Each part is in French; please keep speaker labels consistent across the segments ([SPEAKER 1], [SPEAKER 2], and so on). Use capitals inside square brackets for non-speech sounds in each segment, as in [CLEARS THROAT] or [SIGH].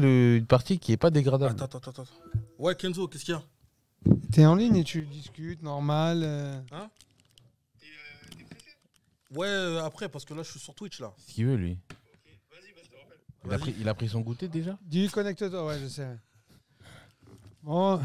[SPEAKER 1] le- une partie qui est pas dégradable.
[SPEAKER 2] Attends, attends, attends. attends. Ouais, Kenzo, qu'est-ce qu'il y a
[SPEAKER 3] T'es en ligne et tu discutes, normal. euh.
[SPEAKER 2] Ouais, euh, après, parce que là, je suis sur Twitch, là.
[SPEAKER 1] Ce qu'il veut, lui. Il a, pris, il a pris son goûter déjà
[SPEAKER 3] Dis, connecte-toi, ouais, je sais. ouais. Bon,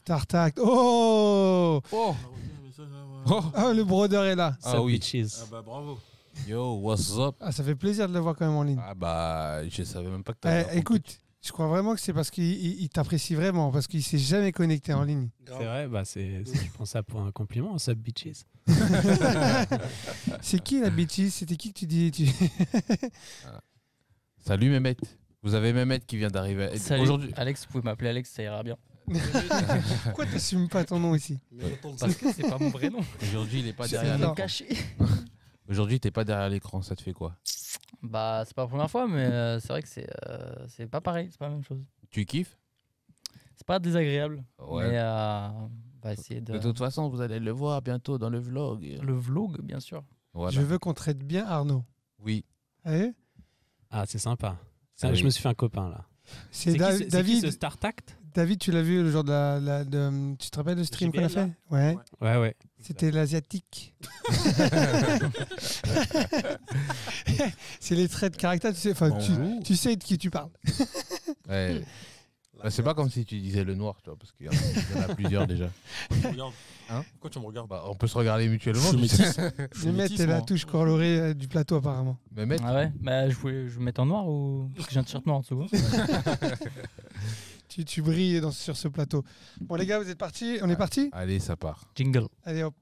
[SPEAKER 3] StarTact. Oh
[SPEAKER 1] Oh
[SPEAKER 2] Ah, ouais, mais ça, là, ouais.
[SPEAKER 4] Oh!
[SPEAKER 3] Ah, le brodeur est là.
[SPEAKER 1] Ah oui.
[SPEAKER 2] Ah bah, bravo.
[SPEAKER 1] Yo, what's up
[SPEAKER 3] Ah, ça fait plaisir de le voir quand même en ligne.
[SPEAKER 1] Ah bah, je savais même pas que
[SPEAKER 3] Eh,
[SPEAKER 1] t'avais. un compte.
[SPEAKER 3] écoute, je crois vraiment que c'est parce qu'il il- il t'apprécie vraiment, parce qu'il s'est jamais connecté en ligne.
[SPEAKER 2] Grave.
[SPEAKER 4] C'est vrai, bah c'est, c'est- je prends ça pour un compliment, sub bitches.
[SPEAKER 3] C'est qui la bêtise C'était qui que tu dis tu- [LAUGHS]
[SPEAKER 1] Salut Mehmet. Vous avez Mehmet qui vient d'arriver.
[SPEAKER 5] Salut. Ah,
[SPEAKER 1] Aujourd'hui.
[SPEAKER 5] Alex, vous pouvez m'appeler Alex, ça ira bien.
[SPEAKER 3] Pourquoi tu n'assumes pas ton nom ici
[SPEAKER 2] Mais attends,
[SPEAKER 5] Parce que c'est pas mon vrai nom.
[SPEAKER 1] [LAUGHS] Aujourd'hui, il est pas
[SPEAKER 3] C'est
[SPEAKER 1] derrière.
[SPEAKER 3] bizarre.
[SPEAKER 1] l'écran.
[SPEAKER 5] Caché.
[SPEAKER 1] Aujourd'hui, t'es pas derrière l'écran, ça te fait quoi
[SPEAKER 5] Bah, c'est pas la première fois, mais euh, c'est vrai que c'est euh, c'est pas pareil, c'est pas la même chose.
[SPEAKER 1] Tu kiffes
[SPEAKER 5] C'est pas désagréable, mais euh, on va essayer de.
[SPEAKER 1] De toute façon, vous allez le voir bientôt dans le vlog.
[SPEAKER 5] Le vlog, bien sûr.
[SPEAKER 1] Voilà.
[SPEAKER 3] Je veux qu'on traite bien Arnaud.
[SPEAKER 1] Oui.
[SPEAKER 3] Eh
[SPEAKER 4] Ah, c'est sympa. Ça,
[SPEAKER 1] Ah
[SPEAKER 4] Je
[SPEAKER 1] oui.
[SPEAKER 4] me suis fait un copain là.
[SPEAKER 3] c'est
[SPEAKER 4] qui
[SPEAKER 3] Da-
[SPEAKER 4] ce- c'est qui ce
[SPEAKER 3] David.
[SPEAKER 4] StarTact
[SPEAKER 3] David, tu l'as vu le jour de la. la- de- tu te rappelles le stream qu'on a fait
[SPEAKER 2] JBL,
[SPEAKER 3] Ouais.
[SPEAKER 2] Ouais.
[SPEAKER 4] Ouais, ouais.
[SPEAKER 3] C'était l'asiatique. [LAUGHS] c'est les traits de caractère. Tu sais, enfin, tu,
[SPEAKER 1] Bonjour.
[SPEAKER 3] tu sais de qui tu parles. [LAUGHS]
[SPEAKER 1] Ouais.
[SPEAKER 2] la
[SPEAKER 1] Eh. Bah, c'est pas
[SPEAKER 2] carte,
[SPEAKER 1] comme si tu disais le noir, tu vois, parce qu'il y en a- il y en a plusieurs
[SPEAKER 3] [LAUGHS]
[SPEAKER 1] déjà.
[SPEAKER 2] tu me regardes.
[SPEAKER 1] Hein
[SPEAKER 2] Pourquoi tu me regardes
[SPEAKER 1] Bah, on peut se regarder
[SPEAKER 2] Je
[SPEAKER 1] mutuellement.
[SPEAKER 2] suis
[SPEAKER 1] tu sais.
[SPEAKER 2] métis. Je suis
[SPEAKER 3] Je
[SPEAKER 2] métis,
[SPEAKER 3] mettre la
[SPEAKER 2] moi.
[SPEAKER 3] touche colorée euh, du plateau apparemment.
[SPEAKER 1] Mehmet,
[SPEAKER 5] Ah ouais Bah, je voulais je voulais mettre en noir ou. Parce que j'ai un t-shirt noir en dessous. hein.
[SPEAKER 3] Tu, tu brilles dans- sur ce plateau. Bon les gars, vous êtes partis On est parti
[SPEAKER 1] allez, ça part.
[SPEAKER 5] Jingle.
[SPEAKER 3] Allez hop.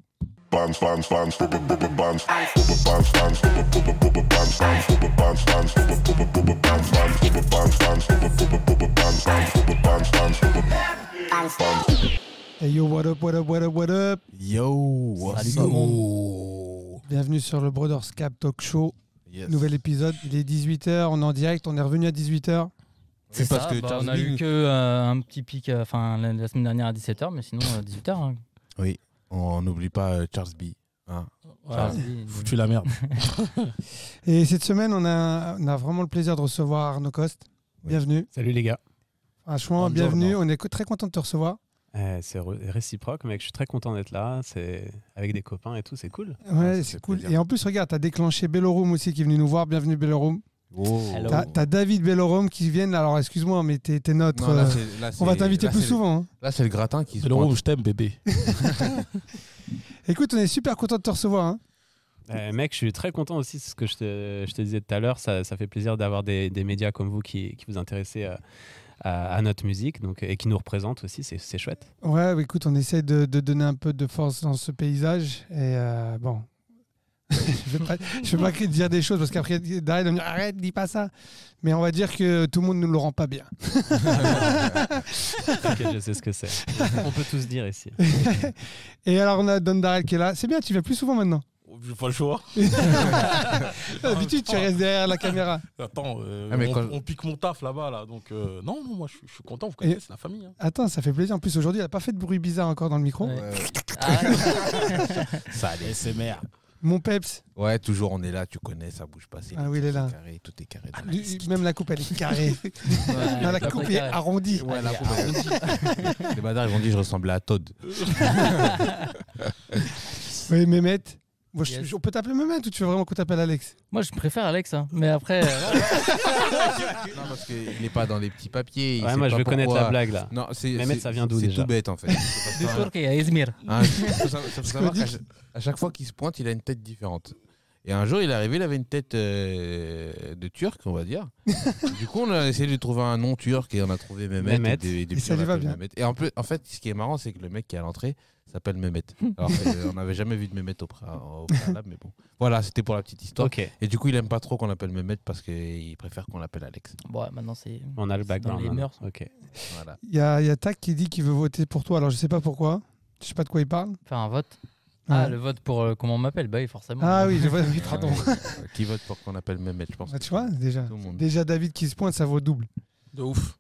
[SPEAKER 3] Hey yo, what up, what up, what up, what up
[SPEAKER 1] Yo,
[SPEAKER 5] what's Salut, up tout le
[SPEAKER 3] Bienvenue sur le Brothers Cap Talk Show. Nouvel épisode, il est 18h, on est en direct, on est revenu à 18h.
[SPEAKER 5] C'est
[SPEAKER 1] parce
[SPEAKER 5] ça,
[SPEAKER 1] que
[SPEAKER 5] bah,
[SPEAKER 1] Charles
[SPEAKER 5] on a eu
[SPEAKER 1] Bing-
[SPEAKER 5] que euh, un petit pic, euh, enfin la, la semaine dernière à 17h, mais sinon euh, 18h.
[SPEAKER 1] On n'oublie pas euh, Charles B. hein.
[SPEAKER 2] Foutu la merde.
[SPEAKER 3] Et cette semaine, on a, on a vraiment le plaisir de recevoir Arnaud Coste.
[SPEAKER 1] Oui.
[SPEAKER 3] Bienvenue.
[SPEAKER 4] Salut les gars.
[SPEAKER 3] Franchement,
[SPEAKER 1] Bonjour,
[SPEAKER 3] bienvenue.
[SPEAKER 1] Arnaud.
[SPEAKER 3] On est co- très content de te recevoir.
[SPEAKER 4] Euh, c'est re- réciproque, mec. Je suis très content d'être là. C'est avec des copains et tout, c'est cool.
[SPEAKER 3] Ouais,
[SPEAKER 1] ça
[SPEAKER 3] c'est
[SPEAKER 1] fait
[SPEAKER 3] cool.
[SPEAKER 1] plaisir.
[SPEAKER 3] Et en plus, regarde, t'as déclenché Bellorum aussi qui est venu nous voir. Bienvenue Bellorum.
[SPEAKER 1] Oh.
[SPEAKER 5] Hello.
[SPEAKER 3] T'as t'as David Bellorum qui vient. Alors, excuse-moi, mais t'es t'es notre.
[SPEAKER 1] Non, là,
[SPEAKER 3] euh,
[SPEAKER 1] c'est- là,
[SPEAKER 3] on va
[SPEAKER 1] c'est-
[SPEAKER 3] t'inviter
[SPEAKER 1] là,
[SPEAKER 3] plus
[SPEAKER 1] c'est-
[SPEAKER 3] souvent. hein.
[SPEAKER 1] Là, c'est le gratin qui se
[SPEAKER 2] C'est le
[SPEAKER 1] pointe.
[SPEAKER 2] rouge, je t'aime, bébé.
[SPEAKER 3] Écoute, on est super content de te recevoir. hein.
[SPEAKER 4] Euh, mec, je suis très content aussi. C'est ce que je te, je te disais tout à l'heure. Ça, ça fait plaisir d'avoir des, des médias comme vous qui, qui vous intéressez euh, à, à notre musique donc, et qui nous représentent aussi. C'est, c'est chouette.
[SPEAKER 3] Ouais, bah, écoute, on essaie de, de donner un peu de force dans ce paysage. Et euh, bon. [LAUGHS] je ne vais, pas- je vais pas que dire des choses parce qu'après, derrière, ils vont me dire, arrête, dis pas ça. Mais on va dire que tout le monde ne nous le rend pas bien. [LAUGHS]
[SPEAKER 4] Ok, je sais ce que c'est. [LAUGHS] On peut tous dire ici.
[SPEAKER 3] Et alors, on a Don Darrell qui est là. C'est bien, tu viens plus souvent maintenant.
[SPEAKER 2] Oh, J'ai pas le choix.
[SPEAKER 1] Oh,
[SPEAKER 3] D'habitude, tu restes derrière la caméra.
[SPEAKER 2] Attends, euh,
[SPEAKER 1] Ah, mais
[SPEAKER 2] on,
[SPEAKER 1] quand-
[SPEAKER 2] on pique mon taf là-bas, là. Donc, euh, non, non, moi, je suis- je suis content. Vous connaissez, c'est la famille. hein.
[SPEAKER 3] Attends, ça fait plaisir. En plus, aujourd'hui, il n'a pas fait de bruit bizarre encore dans le micro.
[SPEAKER 5] Ah Ouais. [LAUGHS] Arrête.
[SPEAKER 2] SMR.
[SPEAKER 3] Mon peps,
[SPEAKER 1] Ouais, toujours, on est là, tu connais, ça bouge pas. c'est
[SPEAKER 3] Ah
[SPEAKER 1] net,
[SPEAKER 3] oui, il est là.
[SPEAKER 1] Carré, tout est carré.
[SPEAKER 3] du- même la coupe, elle est carrée.
[SPEAKER 5] Ouais,
[SPEAKER 3] Non, la
[SPEAKER 5] pas
[SPEAKER 3] coupe
[SPEAKER 5] très
[SPEAKER 3] est
[SPEAKER 5] carré.
[SPEAKER 3] arrondie.
[SPEAKER 1] Ouais, la coupe, elle est- Ah, [LAUGHS] Les badards, ils vont dire je ressemblais à Todd.
[SPEAKER 3] Oui, Mehmet. Moi, je-
[SPEAKER 5] Yes.
[SPEAKER 3] on peut t'appeler Mehmet ou tu veux vraiment qu'on t'appelle Alex
[SPEAKER 5] Moi je préfère Alex, hein, mais après. euh,
[SPEAKER 1] Non, parce qu'il n'est pas dans les petits papiers. il
[SPEAKER 4] Ouais,
[SPEAKER 1] sait
[SPEAKER 4] moi, je
[SPEAKER 1] pas
[SPEAKER 4] veux connaître
[SPEAKER 1] pourquoi.
[SPEAKER 4] la blague là.
[SPEAKER 1] Non, c'est,
[SPEAKER 4] Mehmet,
[SPEAKER 1] c'est-
[SPEAKER 4] ça vient d'où
[SPEAKER 1] C'est
[SPEAKER 4] déjà
[SPEAKER 1] tout bête
[SPEAKER 4] [LAUGHS]
[SPEAKER 1] en fait. C'est
[SPEAKER 5] de
[SPEAKER 1] parce que-
[SPEAKER 5] Turquie à Izmir.
[SPEAKER 1] Un-
[SPEAKER 3] [LAUGHS]
[SPEAKER 1] faut sa- faut savoir
[SPEAKER 3] dit
[SPEAKER 1] qu'à cha- à chaque fois qu'il se pointe, il a une tête différente. Et un jour, il est arrivé, il avait une tête euh, de turc, on va
[SPEAKER 3] [LAUGHS]
[SPEAKER 1] dire. du coup, on a essayé de lui trouver un nom turc et on a trouvé Mehmet.
[SPEAKER 4] Mehmet.
[SPEAKER 1] de- depuis,
[SPEAKER 3] ça
[SPEAKER 1] on
[SPEAKER 3] lui va
[SPEAKER 1] l'appelle
[SPEAKER 3] bien.
[SPEAKER 1] Mehmet. Et en, plus, en fait, ce qui est marrant, c'est que le mec qui est à l'entrée s'appelle
[SPEAKER 4] [LAUGHS]
[SPEAKER 1] Mehmet. Alors, euh, on n'avait jamais vu de Mehmet au, pré- au préalable, mais bon. Voilà, c'était pour la petite histoire.
[SPEAKER 4] Ok,
[SPEAKER 1] Et du coup, il aime pas trop qu'on l'appelle Mehmet parce qu'il préfère qu'on l'appelle Alex.
[SPEAKER 5] Bon, ouais, maintenant c'est.
[SPEAKER 4] on a le
[SPEAKER 5] C'est dans
[SPEAKER 4] background.
[SPEAKER 5] les
[SPEAKER 4] maintenant.
[SPEAKER 5] mœurs. hein.
[SPEAKER 4] Ok.
[SPEAKER 1] Voilà.
[SPEAKER 3] Il y a, il y a Tac qui dit qu'il veut voter pour toi. Alors, je sais pas pourquoi. Je sais pas de quoi il parle.
[SPEAKER 5] Faire un vote. Ah,
[SPEAKER 3] Ouais.
[SPEAKER 5] le vote pour euh, comment on m'appelle Bah oui, forcément.
[SPEAKER 3] Ah oui, je vois. oui,
[SPEAKER 1] [LAUGHS]
[SPEAKER 3] pardon.
[SPEAKER 1] Euh, qui vote pour qu'on appelle Mehmet, je pense.
[SPEAKER 3] Bah, tu vois, déjà.
[SPEAKER 1] Tout le monde.
[SPEAKER 3] Déjà, David qui se pointe, ça vaut double.
[SPEAKER 2] De ouf.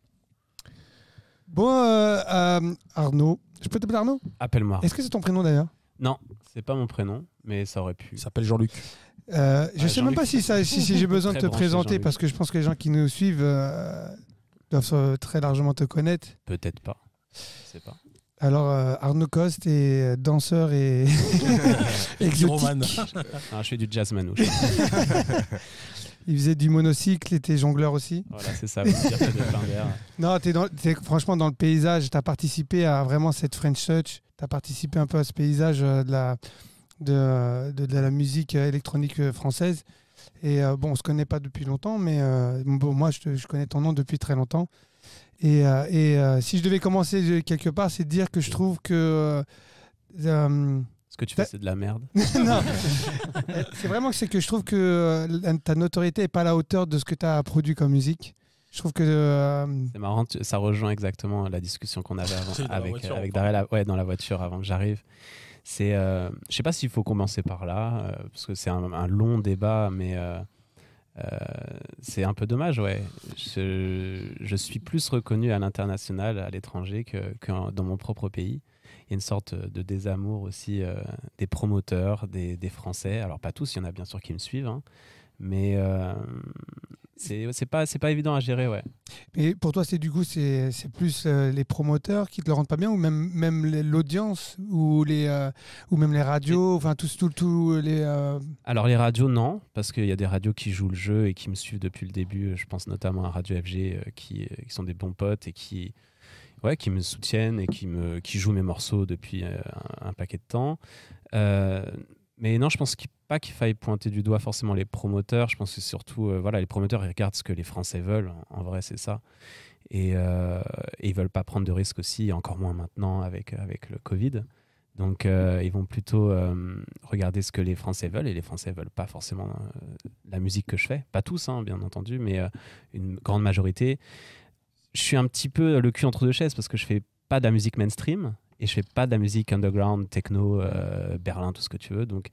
[SPEAKER 3] Bon, euh, euh, Arnaud. Je peux t'appeler Arnaud
[SPEAKER 4] Appelle-moi.
[SPEAKER 3] Est-ce que c'est ton prénom d'ailleurs
[SPEAKER 4] Non, c'est pas mon prénom, mais ça aurait pu.
[SPEAKER 2] Il s'appelle Jean-Luc.
[SPEAKER 3] Euh, je
[SPEAKER 4] Ouais,
[SPEAKER 3] sais même
[SPEAKER 4] Jean-Luc.
[SPEAKER 3] pas si, ça- si, si j'ai besoin de
[SPEAKER 4] Très
[SPEAKER 3] te
[SPEAKER 4] branché,
[SPEAKER 3] présenter
[SPEAKER 4] Jean-Luc.
[SPEAKER 3] parce que je pense que les gens qui nous suivent euh, doivent euh, très largement te connaître.
[SPEAKER 4] Peut-être pas. Je sais pas.
[SPEAKER 3] Alors, euh, Arnaud Coste est euh, danseur et
[SPEAKER 2] Pyromane.
[SPEAKER 3] exotique.
[SPEAKER 4] Ah, je fais du jazz manouche. [LAUGHS]
[SPEAKER 3] Il faisait du monocycle et t'es jongleur aussi.
[SPEAKER 4] voilà, c'est ça. vous dire que de plein d'air.
[SPEAKER 3] Non, t'es dans, t'es franchement dans le paysage. T'as participé à vraiment cette French Touch. T'as participé un peu à ce paysage euh, de la, de, de- de la musique euh, électronique euh, française. Et euh, bon, on se connaît pas depuis longtemps, mais euh, bon, moi, je, te- je connais ton nom depuis très longtemps. Et, euh, et, euh, si je devais commencer de- quelque part, c'est de dire que je trouve que euh, euh,
[SPEAKER 4] Ce que tu fais, c'est de la merde.
[SPEAKER 3] [LAUGHS] Non. c'est vraiment que c'est que je trouve que euh, la- ta notoriété est pas à la hauteur de ce que tu as produit comme musique. Je trouve que euh,
[SPEAKER 4] C'est marrant, tu- ça rejoint exactement la discussion qu'on avait avant,
[SPEAKER 2] Mm. [LAUGHS] C'est dans la
[SPEAKER 4] avec,
[SPEAKER 2] voiture,
[SPEAKER 4] avec
[SPEAKER 2] on parle.
[SPEAKER 4] Darrell, à- ouais, dans la voiture avant que j'arrive. C'est, euh, je sais pas s'il faut commencer par là, euh, parce que c'est un, un long débat, mais euh, euh, c'est un peu dommage, ouais. Je, je suis plus reconnu à l'international, à l'étranger, que, que en- dans mon propre pays. Il y a une sorte de désamour aussi euh, des promoteurs, des, des Français. Alors pas tous, il y en a bien sûr qui me suivent, hein. mais euh, c'est c'est pas, c'est pas évident à gérer, ouais.
[SPEAKER 3] mais pour toi c'est du coup c'est c'est plus euh, les promoteurs qui te le rendent pas bien ou même même les- l'audience ou les euh, ou même les radios, enfin tous tout tout les euh,
[SPEAKER 4] Alors les radios, non, parce qu'il y a des radios qui jouent le jeu et qui me suivent depuis le début. Je pense notamment à Radio FG, euh, qui, euh, qui sont des bons potes et qui, ouais, qui me soutiennent et qui, me, qui jouent mes morceaux depuis euh, un, un paquet de temps. Euh, mais non, je pense qu'il- pas qu'il faille pointer du doigt forcément les promoteurs. Je pense que surtout, euh, voilà, les promoteurs ils regardent ce que les Français veulent. En, en vrai, c'est ça. Et, euh, et ils veulent pas prendre de risques aussi, encore moins maintenant avec, avec le Covid. Donc, euh, ils vont plutôt euh, regarder ce que les Français veulent, et les Français veulent pas forcément euh, la musique que je fais. Pas tous, hein, bien entendu, mais euh, une grande majorité. Je suis un petit peu le cul entre deux chaises parce que je fais pas de la musique mainstream et je fais pas de la musique underground, techno, euh, Berlin, tout ce que tu veux. Donc,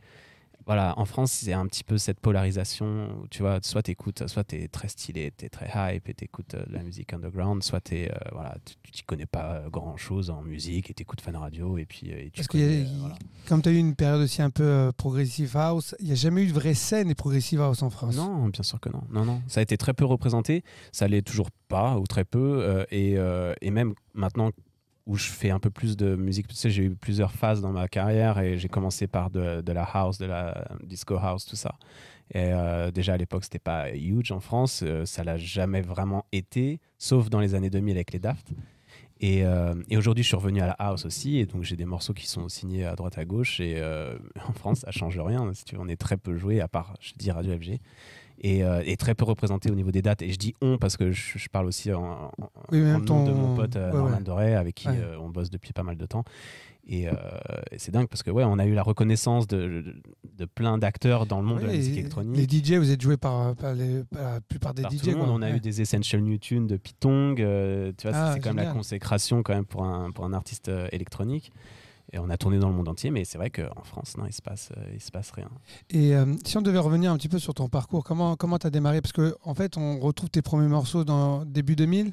[SPEAKER 4] voilà, en France, c'est un petit peu cette polarisation où tu vois, soit t'écoutes, soit t'es très stylé, t'es très hype et t'écoutes euh, de la musique underground, soit t'es, euh, voilà, tu- tu t'y connais pas grand chose en musique et t'écoutes fan radio et puis euh, et tu
[SPEAKER 3] Parce qu'il y a-
[SPEAKER 4] connais, euh,
[SPEAKER 3] il-
[SPEAKER 4] voilà.
[SPEAKER 3] comme tu as eu une période aussi un peu euh, progressive house, il y a jamais eu de vraie scène et progressive house en France.
[SPEAKER 4] Non, bien sûr que non. Non, non. Ça a été très peu représenté. Ça l'est toujours pas ou très peu. euh, et, euh, et même maintenant où je fais un peu plus de musique, tu sais, j'ai eu plusieurs phases dans ma carrière et j'ai commencé par de, de la house, de la disco house, tout ça. Et euh, déjà à l'époque, c'était pas huge en France. euh, ça l'a jamais vraiment été, sauf dans les années 2000 avec les Daft. Et, euh, et aujourd'hui, je suis revenu à la house aussi, et donc j'ai des morceaux qui sont signés à droite à gauche. Et euh, [LAUGHS] en France, ça change rien. hein, Si tu veux, on est très peu joué, à part, je dis Radio FG, et, euh, et très peu représenté au niveau des dates. Et je dis on parce que je, je parle aussi en, en-
[SPEAKER 3] Oui, mais
[SPEAKER 4] en
[SPEAKER 3] en même
[SPEAKER 4] nom
[SPEAKER 3] temps,
[SPEAKER 4] de mon pote euh,
[SPEAKER 3] ouais,
[SPEAKER 4] Norman
[SPEAKER 3] ouais.
[SPEAKER 4] Doré, avec qui
[SPEAKER 3] Ouais.
[SPEAKER 4] euh, on bosse depuis pas mal de temps. Et, euh, et c'est dingue parce que ouais, on a eu la reconnaissance de, de- de plein d'acteurs dans le monde de la
[SPEAKER 3] Ouais,
[SPEAKER 4] musique
[SPEAKER 3] et-
[SPEAKER 4] électronique.
[SPEAKER 3] les DJ, vous êtes joués par, par les- par la plupart des
[SPEAKER 4] Par
[SPEAKER 3] DJ.
[SPEAKER 4] tout le monde.
[SPEAKER 3] quoi.
[SPEAKER 4] on a
[SPEAKER 3] Ouais.
[SPEAKER 4] eu des Essential Newtune de Pitong. euh, tu vois,
[SPEAKER 3] Ah,
[SPEAKER 4] c'est quand même la
[SPEAKER 3] génial.
[SPEAKER 4] consécration quand même pour un, pour un artiste euh, électronique. Et on a tourné dans le monde entier, mais c'est vrai qu'en France, non, il se passe, euh, il se passe rien.
[SPEAKER 3] Et euh, si on devait revenir un petit peu sur ton parcours, comment comment t'as démarré Parce que en fait, on retrouve tes premiers morceaux dans début 2000.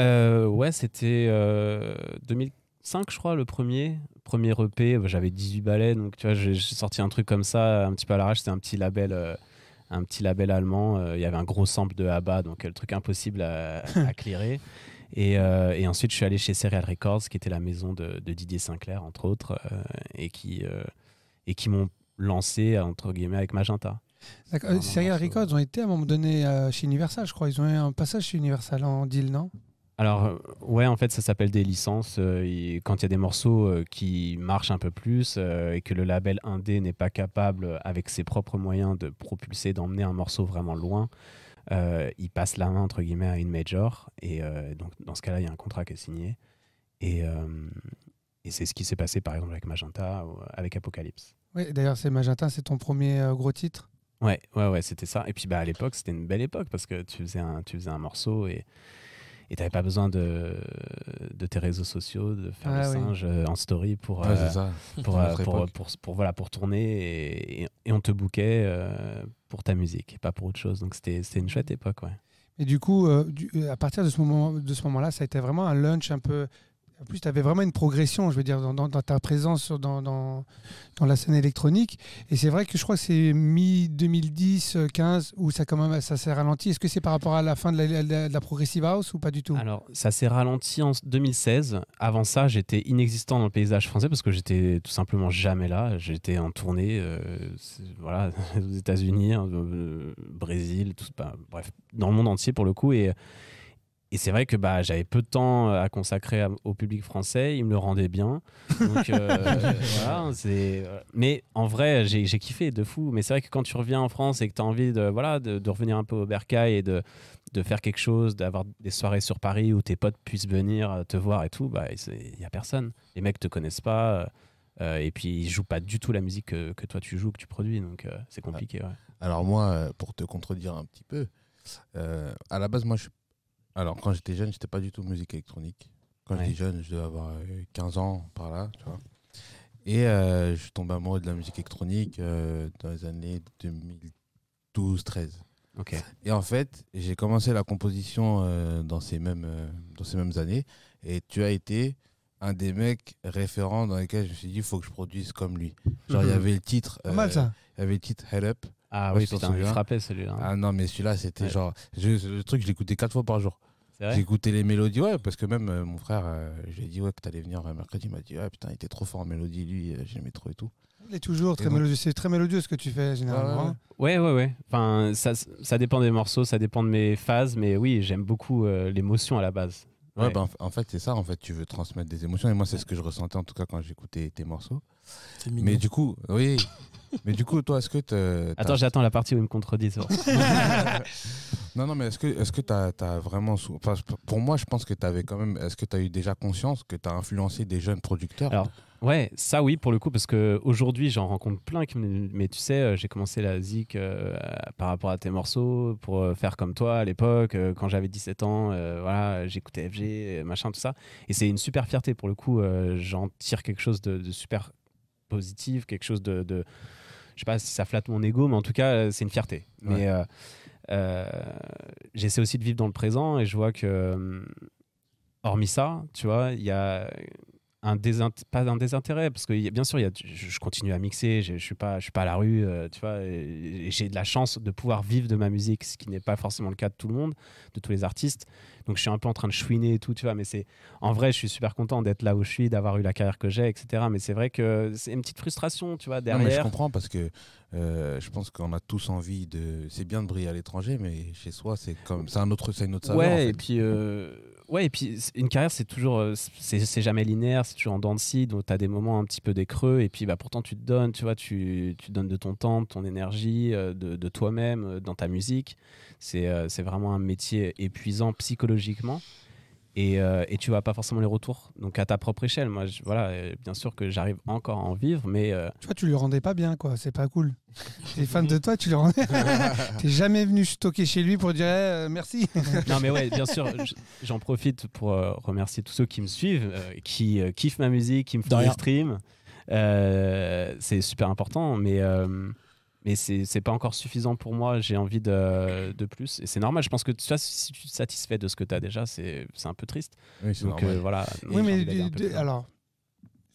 [SPEAKER 4] Euh, ouais, c'était euh, 2005, je crois, le premier. Premier EP, bah, j'avais 18 balais, donc tu vois, j'ai j'ai sorti un truc comme ça, un petit peu à l'arrache. C'était un petit label, euh, un petit label allemand. Euh, Il y avait un gros sample de ABBA, donc euh, le truc impossible à, à clearer. Et, euh, et ensuite, je suis allé chez Serial Records, qui était la maison de, de Didier Sinclair, entre autres, euh, et qui, euh, et qui m'ont lancé, entre guillemets, avec Magenta.
[SPEAKER 3] D'accord.
[SPEAKER 4] Vraiment,
[SPEAKER 3] euh, Serial
[SPEAKER 4] morceau.
[SPEAKER 3] Records ont été à un moment donné euh, chez Universal, je crois. Ils ont eu un passage chez Universal en deal, non
[SPEAKER 4] Alors, euh, ouais, en fait, ça s'appelle des licences. euh, et quand il y a des morceaux euh, qui marchent un peu plus euh, et que le label indé n'est pas capable, euh, avec ses propres moyens, de propulser, d'emmener un morceau vraiment loin, euh, il passe la main, entre guillemets, à une major. Et euh, donc, dans ce cas-là, il y a un contrat qui est signé. Et, euh, et c'est ce qui s'est passé, par exemple, avec Magenta ou avec Apocalypse.
[SPEAKER 3] Oui, d'ailleurs, c'est Magenta, c'est ton premier euh, gros titre.
[SPEAKER 4] Ouais, ouais, ouais, c'était ça. Et puis bah, à l'époque, c'était une belle époque parce que tu faisais un, tu faisais un morceau et et t'avais pas besoin de, de tes réseaux sociaux, de faire
[SPEAKER 3] Ah
[SPEAKER 4] le
[SPEAKER 3] oui.
[SPEAKER 4] singe euh, en story pour,
[SPEAKER 1] Ouais,
[SPEAKER 4] euh,
[SPEAKER 1] c'est ça.
[SPEAKER 4] pour,
[SPEAKER 1] à
[SPEAKER 4] euh,
[SPEAKER 1] notre
[SPEAKER 4] pour,
[SPEAKER 1] époque.
[SPEAKER 4] pour- pour- voilà, pour tourner et, et- et on te bouquait pour ta musique et pas pour autre chose. Donc c'était c'était une chouette époque, ouais.
[SPEAKER 3] Et du coup, euh, du- euh, à partir de ce moment, de ce moment-là, ça a été vraiment un lunch un peu En plus, tu avais vraiment une progression, je veux dire, dans, dans- dans ta présence sur- dans, dans, dans la scène électronique. Et c'est vrai que je crois que c'est mi-2010, 15, euh, où ça, quand même, ça s'est ralenti. Est-ce que c'est par rapport à la fin de la, la- de la Progressive House ou pas du tout
[SPEAKER 4] Alors, ça s'est ralenti en 2016. Avant ça, j'étais inexistant dans le paysage français parce que j'étais tout simplement jamais là. J'étais en tournée euh, c'est- voilà, [LAUGHS] aux États-Unis, hein, euh, Brésil, tout, bah, bref, dans le monde entier pour le coup. Et, et c'est vrai que bah, j'avais peu de temps à consacrer à- au public français. Il me le rendait bien.
[SPEAKER 1] [LAUGHS]
[SPEAKER 4] Donc, euh, voilà, c'est- voilà. Mais en vrai, j'ai j'ai kiffé de fou. Mais c'est vrai que quand tu reviens en France et que tu as envie de, voilà, de, de revenir un peu au bercail et de, de faire quelque chose, d'avoir des soirées sur Paris où tes potes puissent venir euh, te voir et tout, bah il n'y a personne. Les mecs te connaissent pas. euh, euh, et puis ils jouent pas du tout la musique que, que toi tu joues, que tu produis, donc euh, c'est
[SPEAKER 1] Ah.
[SPEAKER 4] compliqué. ouais.
[SPEAKER 1] Alors moi, euh, pour te contredire un petit peu, euh, à la base, moi, je... alors quand j'étais jeune, j'étais pas du tout musique électronique. Quand
[SPEAKER 4] Ouais.
[SPEAKER 1] j'étais jeune, je devais avoir euh, 15 ans par là, tu vois. Et euh, je suis tombé amoureux de la musique électronique euh, dans les années 2012-13. [LAUGHS]
[SPEAKER 4] Ok.
[SPEAKER 1] Et en fait, j'ai commencé la composition euh, dans, ces mêmes, euh, dans ces mêmes années. Et tu as été un des mecs référents dans lesquels je me suis dit, il faut que je produise comme lui. Genre, il y
[SPEAKER 4] Mhm.
[SPEAKER 1] avait le titre,
[SPEAKER 3] Pas mal
[SPEAKER 1] euh,
[SPEAKER 3] ça.
[SPEAKER 1] il y avait le titre Head Up.
[SPEAKER 4] Ah
[SPEAKER 1] Ouais,
[SPEAKER 4] oui,
[SPEAKER 1] je t'en
[SPEAKER 4] putain, il
[SPEAKER 1] souviens.
[SPEAKER 4] frappait celui-là. hein.
[SPEAKER 1] Ah non, mais celui-là, c'était
[SPEAKER 4] Ouais.
[SPEAKER 1] genre. je- le truc, je l'écoutais quatre fois par jour.
[SPEAKER 4] c'est vrai.
[SPEAKER 1] J'écoutais les mélodies, ouais, parce que même euh, mon frère, euh, je lui ai dit ouais, que t'allais venir euh, mercredi. Il m'a dit, ouais, putain, il était trop fort en mélodie, lui, euh, j'aimais trop et tout.
[SPEAKER 3] Il est toujours très
[SPEAKER 1] donc-
[SPEAKER 3] mélodieux. C'est très mélodieux ce que tu fais généralement.
[SPEAKER 1] Ouais,
[SPEAKER 3] hein.
[SPEAKER 4] Ouais, ouais, ouais. Enfin, ça, ça dépend des morceaux, ça dépend de mes phases, mais oui, j'aime beaucoup euh, l'émotion à la base.
[SPEAKER 1] Ouais,
[SPEAKER 4] Ouais.
[SPEAKER 1] bah, en f- en fait, c'est ça, en fait, tu veux transmettre des émotions. Et moi, c'est ce que je ressentais, en tout cas, quand j'écoutais tes morceaux.
[SPEAKER 2] C'est
[SPEAKER 1] Mais du coup, oui. mais du coup, toi, est-ce que. t'as- t'as-
[SPEAKER 4] Attends, j'attends la partie où il me contredit. ça.
[SPEAKER 1] Non, non, mais est-ce que est-ce que t'as as vraiment. sou- Enfin, p- pour moi, je pense que t'avais quand même. Est-ce que t'as eu déjà conscience que t'as influencé des jeunes producteurs
[SPEAKER 4] Alors, Ouais, ça oui pour le coup parce que aujourd'hui j'en rencontre plein qui me- mais tu sais euh, j'ai commencé la zik euh, à- par rapport à tes morceaux pour euh, faire comme toi à l'époque euh, quand j'avais 17 ans euh, voilà j'écoutais FG euh, machin tout ça et c'est une super fierté pour le coup euh, j'en tire quelque chose de, de super positif quelque chose de, de- je sais pas si ça flatte mon ego mais en tout cas euh, c'est une fierté mais
[SPEAKER 1] Ouais.
[SPEAKER 4] euh, euh, j'essaie aussi de vivre dans le présent et je vois que euh, hormis ça tu vois il y a un désint- pas un désintérêt parce que il y a- bien sûr il y a, je je continue à mixer je, je suis pas je suis pas à la rue euh, tu vois et- et j'ai de la chance de pouvoir vivre de ma musique ce qui n'est pas forcément le cas de tout le monde de tous les artistes donc je suis un peu en train de chouiner et tout tu vois mais c'est en vrai je suis super content d'être là où je suis d'avoir eu la carrière que j'ai etc mais c'est vrai que c'est une petite frustration tu vois
[SPEAKER 1] Non, mais je
[SPEAKER 4] derrière
[SPEAKER 1] comprends parce que euh, je pense qu'on a tous envie de. C'est bien de briller à l'étranger, mais chez soi, c'est comme c'est un autre, c'est une autre saveur.
[SPEAKER 4] ouais,
[SPEAKER 1] en fait.
[SPEAKER 4] et puis, euh, ouais, et puis c'est- une carrière, c'est toujours, euh, c'est c'est jamais linéaire, c'est toujours en dents de scie, donc t'as des moments un petit peu des creux, et puis bah, pourtant tu te donnes, tu vois, tu, tu donnes de ton temps, de ton énergie, euh, de, de toi-même, euh, dans ta musique. C'est euh, c'est vraiment un métier épuisant psychologiquement. Et, euh, et tu vois pas forcément les retours. Donc à ta propre échelle, moi, je- voilà, euh, bien sûr que j'arrive encore à en vivre, mais euh,
[SPEAKER 3] Tu vois, tu lui rendais pas bien, quoi. C'est
[SPEAKER 1] [LAUGHS]
[SPEAKER 3] pas cool. T'es fan de toi, tu le rendais. T'es jamais venu stocker chez lui pour dire eh, euh,
[SPEAKER 1] [LAUGHS]
[SPEAKER 3] merci.
[SPEAKER 4] Non, mais ouais, bien sûr, j- j'en profite pour euh, remercier tous ceux qui me suivent, euh, qui euh, kiffent ma musique, qui me font
[SPEAKER 2] De
[SPEAKER 4] des
[SPEAKER 2] rien.
[SPEAKER 4] streams. Euh, c'est super important, mais, euh, mais c'est c'est pas encore suffisant pour moi. J'ai envie de, de plus. Et c'est normal, je pense que tu vois, si tu te satisfais de ce que tu as déjà, c'est c'est un peu triste.
[SPEAKER 1] Oui, c'est
[SPEAKER 4] Donc
[SPEAKER 1] normal.
[SPEAKER 4] euh, voilà. Donc,
[SPEAKER 3] oui,
[SPEAKER 4] j'ai
[SPEAKER 3] mais
[SPEAKER 4] envie d'aller un
[SPEAKER 3] du-
[SPEAKER 4] peu
[SPEAKER 3] de-
[SPEAKER 4] plus loin.
[SPEAKER 3] alors,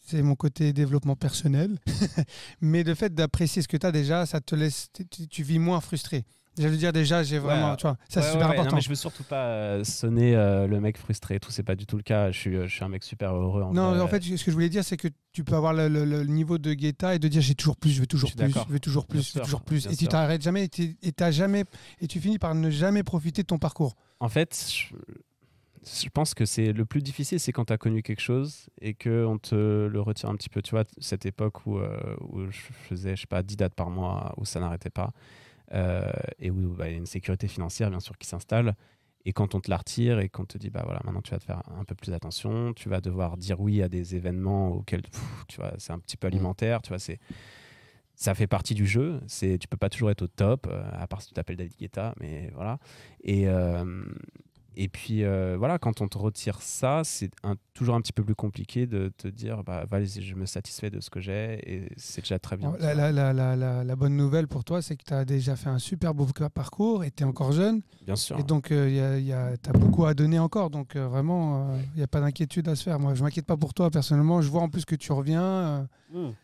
[SPEAKER 3] c'est mon côté développement personnel. [LAUGHS] mais le fait d'apprécier ce que tu as déjà, ça te laisse. tu- Tu, tu vis moins frustré. Je veux dire, déjà, j'ai vraiment.
[SPEAKER 4] Ouais.
[SPEAKER 3] Tu vois, ça,
[SPEAKER 4] Ouais,
[SPEAKER 3] c'est
[SPEAKER 4] ouais,
[SPEAKER 3] super
[SPEAKER 4] ouais. Non,
[SPEAKER 3] important.
[SPEAKER 4] mais je veux surtout pas euh, sonner euh, le mec frustré et tout, c'est pas du tout le cas. Je suis, euh, je suis un mec super heureux. En
[SPEAKER 3] Non,
[SPEAKER 4] vrai.
[SPEAKER 3] en fait, ce que je voulais dire, c'est que tu peux avoir le, le- le niveau de Guetta et de dire j'ai toujours plus, je veux toujours
[SPEAKER 4] Je suis
[SPEAKER 3] plus,
[SPEAKER 4] d'accord.
[SPEAKER 3] je veux toujours
[SPEAKER 4] Bien
[SPEAKER 3] plus, je veux
[SPEAKER 4] sûr,
[SPEAKER 3] toujours plus.
[SPEAKER 4] bien
[SPEAKER 3] Et tu
[SPEAKER 4] sûr.
[SPEAKER 3] t'arrêtes jamais et tu- et t'as jamais et tu finis par ne jamais profiter de ton parcours.
[SPEAKER 4] En fait, je, je pense que c'est le plus difficile, c'est quand tu as connu quelque chose et que on te le retire un petit peu. Tu vois, cette époque où, euh, où je faisais, je sais pas, 10 dates par mois, où ça n'arrêtait pas, euh, et où bah, il y a une sécurité financière, bien sûr, qui s'installe. Et quand on te la retire et qu'on te dit, bah voilà, maintenant tu vas te faire un peu plus attention, tu vas devoir dire oui à des événements auxquels, pff, tu vois, c'est un petit peu
[SPEAKER 3] Mm.
[SPEAKER 4] alimentaire, tu vois, c'est. Ça fait partie du jeu, c'est tu peux pas toujours être au top, euh, à part si tu t'appelles David Guetta, mais voilà. Et, euh, Et puis euh, voilà, quand on te retire ça, c'est un- toujours un petit peu plus compliqué de te dire, bah, vas-y, je me satisfais de ce que j'ai et c'est déjà très bien.
[SPEAKER 3] La, la- la- la- la- la bonne nouvelle pour toi, c'est que tu as déjà fait un super beau parcours et tu es encore jeune.
[SPEAKER 4] Bien sûr. hein.
[SPEAKER 3] Et donc, euh, y a- y a- tu as beaucoup à donner encore. Donc, euh, vraiment, il n'y a pas d'inquiétude à se faire. Moi, je m'inquiète pas pour toi personnellement. Je vois en plus que tu reviens. euh,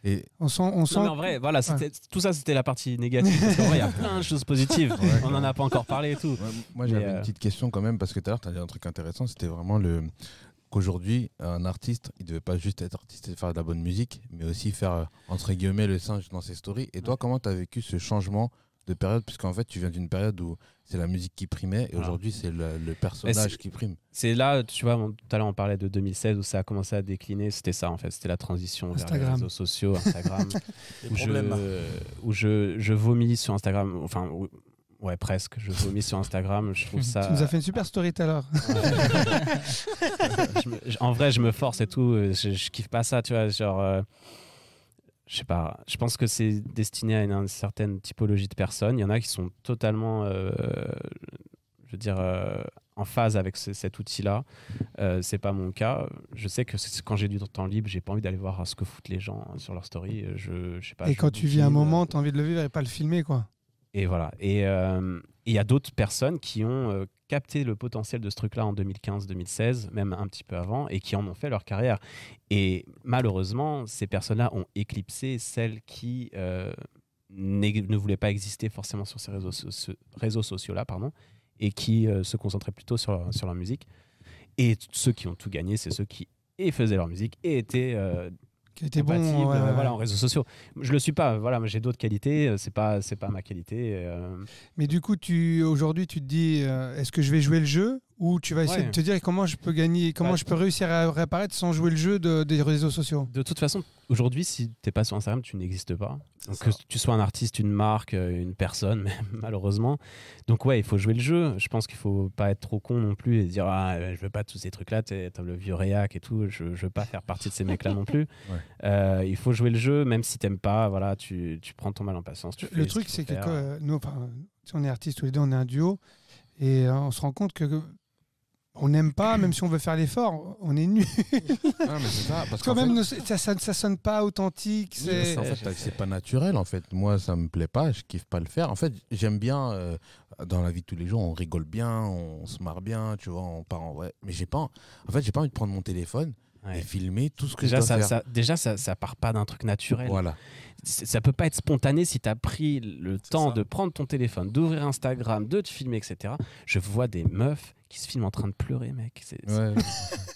[SPEAKER 1] Et
[SPEAKER 3] on sent. On sent...
[SPEAKER 4] Non, mais en vrai, voilà, c'était- tout ça c'était la partie négative. Parce qu'en vrai, il y
[SPEAKER 3] [LAUGHS]
[SPEAKER 4] a plein de choses positives. On n'en a pas encore parlé et tout.
[SPEAKER 1] Ouais, moi,
[SPEAKER 4] Mais,
[SPEAKER 1] j'avais une
[SPEAKER 4] euh,
[SPEAKER 1] petite question quand même, parce que tout à l'heure, tu as dit un truc intéressant, c'était vraiment le qu'aujourd'hui, un artiste, il devait pas juste être artiste et faire de la bonne musique, mais aussi faire, euh, entre guillemets, le singe dans ses stories. Et toi, comment tu as vécu ce changement de période Puisqu'en fait, tu viens d'une période où c'est la musique qui primait, et
[SPEAKER 4] Voilà.
[SPEAKER 1] aujourd'hui, c'est le, le
[SPEAKER 4] Ah. Mais c'est-
[SPEAKER 1] personnage qui prime.
[SPEAKER 4] C'est là, tu vois, on- tout à l'heure on parlait de 2016 où ça a commencé à décliner. C'était ça en fait, c'était la transition vers les
[SPEAKER 3] Instagram.
[SPEAKER 4] réseaux sociaux,
[SPEAKER 3] [LAUGHS]
[SPEAKER 4] Instagram.
[SPEAKER 2] Les
[SPEAKER 4] où
[SPEAKER 2] problèmes.
[SPEAKER 4] je, où je, je vomis sur Instagram. Enfin, ou- ouais, presque. Je vomis sur Instagram. Je trouve ça.
[SPEAKER 3] [LAUGHS] Tu nous as fait une super story tout à l'heure.
[SPEAKER 4] je me- je- en vrai, je me force et tout. euh, Je, je kiffe pas ça, tu vois. Genre, euh, je sais pas. Je pense que c'est destiné à une, à une certaine typologie de personnes. Il y en a qui sont totalement, euh, je veux dire, euh, en phase avec ce- cet outil-là. Euh, c'est pas mon cas. Je sais que c'est- quand j'ai du temps libre, j'ai pas envie d'aller voir ce que foutent les gens sur leur story. Je, je sais pas.
[SPEAKER 3] et
[SPEAKER 4] je euh,
[SPEAKER 3] quand tu vis un
[SPEAKER 4] bouquine,
[SPEAKER 3] moment, tu as envie de le vivre et pas le filmer. quoi.
[SPEAKER 4] et voilà. Et euh, et il y a d'autres personnes qui ont euh, capté le potentiel de ce truc-là en 2015-2016, même un petit peu avant, et qui en ont fait leur carrière. Et malheureusement, ces personnes-là ont éclipsé celles qui euh, n'ex- ne voulaient pas exister forcément sur ces réseaux, so- ce- réseaux sociaux-là, pardon, et qui euh, se concentraient plutôt sur leur, sur leur musique. Et t- ceux qui ont tout gagné, c'est ceux qui et faisaient leur musique et étaient euh,
[SPEAKER 3] Qui était bon.
[SPEAKER 4] compatible,
[SPEAKER 3] ouais,
[SPEAKER 4] euh,
[SPEAKER 3] ouais.
[SPEAKER 4] voilà, en réseaux sociaux. Je le suis pas, voilà, j'ai d'autres qualités, euh, c'est pas c'est pas ma qualité. euh.
[SPEAKER 3] Mais du coup, tu aujourd'hui, tu te dis, euh, est-ce que je vais jouer le jeu ou tu vas essayer
[SPEAKER 4] Ouais.
[SPEAKER 3] de te dire comment je peux gagner, comment
[SPEAKER 4] Ouais.
[SPEAKER 3] je peux réussir à réapparaître sans jouer le jeu de- des réseaux sociaux
[SPEAKER 4] De toute façon, aujourd'hui, si t'es pas sur Instagram, tu n'existes pas. Donc,
[SPEAKER 2] ça.
[SPEAKER 4] que tu sois un artiste, une marque, euh, une personne, [LAUGHS] même, malheureusement. Donc ouais, il faut jouer le jeu. Je pense qu'il faut pas être trop con non plus et se dire ah euh, je veux pas tous ces trucs là, t'es t'as le vieux réac et tout. Je, je veux pas faire partie de ces mecs là non [LAUGHS] plus.
[SPEAKER 1] Ouais.
[SPEAKER 4] Euh, il faut jouer le jeu, même si t'aimes pas. Voilà, tu, tu prends ton mal en patience. tu fais
[SPEAKER 3] Le
[SPEAKER 4] ce
[SPEAKER 3] truc,
[SPEAKER 4] qu'il faut
[SPEAKER 3] c'est que
[SPEAKER 4] faire.
[SPEAKER 3] euh, nous, enfin, si on est artistes tous les deux, on est un duo et euh, on se rend compte que que on n'aime pas, même si on veut faire l'effort, on est nus.
[SPEAKER 1] Ah, mais c'est ça, parce
[SPEAKER 3] Quand
[SPEAKER 1] qu'en
[SPEAKER 3] même,
[SPEAKER 1] fait-
[SPEAKER 3] nos- ça, ça, ça sonne pas authentique.
[SPEAKER 1] Oui, parce
[SPEAKER 3] c'est-
[SPEAKER 1] qu'en fait, c'est pas naturel en fait. Moi, ça me plaît pas, je kiffe pas le faire. En fait, j'aime bien euh, dans la vie de tous les jours, on rigole bien, on se marre bien, tu vois, on part en vrai. Mais j'ai pas, en fait, j'ai pas envie de prendre mon téléphone
[SPEAKER 4] Ouais.
[SPEAKER 1] et filmer tout ce que
[SPEAKER 4] Déjà
[SPEAKER 1] je dois
[SPEAKER 4] ça,
[SPEAKER 1] faire.
[SPEAKER 4] ça- déjà, ça, ça part pas d'un truc naturel.
[SPEAKER 1] Voilà.
[SPEAKER 4] c'est- ça peut pas être spontané si tu as pris le temps
[SPEAKER 2] ça.
[SPEAKER 4] de prendre ton téléphone, d'ouvrir Instagram, de te filmer, etc. Je vois des meufs qui se filment en train de pleurer, mec. [LAUGHS] C'est c'est-
[SPEAKER 1] Ouais.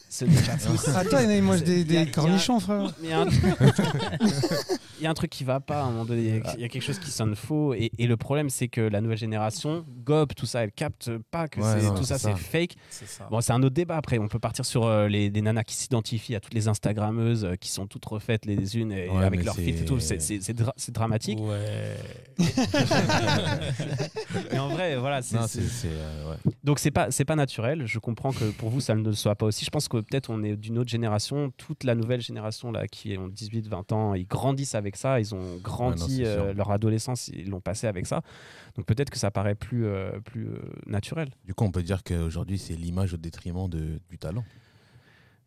[SPEAKER 4] c'est
[SPEAKER 3] [LAUGHS]
[SPEAKER 4] déjà possible.
[SPEAKER 3] Attends, Ah, il y en a, ils mangent des,
[SPEAKER 4] Il y a- il
[SPEAKER 3] des
[SPEAKER 4] y a-
[SPEAKER 3] cornichons, frère.
[SPEAKER 4] [LAUGHS] Mais il y a un- [LAUGHS] il y a un truc qui va pas à un moment donné. Il y
[SPEAKER 1] Ah.
[SPEAKER 4] a- il y a quelque chose qui sonne faux. Et, et le problème, c'est que la nouvelle génération gobe tout ça. Elle capte pas que
[SPEAKER 1] Ouais,
[SPEAKER 4] c'est-
[SPEAKER 1] non,
[SPEAKER 4] tout ça,
[SPEAKER 1] c'est
[SPEAKER 4] c'est
[SPEAKER 1] ça.
[SPEAKER 4] fake.
[SPEAKER 2] C'est ça.
[SPEAKER 4] Bon, c'est un autre débat après. On peut partir sur euh, les, des nanas qui s'identifient à toutes les Instagrammeuses euh, qui sont toutes refaites les unes et,
[SPEAKER 1] Ouais,
[SPEAKER 4] avec
[SPEAKER 1] mais
[SPEAKER 4] leur
[SPEAKER 1] c'est-
[SPEAKER 4] filtre et tout. C'est- C'est c'est dra- c'est dramatique.
[SPEAKER 2] Ouais.
[SPEAKER 4] Mais en vrai, voilà. c'est-
[SPEAKER 1] Non,
[SPEAKER 4] c'est-
[SPEAKER 1] c'est, c'est, euh, ouais.
[SPEAKER 4] Donc c'est pas c'est pas naturel. Je comprends que pour vous ça ne le soit pas aussi. Je pense que peut-être on est d'une autre génération. Toute la nouvelle génération là qui ont 18-20 ans, ils grandissent avec ça. Ils ont
[SPEAKER 1] non,
[SPEAKER 4] grandi
[SPEAKER 1] c'est
[SPEAKER 4] euh,
[SPEAKER 1] sûr.
[SPEAKER 4] leur adolescence, ils l'ont passé avec ça. Donc peut-être que ça paraît plus euh, plus euh, naturel.
[SPEAKER 1] Du coup, on peut dire qu'aujourd'hui, c'est l'image au détriment de, du talent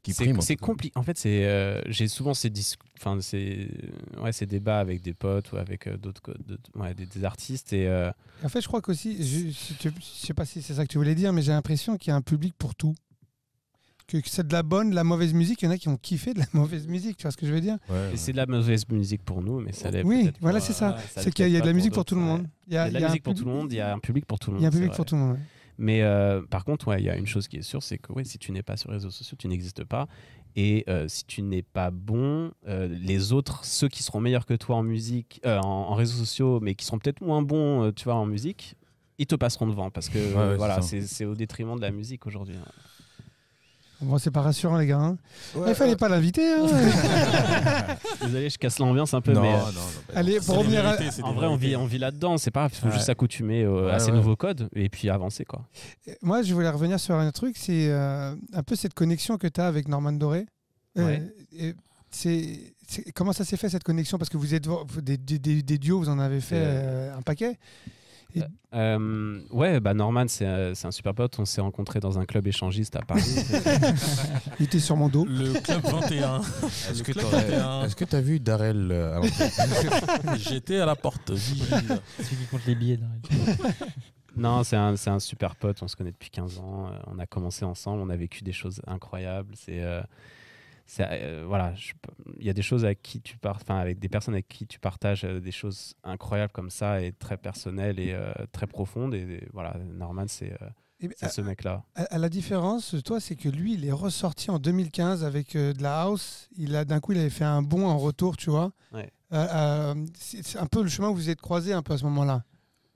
[SPEAKER 1] qui
[SPEAKER 4] C'est-
[SPEAKER 1] prime. en
[SPEAKER 4] C'est
[SPEAKER 1] tout cas.
[SPEAKER 4] compliqué. En fait, c'est euh, j'ai souvent ces dis- enfin ces ouais ces débats avec des potes ou avec euh, d'autres co- d'autres- ouais, des, des artistes et euh,
[SPEAKER 3] En fait, je crois qu'aussi, je, si tu- je sais pas si c'est ça que tu voulais dire, mais j'ai l'impression qu'il y a un public pour tout. Que que c'est de la bonne, de la mauvaise musique. Il y en a qui ont kiffé de la [LAUGHS] mauvaise musique, tu vois ce que je veux dire
[SPEAKER 1] Ouais, ouais.
[SPEAKER 4] c'est de la mauvaise musique pour nous, mais ça l'est
[SPEAKER 3] Oui,
[SPEAKER 4] peut-être
[SPEAKER 3] voilà,
[SPEAKER 4] pas-
[SPEAKER 3] c'est ça.
[SPEAKER 4] ouais, ça l'est
[SPEAKER 3] c'est qu'il y a, il y a de
[SPEAKER 4] peut-être
[SPEAKER 3] la
[SPEAKER 4] pas
[SPEAKER 3] musique pour tout le
[SPEAKER 4] d'autres, ouais.
[SPEAKER 3] monde.
[SPEAKER 4] Il y a de la
[SPEAKER 3] un
[SPEAKER 4] musique pour tout
[SPEAKER 3] public-
[SPEAKER 4] le monde, il y a un public pour tout le
[SPEAKER 3] Il
[SPEAKER 4] monde.
[SPEAKER 3] y a un
[SPEAKER 4] c'est
[SPEAKER 3] public
[SPEAKER 4] vrai.
[SPEAKER 3] pour tout le monde. ouais.
[SPEAKER 4] Mais euh, par contre, ouais, il y a une chose qui est sûre, c'est que ouais, si tu n'es pas sur les réseaux sociaux, tu n'existes pas. Et euh, si tu n'es pas bon, euh, les autres, ceux qui seront meilleurs que toi en musique, euh, en, en réseaux sociaux, mais qui seront peut-être moins bons, euh, tu vois, en musique, ils te passeront devant parce que euh,
[SPEAKER 1] ouais, c'est
[SPEAKER 4] voilà,
[SPEAKER 1] ça.
[SPEAKER 4] c'est c'est au détriment de la musique aujourd'hui. hein.
[SPEAKER 3] Bon, c'est pas rassurant, les gars. hein.
[SPEAKER 1] Ouais,
[SPEAKER 3] Il fallait pas l'inviter.
[SPEAKER 4] [LAUGHS]
[SPEAKER 3] hein.
[SPEAKER 4] Désolé, je casse l'ambiance un peu,
[SPEAKER 1] Non,
[SPEAKER 4] mais euh,
[SPEAKER 1] non, non, bah,
[SPEAKER 3] Allez,
[SPEAKER 2] C'est
[SPEAKER 3] pour
[SPEAKER 2] des
[SPEAKER 3] revenir à.
[SPEAKER 2] vérités, c'est
[SPEAKER 4] en
[SPEAKER 2] des
[SPEAKER 4] vrai, on vit,
[SPEAKER 2] vérités.
[SPEAKER 4] on vit là-dedans. C'est pas grave, il faut
[SPEAKER 1] Ouais.
[SPEAKER 4] juste s'accoutumer euh, à
[SPEAKER 1] Ouais,
[SPEAKER 4] ces
[SPEAKER 1] ouais.
[SPEAKER 4] nouveaux codes et puis avancer quoi.
[SPEAKER 3] Moi, je voulais revenir sur un truc, c'est euh, un peu cette connexion que tu as avec Norman Doré. Euh,
[SPEAKER 4] Ouais.
[SPEAKER 3] et c'est- c'est- comment ça s'est fait cette connexion Parce que vous êtes vous- des, des- des- des duos, vous en avez fait
[SPEAKER 4] Ouais.
[SPEAKER 3] euh, un paquet. Et-
[SPEAKER 4] Euh, ouais, bah Norman, c'est euh, c'est un super pote. On s'est rencontrés dans un club échangiste à Paris.
[SPEAKER 1] [LAUGHS]
[SPEAKER 3] Il était sur mon [LAUGHS] dos.
[SPEAKER 2] Le club 21.
[SPEAKER 1] Est-ce
[SPEAKER 2] Le
[SPEAKER 1] que
[SPEAKER 2] club
[SPEAKER 1] t'aurais-
[SPEAKER 2] 21.
[SPEAKER 1] est-ce que t'as vu Darel euh, à l'entrée
[SPEAKER 2] J'étais à la porte. vigile.
[SPEAKER 5] [LAUGHS] Celui qui compte les billets. non.
[SPEAKER 4] non, c'est un, c'est un super pote. On se connaît depuis 15 ans. euh, On a commencé ensemble. On a vécu des choses incroyables. C'est. euh, c'est, euh, voilà, je peux- il y a des choses avec qui tu par- enfin avec des personnes avec qui tu partages euh, des choses incroyables comme ça et très personnelles et euh, très profondes et, et voilà, Norman c'est euh,
[SPEAKER 3] Et Eh bien,
[SPEAKER 4] c'est ce mec là.
[SPEAKER 3] à, à la différence, toi, c'est que lui, il est ressorti en 2015 avec euh, de la house. Il a d'un coup, il avait fait un bond en retour, tu vois.
[SPEAKER 4] Ouais.
[SPEAKER 3] Euh, euh, c'est c'est un peu le chemin où vous vous êtes croisés un peu à ce moment-là.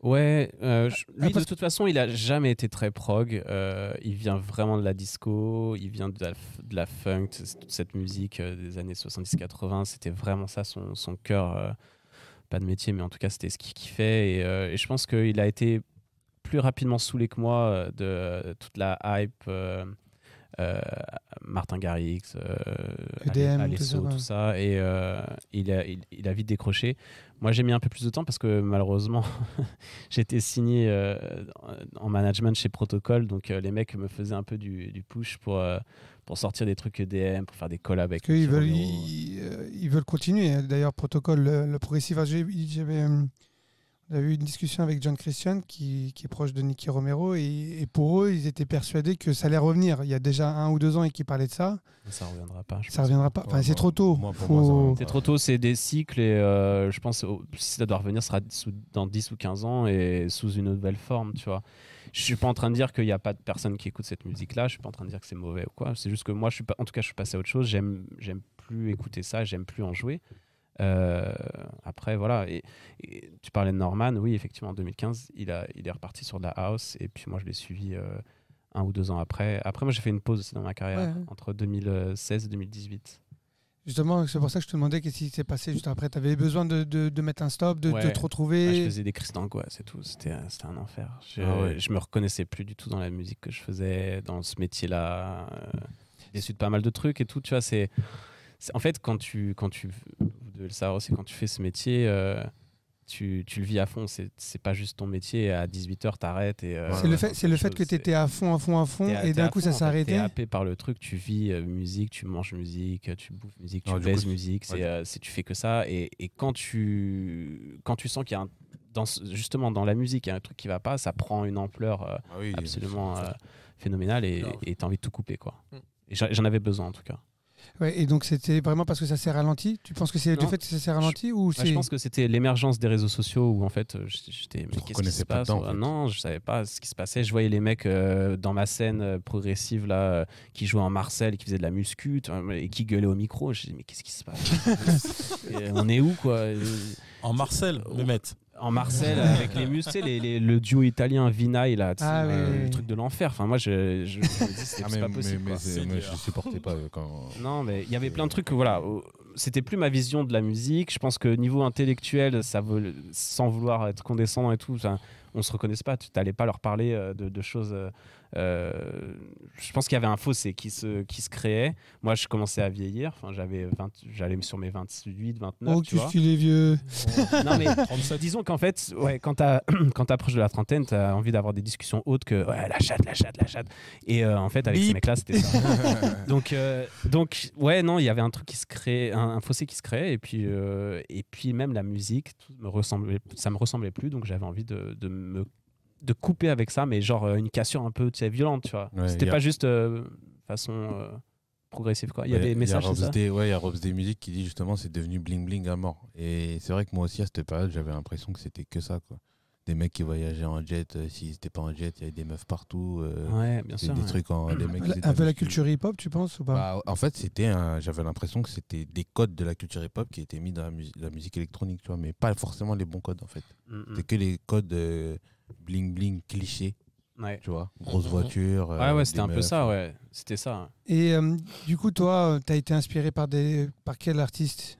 [SPEAKER 4] Ouais, euh, je- lui, de
[SPEAKER 3] parce-
[SPEAKER 4] toute façon, il a jamais été très prog. Euh, il vient vraiment de la disco, il vient de la, f- de la funk, c- toute cette musique euh, des années 70-80. C'était vraiment ça, son, son cœur. euh, pas de métier, mais en tout cas, c'était ce qu'il kiffait. Et, euh, et je pense qu'il a été plus rapidement saoulé que moi euh, de euh, toute la hype. euh, euh, Martin Garrix, euh,
[SPEAKER 3] EDM,
[SPEAKER 4] Alesso,
[SPEAKER 3] E tout ça,
[SPEAKER 4] tout ça, et euh, il, a, il- il a vite décroché. Moi, j'ai mis un peu plus de temps parce que malheureusement, j'étais signé euh, en management chez Protocol, donc euh, les mecs me faisaient un peu du, du push pour, euh, pour sortir des trucs EDM, pour faire des collabs avec
[SPEAKER 3] Parce qu'ils
[SPEAKER 4] Michel
[SPEAKER 3] veulent,
[SPEAKER 4] Romero.
[SPEAKER 3] ils, ils, euh, ils veulent continuer. D'ailleurs, protocole, le, le progressive, j'ai- j'avais, euh, on a eu une discussion avec John Christian, qui, qui est proche de Nicky Romero, et, et pour eux, ils étaient persuadés que ça allait revenir. Il y a déjà un ou deux ans, et qui parlaient de ça.
[SPEAKER 4] Ça reviendra pas. je
[SPEAKER 3] Ça
[SPEAKER 4] pense.
[SPEAKER 3] reviendra pas. Enfin,
[SPEAKER 1] Ouais,
[SPEAKER 3] c'est
[SPEAKER 1] bah,
[SPEAKER 3] trop tôt.
[SPEAKER 1] pour moi- pour
[SPEAKER 3] Faut-
[SPEAKER 1] moi, ça reviendra
[SPEAKER 4] C'est trop tôt, c'est des cycles et euh, je pense au- si ça doit revenir, ce sera sous- dans 10 ou 15 ans et sous une nouvelle forme, tu vois. Je suis pas en train de dire qu'il n'y a pas de personne qui écoute cette musique-là, je suis pas en train de dire que c'est mauvais ou quoi. C'est juste que moi, je suis pas, en tout cas, je suis passé à autre chose, j'aime j'aime plus écouter ça, j'aime plus en jouer. Euh, après, voilà. Et, et tu parlais de Norman, oui, effectivement, en 2015, il, a, il est reparti sur de la house et puis moi, je l'ai suivi euh, un ou deux ans après. Après, moi, j'ai fait une pause aussi dans ma carrière
[SPEAKER 3] Ouais.
[SPEAKER 4] entre 2016 et 2018.
[SPEAKER 3] Justement, c'est pour ça que je te demandais qu'est-ce qui s'est passé juste après. Tu avais besoin de, de- de mettre un stop, de, de
[SPEAKER 4] Ouais.
[SPEAKER 3] te
[SPEAKER 4] Ah, je
[SPEAKER 3] retrouver.
[SPEAKER 4] faisais des crises d'angoisse c'est tout. C'était un- c'était un enfer. Je,
[SPEAKER 1] Ah ouais.
[SPEAKER 4] je me reconnaissais plus du tout dans la musique que je faisais, dans ce métier-là. euh, Déçu de pas mal de trucs et tout. Tu vois, c'est. c'est- En fait, quand tu. Quand tu vous devez le savoir aussi, quand tu fais ce métier. euh, tu, tu le vis à fond, c'est c'est pas juste ton métier. À 18h, t'arrêtes. et, euh,
[SPEAKER 3] c'est le fait,
[SPEAKER 4] autre
[SPEAKER 3] c'est le fait
[SPEAKER 4] chose,
[SPEAKER 3] que tu
[SPEAKER 4] c'est-
[SPEAKER 3] étais à fond, à fond, à fond,
[SPEAKER 4] t'es à-
[SPEAKER 3] et
[SPEAKER 4] t'es
[SPEAKER 3] d'un
[SPEAKER 4] à
[SPEAKER 3] coup,
[SPEAKER 4] fond,
[SPEAKER 3] ça
[SPEAKER 4] en
[SPEAKER 3] s'est
[SPEAKER 4] fait.
[SPEAKER 3] arrêté.
[SPEAKER 4] T'es happé par le truc, tu vis euh, musique, tu manges musique, tu bouffes musique, tu
[SPEAKER 1] Ouais, du
[SPEAKER 4] baises
[SPEAKER 1] coup,
[SPEAKER 4] musique, c'est
[SPEAKER 1] ouais.
[SPEAKER 4] euh, c'est- tu fais que ça. Et, et quand, tu, quand tu sens qu'il y a un- dans ce- justement dans la musique, il y a un truc qui va pas, ça prend une ampleur euh,
[SPEAKER 1] Ah oui,
[SPEAKER 4] absolument euh, phénoménale et
[SPEAKER 2] Grave.
[SPEAKER 4] et t'as envie de tout couper. quoi.
[SPEAKER 2] Mm.
[SPEAKER 4] Et j'a- J'en avais besoin en tout cas.
[SPEAKER 3] Ouais, et donc, c'était vraiment parce que ça s'est ralenti. Tu penses que c'est le
[SPEAKER 4] Non.
[SPEAKER 3] fait que ça s'est ralenti ou
[SPEAKER 4] Ouais,
[SPEAKER 3] c'est
[SPEAKER 4] Bah, je pense que c'était l'émergence des réseaux sociaux où en fait euh, j- j'étais mais
[SPEAKER 1] te
[SPEAKER 4] qu'est-ce qui
[SPEAKER 1] reconnaissais
[SPEAKER 4] se
[SPEAKER 1] pas
[SPEAKER 4] passe
[SPEAKER 1] dedans, en
[SPEAKER 4] Ouais,
[SPEAKER 1] fait.
[SPEAKER 4] non je savais pas ce qui se passait je voyais les mecs euh, dans ma scène euh, progressive là euh, qui jouaient en Marcel qui faisaient de la muscu tu vois, et qui gueulaient au micro je disais mais qu'est-ce qui
[SPEAKER 1] [LAUGHS]
[SPEAKER 4] se passe Et on est où quoi
[SPEAKER 2] En Marcel, me mettre.
[SPEAKER 4] en Marcel avec les muscles tu sais, les- les- le duo italien Vinay là tu sais,
[SPEAKER 3] Ah, oui,
[SPEAKER 4] euh,
[SPEAKER 3] oui,
[SPEAKER 4] le
[SPEAKER 3] oui.
[SPEAKER 4] truc de l'enfer enfin moi je, je, je me dis c'est
[SPEAKER 1] Ah,
[SPEAKER 4] c'est
[SPEAKER 1] mais-
[SPEAKER 4] pas
[SPEAKER 1] mais-
[SPEAKER 4] possible
[SPEAKER 1] mais
[SPEAKER 4] quoi.
[SPEAKER 1] c'est-
[SPEAKER 2] C'est
[SPEAKER 1] moi,
[SPEAKER 2] dur.
[SPEAKER 1] je supportais pas euh, quand.
[SPEAKER 4] Non, mais il y avait plein de trucs. Voilà, au- c'était plus ma vision de la musique. Je pense que niveau intellectuel, ça veut, sans vouloir être condescendant et tout, ça, on se reconnaissait pas. Tu n'allais pas leur parler euh, de, de choses. euh, euh, je pense qu'il y avait un fossé qui se qui se créait. Moi, je commençais à vieillir. Enfin, j'avais 20 j'allais sur mes 28, 29.
[SPEAKER 3] Oh,
[SPEAKER 4] tu vois.
[SPEAKER 3] qu'est-ce qu'il est vieux
[SPEAKER 4] [LAUGHS] Non, mais
[SPEAKER 2] 37.
[SPEAKER 4] Disons qu'en fait, ouais, quand t'as- [CLEARS THROAT] quand t'approches de la trentaine, t'as envie d'avoir des discussions hautes que ouais, la chatte, la chatte, la chatte. Et euh, en fait, avec ces
[SPEAKER 2] Bip.
[SPEAKER 4] mecs-là, c'était
[SPEAKER 1] [LAUGHS]
[SPEAKER 4] ça. donc, euh, donc, ouais, non, il y avait un truc qui se crée, un, un fossé qui se crée, et puis, euh, et puis même la musique, tout me ressemblait, ça me ressemblait plus, donc j'avais envie de, de me de couper avec ça, mais genre euh, une cassure un peu, tu sais, violente, tu vois.
[SPEAKER 1] Ouais,
[SPEAKER 4] c'était
[SPEAKER 1] y a-
[SPEAKER 4] pas juste euh, façon euh, progressive, quoi. Il y a des messages, c'est
[SPEAKER 1] Il y a
[SPEAKER 4] ça
[SPEAKER 1] Robs Day- ouais, il y a Robs Day Music qui dit justement c'est devenu bling bling à mort. Et c'est vrai que moi aussi à cette période j'avais l'impression que c'était que ça quoi. Des mecs qui voyageaient en jet, euh, s'ils n'étaient pas en jet, il y avait des meufs partout. euh,
[SPEAKER 4] Ouais, bien
[SPEAKER 1] c'est
[SPEAKER 4] sûr.
[SPEAKER 1] des
[SPEAKER 4] ouais.
[SPEAKER 1] trucs en des mecs. qui étaient
[SPEAKER 3] Un peu la
[SPEAKER 1] habitués.
[SPEAKER 3] culture hip-hop, tu penses ou pas
[SPEAKER 1] Bah, en fait, c'était un- j'avais l'impression que c'était des codes de la culture hip-hop qui étaient mis dans la, musi- la musique électronique, tu vois, mais pas forcément les bons codes en fait.
[SPEAKER 4] Mm, mm.
[SPEAKER 1] C'était que les codes euh, bling bling clichés,
[SPEAKER 4] Ouais,
[SPEAKER 1] tu vois, grosse
[SPEAKER 2] Mhm.
[SPEAKER 1] voiture.
[SPEAKER 4] ouais,
[SPEAKER 1] euh,
[SPEAKER 4] ouais
[SPEAKER 1] des
[SPEAKER 4] c'était un peu
[SPEAKER 1] meufs.
[SPEAKER 4] ça, ouais. C'était ça. hein,
[SPEAKER 3] Et euh, du coup, toi, tu as été inspiré par, des... par quel artiste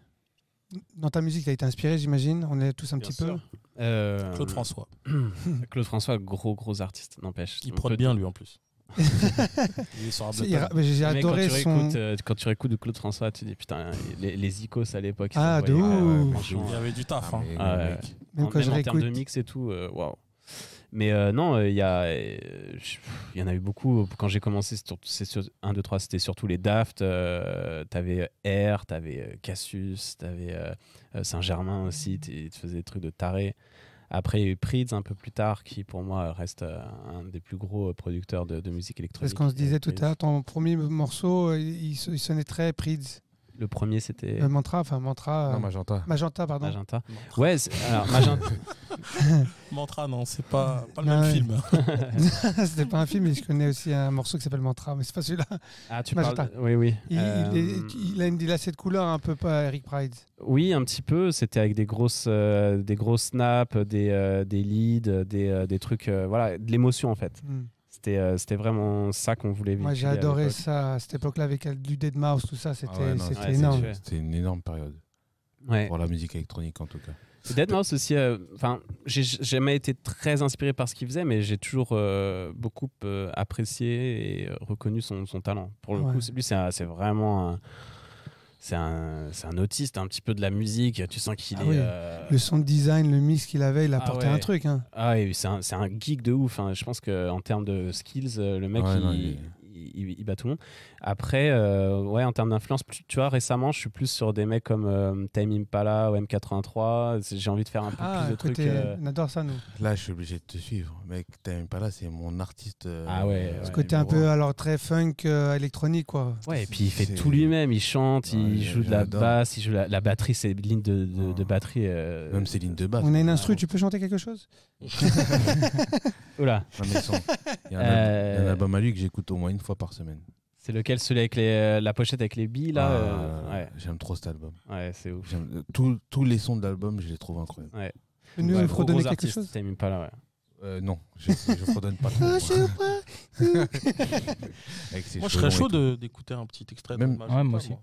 [SPEAKER 3] Dans ta musique, tu as été inspiré, j'imagine. On est tous un petit peu.
[SPEAKER 1] Ah
[SPEAKER 4] Euh,
[SPEAKER 2] Claude François.
[SPEAKER 4] [CLEARS THROAT] Claude François, gros gros artiste, n'empêche.
[SPEAKER 2] Il
[SPEAKER 4] On peut-
[SPEAKER 2] prône bien, lui, en plus. Il est sur
[SPEAKER 3] C'est-
[SPEAKER 2] Ableton.
[SPEAKER 3] [LAUGHS] il ra- mais J'ai
[SPEAKER 4] Mais Bah, quand,
[SPEAKER 3] adoré
[SPEAKER 4] tu
[SPEAKER 3] son.
[SPEAKER 4] réécoutes, euh, quand tu réécoutes Claude François, tu dis putain, les, les icos à l'époque. ils
[SPEAKER 3] Ah,
[SPEAKER 4] s'envoyaient,
[SPEAKER 3] de
[SPEAKER 4] euh,
[SPEAKER 3] ouf.
[SPEAKER 4] franchement,
[SPEAKER 2] Il y
[SPEAKER 4] euh,
[SPEAKER 2] avait du
[SPEAKER 1] Ah,
[SPEAKER 2] taf. hein.
[SPEAKER 1] mais,
[SPEAKER 4] Ah
[SPEAKER 1] les
[SPEAKER 4] ouais.
[SPEAKER 1] mecs.
[SPEAKER 3] Même
[SPEAKER 4] en-
[SPEAKER 3] quand je
[SPEAKER 4] même en termes de
[SPEAKER 3] réécoute.
[SPEAKER 4] mix et tout, euh, waouh. Mais euh, non, euh, il y, a, euh, je- pff, il y en a eu beaucoup. Quand j'ai commencé, c'était sur- c'est sur 1, 2, 3, c'était surtout les Daft. euh, t'avais euh, R, t'avais euh, Cassius, t'avais euh, euh, Saint-Germain aussi. t- Ils te faisaient des trucs de taré. Après, il y a eu Prids un peu plus tard, qui pour moi reste euh, un des plus gros euh, producteurs de, de musique
[SPEAKER 3] C'est
[SPEAKER 4] électronique. euh,
[SPEAKER 3] ce qu'on se disait tout à
[SPEAKER 4] Prydz.
[SPEAKER 3] l'heure. Ton premier morceau, euh, il, il sonnait très Prids.
[SPEAKER 4] Le premier, c'était
[SPEAKER 3] Euh, mantra, enfin Mantra. euh,
[SPEAKER 1] Non, Magenta.
[SPEAKER 3] Magenta, pardon.
[SPEAKER 4] Magenta. Ouais, c'est- alors
[SPEAKER 3] [LAUGHS]
[SPEAKER 4] Magenta.
[SPEAKER 2] Mantra, non, c'est pas, pas le
[SPEAKER 1] Ah
[SPEAKER 3] Non,
[SPEAKER 2] même
[SPEAKER 3] ouais.
[SPEAKER 2] film.
[SPEAKER 3] [LAUGHS] C'était pas un film, mais je connais aussi un morceau qui s'appelle Mantra, mais c'est pas celui-là.
[SPEAKER 4] Ah, tu
[SPEAKER 3] Magenta.
[SPEAKER 4] parles. Oui, oui.
[SPEAKER 3] Il,
[SPEAKER 4] Euh,
[SPEAKER 3] il est- il a une, il a cette couleur un peu pas Eric Pride.
[SPEAKER 4] Oui, un petit peu. C'était avec des grosses, euh, des grosses snaps, des, euh, des leads, des, euh, des trucs, euh, voilà, de l'émotion en fait.
[SPEAKER 3] Hmm.
[SPEAKER 4] C'était, euh, c'était vraiment ça qu'on voulait vivre.
[SPEAKER 3] Moi j'ai adoré ça à cette époque-là avec du Dead Mouse, tout ça, c'était
[SPEAKER 1] Ah ouais, non,
[SPEAKER 3] c'était
[SPEAKER 4] ouais, c'est
[SPEAKER 3] énorme.
[SPEAKER 4] sûr.
[SPEAKER 1] C'était une énorme période pour la musique électronique en tout cas.
[SPEAKER 4] Dead Mouse aussi. euh, Enfin, j'ai j'ai jamais été très inspiré par ce qu'il faisait, mais j'ai toujours euh, beaucoup euh, apprécié et euh, reconnu son, son talent. Pour le
[SPEAKER 3] Ouais.
[SPEAKER 4] coup, c'est- lui, c'est un- c'est vraiment un, c'est un, c'est un autiste, un petit peu de la musique. Tu sens qu'il
[SPEAKER 3] Ah
[SPEAKER 4] est.
[SPEAKER 3] oui.
[SPEAKER 4] euh,
[SPEAKER 3] Le sound design, le mix qu'il avait, il
[SPEAKER 4] Ah
[SPEAKER 3] apportait
[SPEAKER 4] ouais.
[SPEAKER 3] un truc. hein.
[SPEAKER 4] Ah, et c'est un, c'est un geek de ouf. hein. Je pense qu'en termes de skills, euh, le mec,
[SPEAKER 1] Ouais,
[SPEAKER 4] il,
[SPEAKER 1] non, il est-
[SPEAKER 4] il- il bat tout le monde. Après, euh, ouais, en termes d'influence, plus- tu vois, récemment, je suis plus sur des mecs comme euh, Time Impala ou M83. C'est- J'ai envie de faire un peu
[SPEAKER 3] Ah,
[SPEAKER 4] plus de
[SPEAKER 3] écoutez,
[SPEAKER 4] trucs. euh,
[SPEAKER 3] on adore ça nous.
[SPEAKER 1] Là, je suis obligé de te suivre. Mec, t'es même pas là, c'est mon artiste. euh,
[SPEAKER 4] Ah ouais,
[SPEAKER 1] euh,
[SPEAKER 4] Ce
[SPEAKER 3] Ce côté un
[SPEAKER 1] numéro
[SPEAKER 3] peu alors très funk euh, électronique quoi.
[SPEAKER 4] Ouais, et puis il fait
[SPEAKER 1] c'est-
[SPEAKER 4] tout lui-même. Il chante,
[SPEAKER 1] Ouais,
[SPEAKER 4] il
[SPEAKER 1] je-
[SPEAKER 4] joue de la
[SPEAKER 1] j'adore.
[SPEAKER 4] basse, il joue la, la batterie, c'est une ligne de, de- de
[SPEAKER 1] Ouais.
[SPEAKER 4] batterie. euh,
[SPEAKER 1] Même ses lignes de basse.
[SPEAKER 3] On a une
[SPEAKER 4] ouais,
[SPEAKER 3] instru,
[SPEAKER 4] ouais.
[SPEAKER 3] tu peux chanter quelque chose
[SPEAKER 4] Oula,
[SPEAKER 1] Non, mais son- Il y a un,
[SPEAKER 4] Euh,
[SPEAKER 1] al- il y a un album à lui que j'écoute au moins une fois par semaine.
[SPEAKER 4] c'est lequel Celui avec les, euh, la pochette avec les billes, là
[SPEAKER 1] Ah,
[SPEAKER 4] euh, Ouais,
[SPEAKER 1] J'aime trop cet album.
[SPEAKER 4] ouais c'est ouf.
[SPEAKER 1] J'aime- euh, tous- tous les sons de l'album, je les trouve incroyables.
[SPEAKER 3] Tu peux nous
[SPEAKER 4] Ouais, Bah, gros,
[SPEAKER 3] redonner
[SPEAKER 4] gros
[SPEAKER 3] quelque
[SPEAKER 4] artiste,
[SPEAKER 3] chose
[SPEAKER 4] Tame Impala, ouais.
[SPEAKER 1] Euh, non, je ne redonne pas trop.
[SPEAKER 3] Ah, je sais
[SPEAKER 1] [LAUGHS] Avec ses
[SPEAKER 2] Moi, je
[SPEAKER 1] cheveux
[SPEAKER 2] serais
[SPEAKER 1] longs et
[SPEAKER 2] chaud
[SPEAKER 1] tout.
[SPEAKER 2] de- d'écouter un petit extrait. de
[SPEAKER 1] Même-
[SPEAKER 2] Magenta,
[SPEAKER 5] Ouais, moi aussi.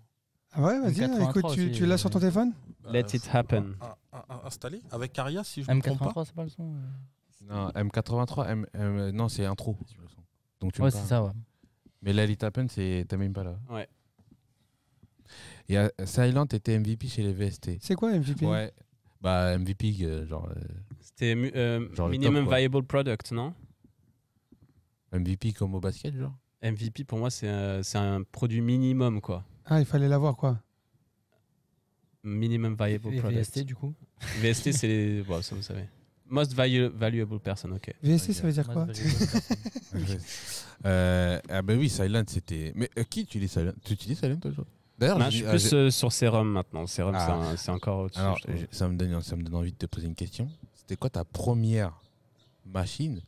[SPEAKER 3] Ah ouais, vas-y,
[SPEAKER 5] M83
[SPEAKER 3] écoute, tu,
[SPEAKER 5] aussi,
[SPEAKER 3] tu l'as sur ton
[SPEAKER 5] euh,
[SPEAKER 3] téléphone
[SPEAKER 2] Bah,
[SPEAKER 4] Let it happen.
[SPEAKER 2] un- un- un- Installé avec Caria, si je ne me trompe pas.
[SPEAKER 5] M83, c'est pas le son euh.
[SPEAKER 1] Non, M83, M, euh, non, c'est intro. le son. Donc tu me
[SPEAKER 5] Ouais, c'est
[SPEAKER 1] parles.
[SPEAKER 5] ça, ouais.
[SPEAKER 1] Mais Lalit Happen, c'est t'as même pas là.
[SPEAKER 4] Ouais.
[SPEAKER 1] Il y a- Silent était MVP chez les VST.
[SPEAKER 3] C'est quoi MVP
[SPEAKER 1] Ouais. Bah MVP, euh, genre euh,
[SPEAKER 4] C'était mu- euh,
[SPEAKER 1] Genre le
[SPEAKER 4] minimum
[SPEAKER 1] top, quoi.
[SPEAKER 4] viable product, non
[SPEAKER 1] MVP comme au basket, genre.
[SPEAKER 4] MVP pour moi c'est euh, c'est un produit minimum quoi.
[SPEAKER 3] Ah, il fallait l'avoir quoi.
[SPEAKER 4] Minimum viable
[SPEAKER 5] Et
[SPEAKER 4] product.
[SPEAKER 5] VST, du coup.
[SPEAKER 4] VST c'est les [LAUGHS] bon, ça vous savez. Most valu- valuable person, OK.
[SPEAKER 3] VST,
[SPEAKER 1] Ok.
[SPEAKER 3] ça veut dire quoi
[SPEAKER 5] Moi, c'est Valuable Person.
[SPEAKER 1] [LAUGHS] Euh, ah ben oui, Silent c'était. Mais euh, qui utilise Silent Tu utilises Silent toi Jean D'ailleurs,
[SPEAKER 4] Non, je
[SPEAKER 1] j'ai-
[SPEAKER 4] suis
[SPEAKER 1] ah,
[SPEAKER 4] plus
[SPEAKER 1] j'ai-
[SPEAKER 4] euh, sur Serum maintenant. Serum
[SPEAKER 1] Ah.
[SPEAKER 4] c'est un- c'est encore au-dessus.
[SPEAKER 1] alors,
[SPEAKER 4] je trouve.
[SPEAKER 1] j'ai- ça me donne ça me donne envie de te poser une question. C'était quoi ta première machine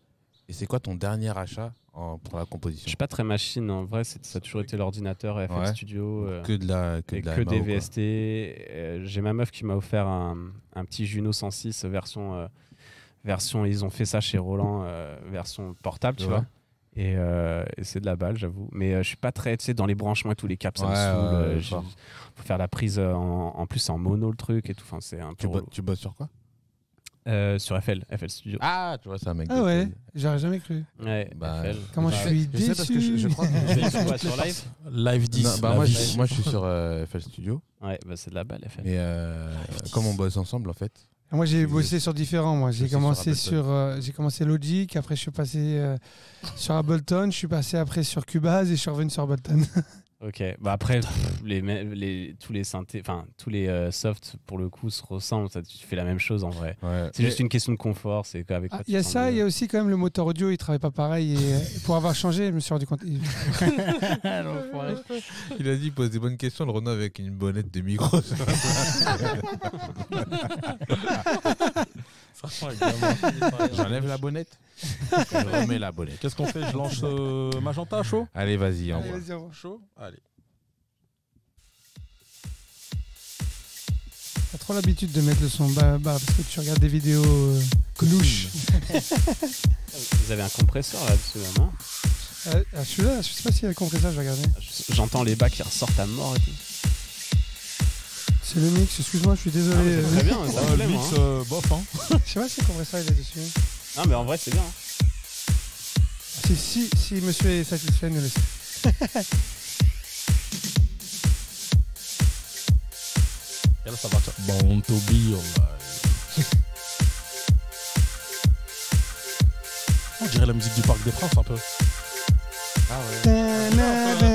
[SPEAKER 1] et c'est quoi ton dernier achat en- pour la
[SPEAKER 4] Je
[SPEAKER 1] composition
[SPEAKER 4] suis pas très machine en vrai, c'est- ça a toujours été l'ordinateur, FL
[SPEAKER 1] Ouais.
[SPEAKER 4] Studio. euh,
[SPEAKER 1] Que de la que
[SPEAKER 4] et
[SPEAKER 1] de la
[SPEAKER 4] que
[SPEAKER 1] MAO,
[SPEAKER 4] des
[SPEAKER 1] quoi.
[SPEAKER 4] VST. Euh, J'ai ma meuf qui m'a offert un, un petit Juno 106 version, euh, version. Ils ont fait ça chez Roland, euh, version portable, tu
[SPEAKER 1] Ouais.
[SPEAKER 4] vois. Et, euh, et c'est de la balle, j'avoue. Mais euh, je suis pas très, tu sais, dans les branchements et tous les caps, ça me
[SPEAKER 1] Ouais,
[SPEAKER 4] saoule.
[SPEAKER 1] ouais,
[SPEAKER 4] Euh,
[SPEAKER 1] ouais,
[SPEAKER 4] je-
[SPEAKER 1] fort.
[SPEAKER 4] faut faire la prise euh, en, en plus c'est en mono le truc et tout. Enfin, c'est un peu
[SPEAKER 1] Tu, bo-
[SPEAKER 4] relou.
[SPEAKER 1] tu bosses sur quoi
[SPEAKER 4] Euh, sur FL, FL Studio.
[SPEAKER 1] Ah, tu vois, c'est un mec.
[SPEAKER 3] Ah
[SPEAKER 1] de-
[SPEAKER 3] ouais, j'aurais jamais cru.
[SPEAKER 4] Ouais,
[SPEAKER 1] Bah,
[SPEAKER 4] FL.
[SPEAKER 3] Comment
[SPEAKER 1] Bah,
[SPEAKER 3] je suis
[SPEAKER 1] je sais parce que je, je
[SPEAKER 3] déçu.
[SPEAKER 1] crois que je
[SPEAKER 3] [LAUGHS]
[SPEAKER 1] vais-
[SPEAKER 4] Sur quoi, sur live
[SPEAKER 2] Live 10.
[SPEAKER 1] Non, bah,
[SPEAKER 2] la
[SPEAKER 1] moi,
[SPEAKER 2] vie.
[SPEAKER 1] je, moi, je suis sur euh, FL Studio.
[SPEAKER 4] Ouais, bah, c'est de la balle, FL.
[SPEAKER 1] Mais euh, comme on bosse ensemble, en fait.
[SPEAKER 3] Ah, Moi, j'ai
[SPEAKER 1] Et-
[SPEAKER 3] bossé sur différents. Moi, j'ai
[SPEAKER 1] bossé sur
[SPEAKER 3] commencé
[SPEAKER 1] Ableton.
[SPEAKER 3] sur, euh, j'ai commencé Logic. Après, je suis passé euh, sur Ableton. Je suis passé après sur Cubase et je suis revenu sur Ableton.
[SPEAKER 4] Ah, Ok, bah après, pff, les, me- les, tous les synthés, enfin, tous les euh, softs pour le coup se ressemblent, ça, tu fais la même chose en vrai. C'est juste une question de confort, c'est quoi- avec
[SPEAKER 3] Ah,
[SPEAKER 4] quoi tu
[SPEAKER 3] Il y a
[SPEAKER 4] sens
[SPEAKER 3] ça.
[SPEAKER 4] mieux.
[SPEAKER 3] Il y a aussi quand même le moteur audio. Il travaille pas pareil. Et, euh, pour avoir changé, je me suis rendu compte. il- [LAUGHS]
[SPEAKER 5] [LAUGHS] Ah, L'enfoiré.
[SPEAKER 1] [LAUGHS] Il a dit pose des bonnes questions, le Renault avec une bonnette de [LAUGHS] micro.
[SPEAKER 2] [LAUGHS] Franchement, avec
[SPEAKER 1] [LAUGHS]
[SPEAKER 2] Gamma.
[SPEAKER 1] J'enlève la bonnette. Je remets la bonnette.
[SPEAKER 2] Qu'est-ce qu'on fait
[SPEAKER 1] [LAUGHS]
[SPEAKER 2] Je lance euh, Magenta chaud
[SPEAKER 1] Allez, vas-y,
[SPEAKER 3] Allez,
[SPEAKER 1] envoie.
[SPEAKER 3] vas-y, on-
[SPEAKER 2] Chaud Allez.
[SPEAKER 3] T'as trop l'habitude de mettre le son bas, bas parce que tu regardes des vidéos euh, louches.
[SPEAKER 4] Vous avez un compresseur là-dessus, là, non
[SPEAKER 3] Euh, ah, celui-là, je sais pas s'il a compris ça. Je vais regarder.
[SPEAKER 4] Ah, Je- J'entends les bas qui ressortent à mort et tout.
[SPEAKER 3] C'est le mix. Excuse-moi, je suis
[SPEAKER 4] Ah,
[SPEAKER 3] désolé.
[SPEAKER 4] mais c'est très bien, ça me plaît,
[SPEAKER 2] le
[SPEAKER 4] moi,
[SPEAKER 2] mix,
[SPEAKER 4] hein.
[SPEAKER 2] euh, bof, hein.
[SPEAKER 3] euh, je sais pas si le compresseur il est dessus.
[SPEAKER 4] Non, mais en vrai, c'est bien. hein.
[SPEAKER 3] Ah, Si, si, si monsieur est satisfait, nous laissez.
[SPEAKER 2] Et là, ça va. Bon, Toby, on va. on dirait la musique du Parc des Princes un peu.
[SPEAKER 1] Ah ouais.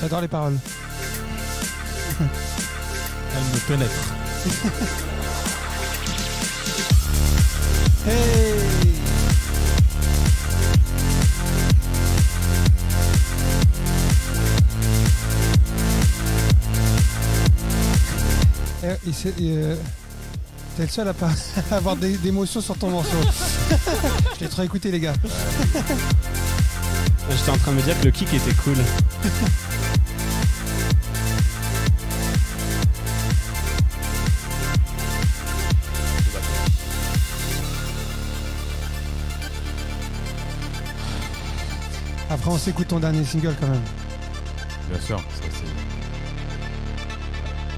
[SPEAKER 3] J'adore les paroles.
[SPEAKER 2] Elle me pénètre.
[SPEAKER 3] Hey Eh, il s'est- il, euh, T'es le seul à pas [LAUGHS] à avoir des, des émotions sur ton morceau. Je l'ai trop écouté les gars.
[SPEAKER 4] J'étais en train de me dire que le kick était cool.
[SPEAKER 3] Après on s'écoute ton dernier single quand même.
[SPEAKER 1] Bien sûr. ça, c'est-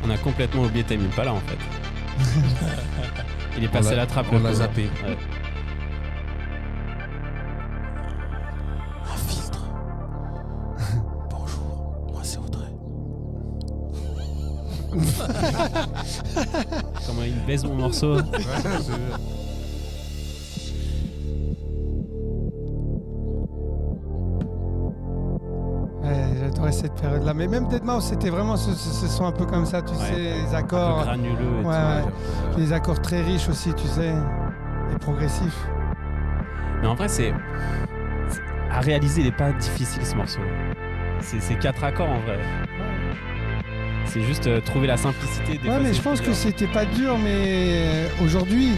[SPEAKER 4] On a complètement oublié Time Impala
[SPEAKER 3] [LAUGHS]
[SPEAKER 4] en fait. Il est passé
[SPEAKER 1] l'a-
[SPEAKER 4] à la trappe.
[SPEAKER 1] on
[SPEAKER 4] le
[SPEAKER 1] l'a
[SPEAKER 4] pauvre.
[SPEAKER 1] zappé.
[SPEAKER 4] Ouais.
[SPEAKER 2] Un filtre. Bonjour, moi c'est Audrey.
[SPEAKER 4] Comment il baise mon morceau.
[SPEAKER 3] Ouais, J'adorais cette période là. Mais même Dead Mouse c'était vraiment ce, ce- ce son un peu comme ça, tu
[SPEAKER 4] Ouais.
[SPEAKER 3] sais, les
[SPEAKER 4] Un peu
[SPEAKER 3] accords.
[SPEAKER 4] granuleux et
[SPEAKER 3] Ah. Ouais,
[SPEAKER 4] tout.
[SPEAKER 3] ouais. Les accords très riches aussi, tu sais. Et progressifs.
[SPEAKER 4] Mais en vrai, c'est. c'est- À réaliser, il est pas difficile ce morceau. C'est c'est quatre accords en vrai. C'est juste euh, trouver la simplicité des
[SPEAKER 3] Ouais,
[SPEAKER 4] fois,
[SPEAKER 3] mais
[SPEAKER 4] c'est
[SPEAKER 3] je pense que
[SPEAKER 4] dur.
[SPEAKER 3] c'était pas dur, mais euh, aujourd'hui,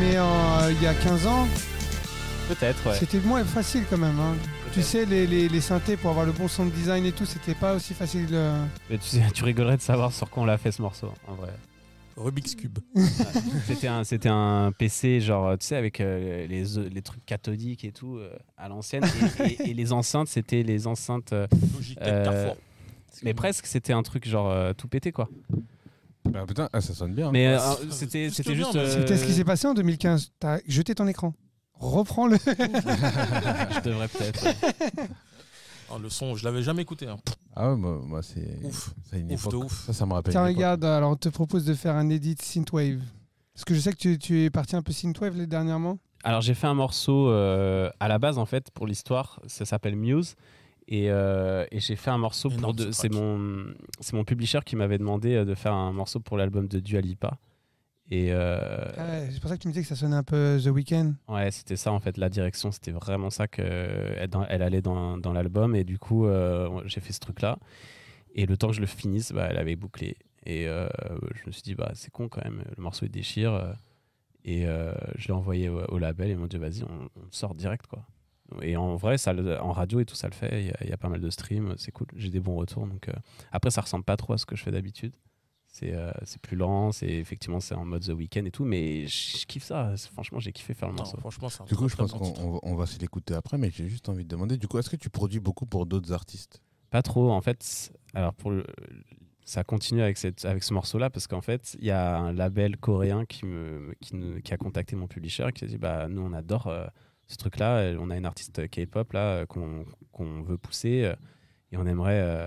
[SPEAKER 3] mais en, euh, il y a 15 ans,
[SPEAKER 4] Peut-être, ouais.
[SPEAKER 3] c'était moins facile quand même. hein. Tu sais, les, les, les synthés pour avoir le bon sound design et tout, c'était pas aussi facile. euh.
[SPEAKER 4] Mais tu, tu rigolerais de savoir sur quoi on l'a fait ce morceau, en vrai.
[SPEAKER 2] Rubik's Cube.
[SPEAKER 4] C'était un, c'était un PC, genre, tu sais, avec euh, les, les trucs cathodiques et tout, euh, à l'ancienne. Et, et- et les enceintes, c'était les enceintes. euh,
[SPEAKER 2] Logique,
[SPEAKER 4] Euh,
[SPEAKER 2] Carrefour.
[SPEAKER 4] mais presque, c'était un truc, genre, euh, tout pété, quoi.
[SPEAKER 1] Ah putain, ah, ça sonne bien.
[SPEAKER 4] Mais euh,
[SPEAKER 2] c'est-
[SPEAKER 4] c'était
[SPEAKER 2] c'est
[SPEAKER 4] c'était
[SPEAKER 2] bien,
[SPEAKER 4] juste. euh,
[SPEAKER 2] mais
[SPEAKER 3] C'était
[SPEAKER 1] Euh,
[SPEAKER 3] ce qui s'est passé en 2015. T'as jeté ton écran. Reprends-le.
[SPEAKER 4] Je devrais peut-être. ouais.
[SPEAKER 2] Ah, le son, je l'avais jamais écouté. hein.
[SPEAKER 1] Ah ouais, moi, moi, c'est.
[SPEAKER 2] Ouf.
[SPEAKER 1] C'est une
[SPEAKER 2] Ouf
[SPEAKER 1] époque.
[SPEAKER 2] de ouf.
[SPEAKER 1] Ça, ça me rappelle.
[SPEAKER 3] Tiens,
[SPEAKER 1] une époque.
[SPEAKER 3] regarde, euh, alors on te propose de faire un edit Synthwave. Parce que je sais que tu, tu es parti un peu Synthwave les dernièrement.
[SPEAKER 4] Alors j'ai fait un morceau euh, à la base en fait pour l'histoire, ça s'appelle Muse. Et, euh, et j'ai fait un morceau pour
[SPEAKER 2] Énorme
[SPEAKER 4] deux- c'est
[SPEAKER 2] track.
[SPEAKER 4] mon c'est mon publisher qui m'avait demandé euh, de faire un morceau pour l'album de Dua Lipa. Et euh,
[SPEAKER 3] Ah Ouais, c'est pour ça que tu me disais que ça sonnait un peu euh, The Weeknd.
[SPEAKER 4] ouais, c'était ça en fait la direction, c'était vraiment ça que elle, dans- elle allait dans, dans l'album et du coup euh, j'ai fait ce truc là. Et le temps que je le finisse, bah, elle avait bouclé. Et euh, je me suis dit bah c'est con quand même, le morceau il déchire. euh, et euh, je l'ai envoyé au, au label et ils m'ont dit vas-y, on, on le sort direct quoi. Et en vrai, ça, le- en radio et tout, ça le fait. Il y a- il y, a pas mal de streams, c'est cool. J'ai des bons retours. Donc, euh, Après, ça ressemble pas trop à ce que je fais d'habitude. C'est euh, c'est plus lent, c'est effectivement c'est en mode The Weeknd et tout, mais je je kiffe ça. C'est- Franchement, j'ai kiffé faire le
[SPEAKER 2] Non,
[SPEAKER 4] morceau.
[SPEAKER 2] franchement, c'est un
[SPEAKER 1] Du coup,
[SPEAKER 2] très,
[SPEAKER 1] je
[SPEAKER 2] très
[SPEAKER 1] pense
[SPEAKER 2] bon
[SPEAKER 1] qu'on
[SPEAKER 2] titre.
[SPEAKER 1] on va- on va se l'écouter après, mais j'ai juste envie de demander. Du coup, est-ce que tu produis beaucoup pour d'autres artistes
[SPEAKER 4] Pas trop, en fait. c- Alors, pour le- ça continue avec, cette, avec ce morceau-là, parce qu'en fait, il y a un label coréen qui, me, qui, nous- qui a contacté mon publisher et qui a dit bah, Nous, on adore euh, ce truc-là. euh, On a une artiste K-pop là euh, qu'on qu'on veut pousser euh, et on aimerait, euh,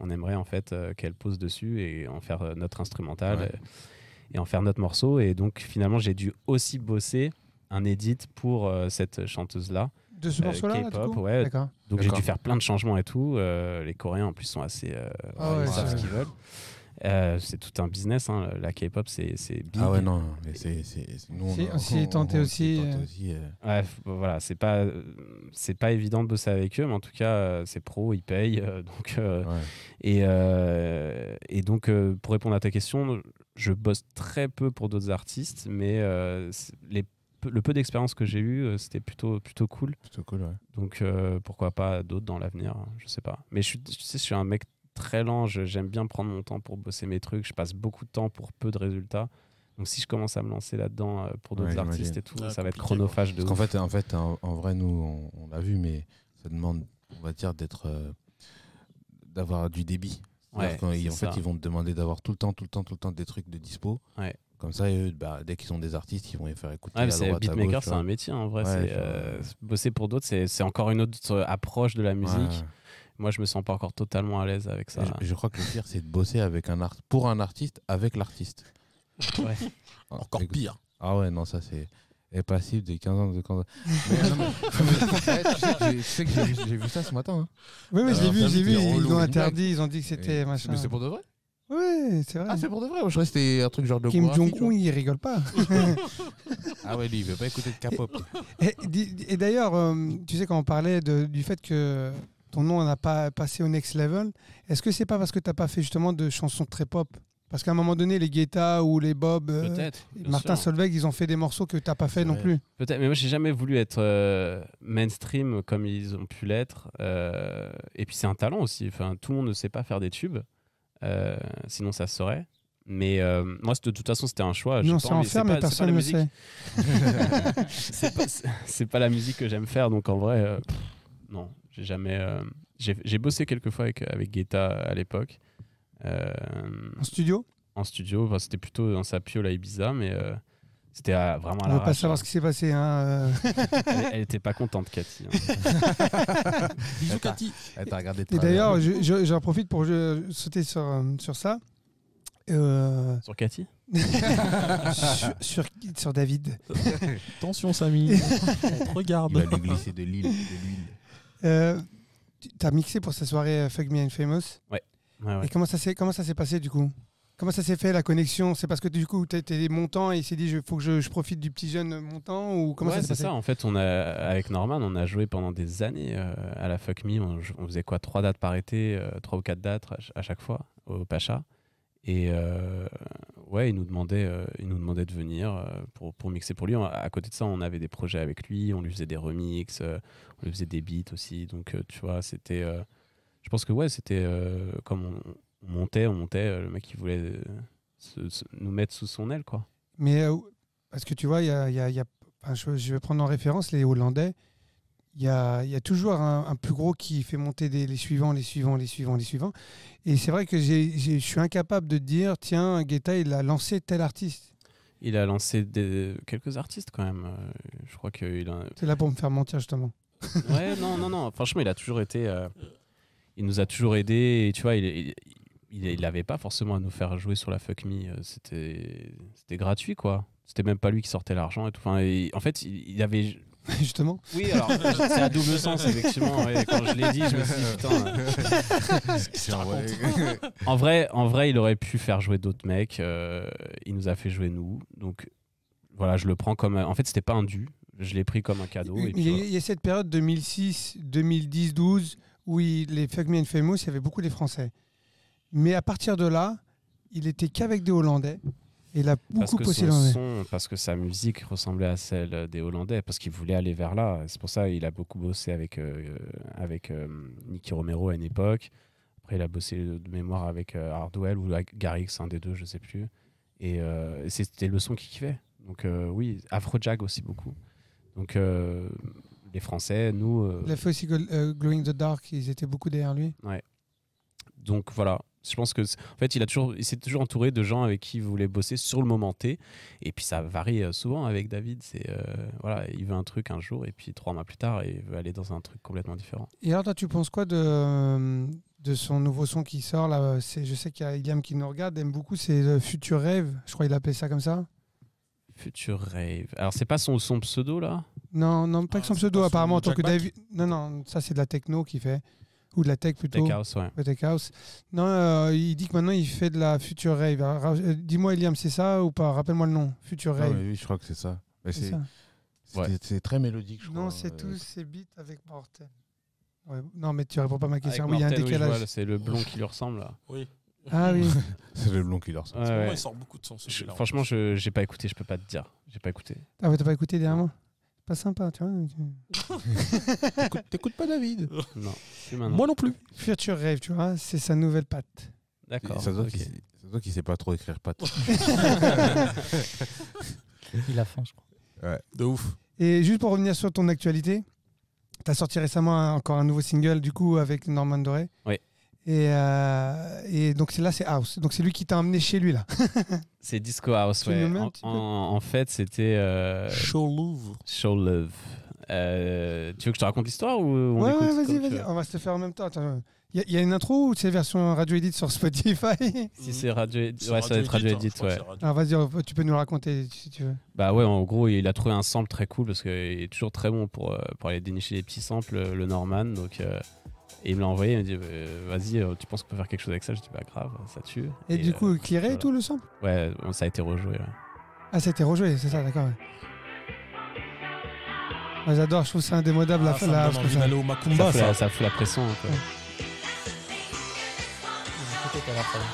[SPEAKER 4] on aimerait en fait euh, qu'elle pose dessus et en faire euh, notre instrumental
[SPEAKER 1] Ouais.
[SPEAKER 4] euh, et en faire notre morceau. Et donc, finalement, j'ai dû aussi bosser un edit pour euh, cette chanteuse-là.
[SPEAKER 3] De ce
[SPEAKER 4] Euh,
[SPEAKER 3] morceau-là, là, du
[SPEAKER 4] K-pop,
[SPEAKER 3] coup
[SPEAKER 4] ouais.
[SPEAKER 3] D'accord.
[SPEAKER 4] Donc j'ai dû
[SPEAKER 1] D'accord.
[SPEAKER 4] faire plein de changements et tout. Euh, les Coréens en plus sont assez. euh,
[SPEAKER 3] Ah
[SPEAKER 4] ils
[SPEAKER 3] ouais,
[SPEAKER 4] savent
[SPEAKER 3] c'est-
[SPEAKER 4] ce qu'ils veulent. Euh, c'est tout un business. hein. La K-pop, c'est c'est big.
[SPEAKER 1] Ah ouais, non, non, mais c'est. c'est- c'est- nous,
[SPEAKER 3] Si-
[SPEAKER 1] a-
[SPEAKER 3] on s'y est tenté
[SPEAKER 1] on
[SPEAKER 3] aussi,
[SPEAKER 1] s'y est tenté
[SPEAKER 3] euh.
[SPEAKER 1] aussi, euh.
[SPEAKER 4] Ouais, f- voilà, c'est pas euh, c'est pas évident de bosser avec eux, mais en tout cas euh, c'est pro, ils payent. euh, donc euh,
[SPEAKER 1] Ouais.
[SPEAKER 4] et euh, et donc euh, pour répondre à ta question, je bosse très peu pour d'autres artistes, mais euh, c'est- les peu- le peu d'expérience que j'ai eu, euh, c'était plutôt plutôt cool.
[SPEAKER 1] Plutôt cool, ouais.
[SPEAKER 4] Donc euh, pourquoi pas d'autres dans l'avenir, hein, je sais pas. Mais je suis, tu sais, je suis un mec très lent, je- j'aime bien prendre mon temps pour bosser mes trucs, je passe beaucoup de temps pour peu de résultats. Donc si je commence à me lancer là-dedans euh, pour d'autres
[SPEAKER 1] Ouais,
[SPEAKER 4] artistes
[SPEAKER 1] j'imagine.
[SPEAKER 4] et tout,
[SPEAKER 3] Ah,
[SPEAKER 2] Ouais,
[SPEAKER 4] ça va être
[SPEAKER 2] compliqué,
[SPEAKER 4] chronophage de
[SPEAKER 1] Parce qu'en
[SPEAKER 4] ouf.
[SPEAKER 1] fait, en, fait en, en vrai, nous, on, on l'a vu, mais ça demande, on va dire, d'être. euh, d'avoir du débit.
[SPEAKER 4] Ouais,
[SPEAKER 1] C'est-à-dire qu'en- ils- en
[SPEAKER 4] c'est
[SPEAKER 1] fait,
[SPEAKER 4] ça.
[SPEAKER 1] ils vont te demander d'avoir tout le temps, tout le temps, tout le temps des trucs de dispo.
[SPEAKER 4] Ouais.
[SPEAKER 1] Comme ça, eux, bah, dès qu'ils sont des artistes, ils vont les faire écouter.
[SPEAKER 4] Ouais, mais
[SPEAKER 1] à
[SPEAKER 4] c'est
[SPEAKER 1] droite, à
[SPEAKER 4] beatmaker,
[SPEAKER 1] gauche,
[SPEAKER 4] c'est
[SPEAKER 1] tu
[SPEAKER 4] un métier en vrai.
[SPEAKER 1] Ouais,
[SPEAKER 4] c'est,
[SPEAKER 1] je vois.
[SPEAKER 4] euh, bosser pour d'autres, c'est c'est encore une autre approche de la
[SPEAKER 1] vois.
[SPEAKER 4] musique.
[SPEAKER 1] Ouais.
[SPEAKER 4] Moi, je me sens pas encore totalement à l'aise avec ça.
[SPEAKER 1] Et Je, je crois que le pire, c'est de bosser avec un art pour un artiste avec l'artiste.
[SPEAKER 4] Ouais.
[SPEAKER 1] Ah,
[SPEAKER 2] Encore
[SPEAKER 1] écoute-
[SPEAKER 2] pire.
[SPEAKER 1] Ah ouais, non, ça c'est est passible des 15 ans de 15 ans.
[SPEAKER 3] [LAUGHS]
[SPEAKER 1] Mais non, mais- [LAUGHS] Ouais, tu sais que j'ai- tu sais que j'ai vu- j'ai vu ça ce matin. hein.
[SPEAKER 3] Oui, oui, je l'ai
[SPEAKER 1] Alors,
[SPEAKER 3] vu,
[SPEAKER 1] ça,
[SPEAKER 3] j'ai vu.
[SPEAKER 1] c'était
[SPEAKER 3] Ils
[SPEAKER 1] relou.
[SPEAKER 3] l'ont interdit, ils ont dit que c'était
[SPEAKER 1] Et-
[SPEAKER 3] machin.
[SPEAKER 1] Mais c'est pour de vrai
[SPEAKER 3] Oui, c'est vrai.
[SPEAKER 1] Ah, c'est pour de vrai Je crois que c'était un truc genre de
[SPEAKER 3] Kim
[SPEAKER 1] biographie, tu
[SPEAKER 3] Jong-un, il rigole pas.
[SPEAKER 1] vois. Ah ouais, lui, il veut pas écouter de K-pop.
[SPEAKER 3] Et, [LAUGHS] di- et d'ailleurs, euh, tu sais, quand on parlait de- du fait que ton nom n'a pas passé au next level, est-ce que c'est pas parce que t'as pas fait justement de chansons très pop Parce qu'à un moment donné, les Guetta ou les Bob, euh,
[SPEAKER 4] Peut-être. bien
[SPEAKER 3] Martin
[SPEAKER 4] sûr.
[SPEAKER 3] Solveig, ils ont fait des morceaux que t'as pas fait
[SPEAKER 1] C'est
[SPEAKER 3] non
[SPEAKER 1] vrai.
[SPEAKER 3] plus.
[SPEAKER 4] Peut-être, mais moi j'ai jamais voulu être euh, mainstream comme ils ont pu l'être. Euh, et puis c'est un talent aussi. Enfin, tout le monde ne sait pas faire des tubes. Euh, sinon ça se saurait. Mais euh, moi, c'est- de toute façon, c'était un choix. J'ai
[SPEAKER 3] Nous, on
[SPEAKER 4] pas
[SPEAKER 3] sait
[SPEAKER 4] envie-
[SPEAKER 3] en
[SPEAKER 4] c'est
[SPEAKER 3] faire,
[SPEAKER 4] pas-
[SPEAKER 3] mais
[SPEAKER 4] c'est pas
[SPEAKER 3] personne
[SPEAKER 4] la
[SPEAKER 3] ne le
[SPEAKER 4] musique.
[SPEAKER 3] sait.
[SPEAKER 4] c'est pas, c'est- [LAUGHS] c'est pas la musique que j'aime faire, donc en vrai, euh, pff, non, j'ai jamais. euh, j'ai j'ai bossé quelques fois avec, avec Guetta à l'époque, euh,
[SPEAKER 3] En studio,
[SPEAKER 4] en studio. Enfin, c'était plutôt dans sa piola Ibiza, mais euh, c'était à- vraiment à
[SPEAKER 3] on veut pas
[SPEAKER 4] l'arrache,
[SPEAKER 3] savoir
[SPEAKER 4] hein.
[SPEAKER 3] ce qui s'est passé. hein, euh.
[SPEAKER 4] [LAUGHS] Elle, elle était pas contente, Cathy.
[SPEAKER 3] [LAUGHS]
[SPEAKER 4] hein. Eh ben.
[SPEAKER 2] Bisous, Cathy.
[SPEAKER 1] Elle t'a regardé de
[SPEAKER 3] Et
[SPEAKER 1] travers.
[SPEAKER 3] d'ailleurs, je- je- j'en profite pour euh, sauter sur, euh, sur ça.
[SPEAKER 4] [LAUGHS]
[SPEAKER 3] Euh,
[SPEAKER 4] Sur Cathy
[SPEAKER 3] sur, sur- sur David.
[SPEAKER 2] Attention,
[SPEAKER 4] [LAUGHS]
[SPEAKER 2] Samy. On te
[SPEAKER 1] il va
[SPEAKER 2] regarde.
[SPEAKER 1] lui glisser de l'huile. de l'huile.
[SPEAKER 3] Euh, tu- T'as mixé pour sa soirée euh, Fuck Me and Famous.
[SPEAKER 4] Ouais, ouais.
[SPEAKER 3] Et comment ça s'est comment ça s'est passé du coup Comment ça s'est fait la connexion C'est parce que du coup t'étais montant et il s'est dit il faut que je, je profite du petit jeune montant ou comment
[SPEAKER 4] Ouais,
[SPEAKER 3] ça s'est
[SPEAKER 4] c'est
[SPEAKER 3] passé
[SPEAKER 4] ça. En fait, on a, avec Norman, on a joué pendant des années euh, à la Fuck Me. On, on faisait quoi Trois dates par été, euh, trois ou quatre dates à ch- à chaque fois au Pacha. Et euh, ouais, il nous demandait, euh, il nous demandait de venir euh, pour, pour mixer pour lui. On- à côté de ça, on avait des projets avec lui. On lui faisait des remixes, euh, on lui faisait des beats aussi. Donc, euh, tu vois, c'était. euh, je pense que ouais, c'était euh, comme on, on montait, on montait. euh, le mec, il voulait euh, se- se- nous mettre sous son aile, quoi.
[SPEAKER 3] Mais euh, parce que tu vois, il y a, il y a- il y a- enfin, je, je vais prendre en référence les Hollandais. Il y a, il y a toujours un, un plus gros qui fait monter des- les suivants, les suivants, les suivants, les suivants. Et c'est vrai que j'ai- j'ai- je suis incapable de dire tiens, Guetta, il a lancé tel artiste.
[SPEAKER 4] Il a lancé des- quelques artistes quand même. Euh, Je crois qu'il [LAUGHS] a.
[SPEAKER 3] C'est là pour me faire mentir, justement. [LAUGHS]
[SPEAKER 4] Ouais, non, non, non. Franchement, il a toujours été. euh, Il nous a toujours aidés. Et tu vois, il- il il il avait pas forcément à nous faire jouer sur la fuck me. Euh, C'était c'était gratuit, quoi. C'était même pas lui qui sortait l'argent et tout. Enfin, et- en fait, il il avait.
[SPEAKER 3] justement.
[SPEAKER 4] Oui, alors, [LAUGHS] c'est à double sens, effectivement. ouais. Quand je l'ai dit, je me suis dit, putain. euh,
[SPEAKER 1] Genre, ouais.
[SPEAKER 4] [LAUGHS] En vrai, en vrai, il aurait pu faire jouer d'autres mecs. euh, il nous a fait jouer nous. Donc, voilà, je le prends comme. un- En fait, c'était pas un dû. Je l'ai pris comme un cadeau. Et
[SPEAKER 3] Il
[SPEAKER 4] puis,
[SPEAKER 3] y, a-
[SPEAKER 4] voilà.
[SPEAKER 3] il y a cette période 2006, 2010, 12 où il- les Fuck Me and Famous, il y avait beaucoup des Français. Mais à partir de là, il était qu'avec des Hollandais. Et il a
[SPEAKER 4] parce
[SPEAKER 3] beaucoup
[SPEAKER 4] que
[SPEAKER 3] bossé
[SPEAKER 4] son
[SPEAKER 3] les Hollandais.
[SPEAKER 4] son, parce que sa musique ressemblait à celle des Hollandais, parce qu'il voulait aller vers là. C'est pour ça qu'il a beaucoup bossé avec, euh, avec euh, Nicky Romero à une époque. Après, il a bossé de de mémoire avec euh, Hardwell ou avec Garrix, un des deux, je sais plus. Et euh, c'était le son qu'il kiffait. Donc euh, oui, Afrojack aussi beaucoup. Donc euh, les Français, nous... euh,
[SPEAKER 3] Il a fait aussi Gol- euh, Glowing the Dark, ils étaient beaucoup derrière lui.
[SPEAKER 4] Donc voilà, je pense que c'est- en fait, il a toujours, il s'est toujours entouré de gens avec qui il voulait bosser sur le moment T. Et puis ça varie euh, souvent avec David. C'est euh, voilà, il veut un truc un jour et puis trois mois plus tard, il veut aller dans un truc complètement différent.
[SPEAKER 3] Et alors, toi, tu penses quoi de, euh, de son nouveau son qui sort là euh, c'est, Je sais qu'il y a Iliam qui nous regarde, aime beaucoup, c'est euh, Futur Rêve, je crois qu'il appelait ça comme ça.
[SPEAKER 4] Future rave. Alors c'est pas son son pseudo là.
[SPEAKER 3] Non, non, pas
[SPEAKER 2] Ah,
[SPEAKER 3] que son
[SPEAKER 2] c'est
[SPEAKER 3] pseudo,
[SPEAKER 2] pas son
[SPEAKER 3] apparemment, en tant que
[SPEAKER 2] Jack Black
[SPEAKER 3] David. Non, non, ça, c'est de la techno qu'il fait, ou de la tech plutôt.
[SPEAKER 4] Tech House, ouais.
[SPEAKER 3] Ouais, Tech House. Non, euh, il dit que maintenant il fait de la Future Rave. Alors, ra- euh, Dis-moi, Eliam, c'est ça ou pas Rappelle-moi le nom. Future
[SPEAKER 1] Ah
[SPEAKER 3] Rave.
[SPEAKER 1] ouais, oui, je crois que c'est ça. Mais
[SPEAKER 3] c'est
[SPEAKER 1] C'est
[SPEAKER 3] ça.
[SPEAKER 1] c'est-
[SPEAKER 4] Ouais.
[SPEAKER 1] c'est très mélodique, je crois.
[SPEAKER 3] Non, c'est
[SPEAKER 1] euh,
[SPEAKER 3] tous ces beats avec Morten. Ouais, non, mais tu réponds pas à ma question.
[SPEAKER 4] Avec
[SPEAKER 3] oui, Ah, il y a un
[SPEAKER 4] Morten, oui, je
[SPEAKER 3] décalage.
[SPEAKER 4] vois, c'est le blond qui lui ressemble là.
[SPEAKER 2] Oui.
[SPEAKER 3] ah oui.
[SPEAKER 4] [LAUGHS]
[SPEAKER 1] C'est le blond qui dort ça.
[SPEAKER 4] Ouais,
[SPEAKER 2] Vraiment,
[SPEAKER 4] Bah, ouais.
[SPEAKER 2] il sort beaucoup de sens.
[SPEAKER 4] Je-
[SPEAKER 2] celui-là.
[SPEAKER 4] franchement, je j'ai pas écouté, je peux pas te dire. J'ai pas écouté.
[SPEAKER 3] Ah ouais, t'as pas écouté dernièrement C'est Pas sympa, tu vois. donc, euh.
[SPEAKER 1] T'écoutes- T'écoutes pas David
[SPEAKER 4] [LAUGHS] Non. Plus maintenant.
[SPEAKER 2] Moi non
[SPEAKER 4] [LAUGHS]
[SPEAKER 2] plus.
[SPEAKER 3] Future Rave, tu vois, c'est sa nouvelle patte.
[SPEAKER 4] D'accord.
[SPEAKER 1] Ça se voit
[SPEAKER 4] ok.
[SPEAKER 1] qu'il sait- ça se voit qu'il sait pas trop écrire patte.
[SPEAKER 3] [LAUGHS]
[SPEAKER 5] Il a faim, je crois.
[SPEAKER 2] De ouf.
[SPEAKER 3] Et juste pour revenir sur ton actualité, tu as sorti récemment un- encore un nouveau single, du coup, avec Norman Doré.
[SPEAKER 4] Oui.
[SPEAKER 3] Et, euh, et donc c'est- là, c'est House. Donc c'est lui qui t'a emmené chez lui, là.
[SPEAKER 4] C'est Disco House,
[SPEAKER 3] Tu
[SPEAKER 4] ouais.
[SPEAKER 3] nous mets un
[SPEAKER 4] En,
[SPEAKER 3] petit peu
[SPEAKER 4] en- en fait, c'était euh,
[SPEAKER 2] Show Louvre.
[SPEAKER 4] Show Love. Euh, tu veux que je te raconte l'histoire ou on
[SPEAKER 3] Ouais,
[SPEAKER 4] écoute
[SPEAKER 3] ouais, vas-y,
[SPEAKER 4] comme tu
[SPEAKER 3] vas-y.
[SPEAKER 4] veux
[SPEAKER 3] On va se le faire en même temps. Il y, a une intro ou c'est version radio edit sur Spotify
[SPEAKER 4] Si c'est radio, ouais,
[SPEAKER 2] C'est
[SPEAKER 4] ça va être radio
[SPEAKER 2] Edit, hein,
[SPEAKER 4] edit,
[SPEAKER 2] je crois que
[SPEAKER 4] ouais.
[SPEAKER 2] c'est radio.
[SPEAKER 3] Alors vas-y, on- tu peux nous le raconter si tu veux.
[SPEAKER 4] Bah ouais, en gros, il a trouvé un sample très cool parce qu'il est toujours très bon pour, euh, pour aller dénicher les petits samples, euh, le Norman. Donc, euh, et il me l'a envoyé, il m'a dit euh, Vas-y, euh, tu penses qu'on peut faire quelque chose avec ça Je dis Bah grave, ça tue.
[SPEAKER 3] Et, du
[SPEAKER 4] euh,
[SPEAKER 3] coup, clearer
[SPEAKER 4] voilà.
[SPEAKER 3] et tout le sample
[SPEAKER 4] Ouais, on- ça a été rejoué. ouais.
[SPEAKER 3] Ah, ça a été rejoué, c'est ça, d'accord. ouais. Ouais, J'adore, je trouve ça indémodable la
[SPEAKER 2] Ah,
[SPEAKER 3] fin.
[SPEAKER 2] ça me
[SPEAKER 3] la-
[SPEAKER 2] donne
[SPEAKER 3] je trouve
[SPEAKER 2] envie
[SPEAKER 3] Bah, ça-
[SPEAKER 2] d'aller au
[SPEAKER 4] ça,
[SPEAKER 2] Macumba,
[SPEAKER 4] fout
[SPEAKER 2] ça.
[SPEAKER 4] la, ça fout la pression. hein, quoi.
[SPEAKER 5] J'ai tout à la fin.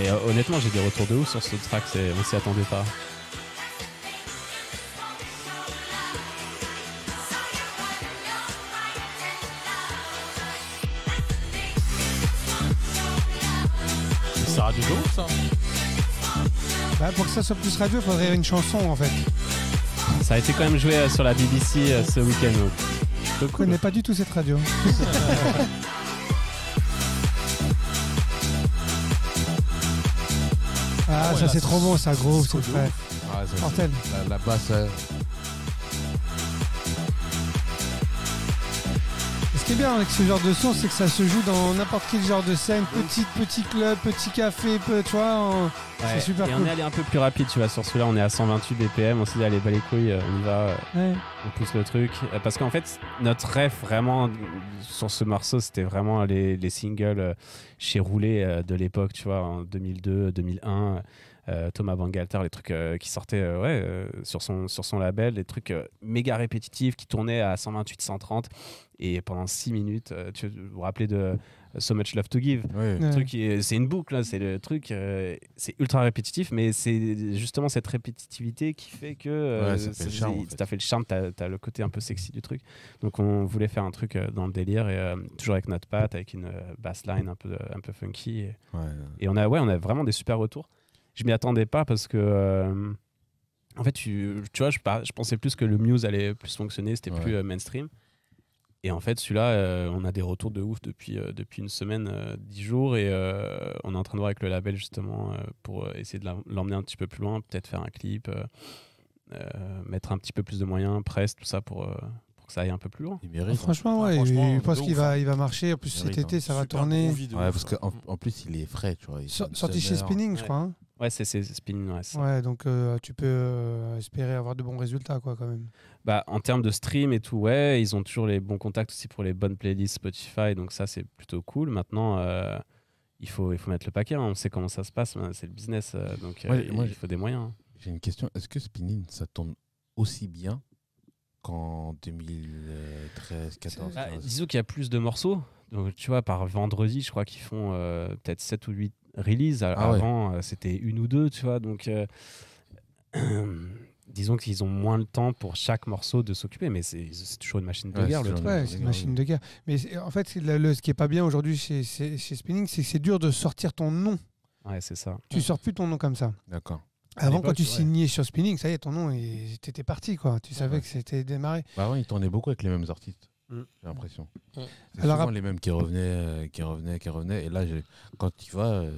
[SPEAKER 4] Et euh, honnêtement, j'ai des retours de ouf sur ce track, c'est- on s'y attendait pas.
[SPEAKER 2] C'est radio de ouf, ça.
[SPEAKER 3] Bah, pour que ça soit plus radio, il faudrait une chanson en fait.
[SPEAKER 4] Ça a été quand même joué euh, sur la BBC euh, ce week-end. donc. Plutôt
[SPEAKER 3] Je
[SPEAKER 4] cool.
[SPEAKER 3] connais pas du tout cette radio. Ah,
[SPEAKER 2] Ah ouais,
[SPEAKER 3] ça
[SPEAKER 2] là,
[SPEAKER 3] c'est trop bon, ça gros,
[SPEAKER 2] c'est
[SPEAKER 3] c'est
[SPEAKER 2] trop
[SPEAKER 3] vrai.
[SPEAKER 1] Ah, ça,
[SPEAKER 3] Mortel.
[SPEAKER 1] c'est- la, la basse, euh,
[SPEAKER 3] Ce qui est bien avec ce genre de son, c'est que ça se joue dans n'importe quel genre de scène, petit petit club, petit café, peu, tu vois. en-
[SPEAKER 4] Ouais.
[SPEAKER 3] c'est super
[SPEAKER 4] Et on
[SPEAKER 3] cool.
[SPEAKER 4] est allé un peu plus rapide, tu vois, sur celui-là, on est à 128 BPM, on s'est dit allez, bah les couilles, euh, on y va. euh,
[SPEAKER 3] Ouais.
[SPEAKER 4] on pousse le truc. Euh, Parce qu'en fait, notre rêve vraiment sur ce morceau, c'était vraiment les, les singles euh, chez Roulet euh, de l'époque, tu vois, en 2002, 2001. euh, Thomas Bangalter, les trucs euh, qui sortaient euh, ouais, euh, sur, son, sur son label, des trucs euh, méga répétitifs qui tournaient à 128, 130 et pendant 6 minutes. euh, tu vous vous rappelez de So Much Love to Give
[SPEAKER 1] ouais.
[SPEAKER 3] Ouais.
[SPEAKER 4] le truc, il- c'est une boucle, là, c'est le truc, euh, c'est ultra répétitif, mais c'est justement cette répétitivité qui fait que euh,
[SPEAKER 1] Ouais, ça fait le charme, en
[SPEAKER 4] c'est-
[SPEAKER 1] fait.
[SPEAKER 4] t'as fait le charme, t'as as le côté un peu sexy du truc. Donc on voulait faire un truc euh, dans le délire et euh, toujours avec notre patte, avec une euh, bassline un peu un peu funky. Et,
[SPEAKER 1] Ouais.
[SPEAKER 4] et on a ouais, on a vraiment des super retours. Je m'y attendais pas parce que euh, en fait, tu, tu vois, je, par- je pensais plus que le Muse allait plus fonctionner, c'était
[SPEAKER 1] Ouais.
[SPEAKER 4] plus euh, mainstream. Et en fait, celui-là, euh, on a des retours de ouf depuis, euh, depuis une semaine, euh, dix jours, et euh, on est en train de voir avec le label justement euh, pour euh, essayer de la- l'emmener un petit peu plus loin, peut-être faire un clip, euh, euh, mettre un petit peu plus de moyens, presse, tout ça pour, euh, pour que ça aille un peu plus loin.
[SPEAKER 1] Il mérite. hein.
[SPEAKER 3] Franchement, ouais,
[SPEAKER 2] Ouais, franchement,
[SPEAKER 3] je pense
[SPEAKER 2] de
[SPEAKER 3] qu'il
[SPEAKER 2] ouf,
[SPEAKER 3] va, il va marcher. En plus,
[SPEAKER 1] Il
[SPEAKER 3] cet
[SPEAKER 1] mérite,
[SPEAKER 3] été, ça va
[SPEAKER 2] Super
[SPEAKER 3] tourner.
[SPEAKER 2] bon vide de
[SPEAKER 1] Ouais,
[SPEAKER 2] ouf,
[SPEAKER 1] parce
[SPEAKER 2] ça.
[SPEAKER 1] qu'en en plus, il est frais, tu vois. il
[SPEAKER 3] Sor-
[SPEAKER 1] sort une
[SPEAKER 3] Sorti chez
[SPEAKER 1] semaine.
[SPEAKER 3] Spinning, je crois. hein.
[SPEAKER 4] Ouais, c'est c'est Spin, ouais, c'est-
[SPEAKER 3] Ouais, donc euh, tu peux euh, espérer avoir de bons résultats, quoi, quand même.
[SPEAKER 4] Bah, en termes de stream et tout, ouais, ils ont toujours les bons contacts aussi pour les bonnes playlists Spotify, donc ça c'est plutôt cool. Maintenant, euh, il, faut, il faut mettre le paquet, hein, on sait comment ça se passe, hein, c'est le business, euh, donc euh,
[SPEAKER 1] Ouais,
[SPEAKER 4] il
[SPEAKER 1] moi,
[SPEAKER 4] il faut des moyens.
[SPEAKER 1] J'ai une question. Est-ce que Spinning, ça tourne aussi bien qu'en 2013, 14
[SPEAKER 4] Bah,
[SPEAKER 1] 15?
[SPEAKER 4] disons qu'il y a plus de morceaux, donc tu vois, par vendredi, je crois qu'ils font euh, peut-être 7 ou 8 releases, Alors,
[SPEAKER 1] Ah ouais.
[SPEAKER 4] avant euh, c'était une ou deux, tu vois, donc euh, [CLEARS THROAT] disons qu'ils ont moins le temps pour chaque morceau de s'occuper, mais c'est c'est toujours une machine de
[SPEAKER 1] Ouais,
[SPEAKER 4] guerre
[SPEAKER 1] c'est
[SPEAKER 4] le
[SPEAKER 1] toujours
[SPEAKER 4] truc.
[SPEAKER 1] Ouais,
[SPEAKER 3] Ouais, c'est une machine de guerre. Mais c'est- en fait, c'est le, le- ce qui est pas bien aujourd'hui chez, chez, chez Spinning, c'est que c'est dur de sortir ton nom.
[SPEAKER 4] Ouais, c'est ça.
[SPEAKER 3] Tu sors plus ton nom comme ça.
[SPEAKER 1] D'accord.
[SPEAKER 3] Avant, quand
[SPEAKER 4] l'époque,
[SPEAKER 3] tu
[SPEAKER 4] ouais.
[SPEAKER 3] signais sur Spinning, ça y est, ton nom, il- t'étais parti, quoi. Tu savais
[SPEAKER 1] ouais.
[SPEAKER 3] que c'était démarré.
[SPEAKER 1] Bah ouais, il tournait beaucoup avec les mêmes artistes.
[SPEAKER 4] Mm.
[SPEAKER 1] J'ai l'impression.
[SPEAKER 2] Mm.
[SPEAKER 1] C'est
[SPEAKER 3] Alors,
[SPEAKER 1] souvent
[SPEAKER 3] ap-
[SPEAKER 1] les mêmes qui revenaient, euh, qui revenaient, qui revenaient. Et là, j'ai- quand tu vas, euh,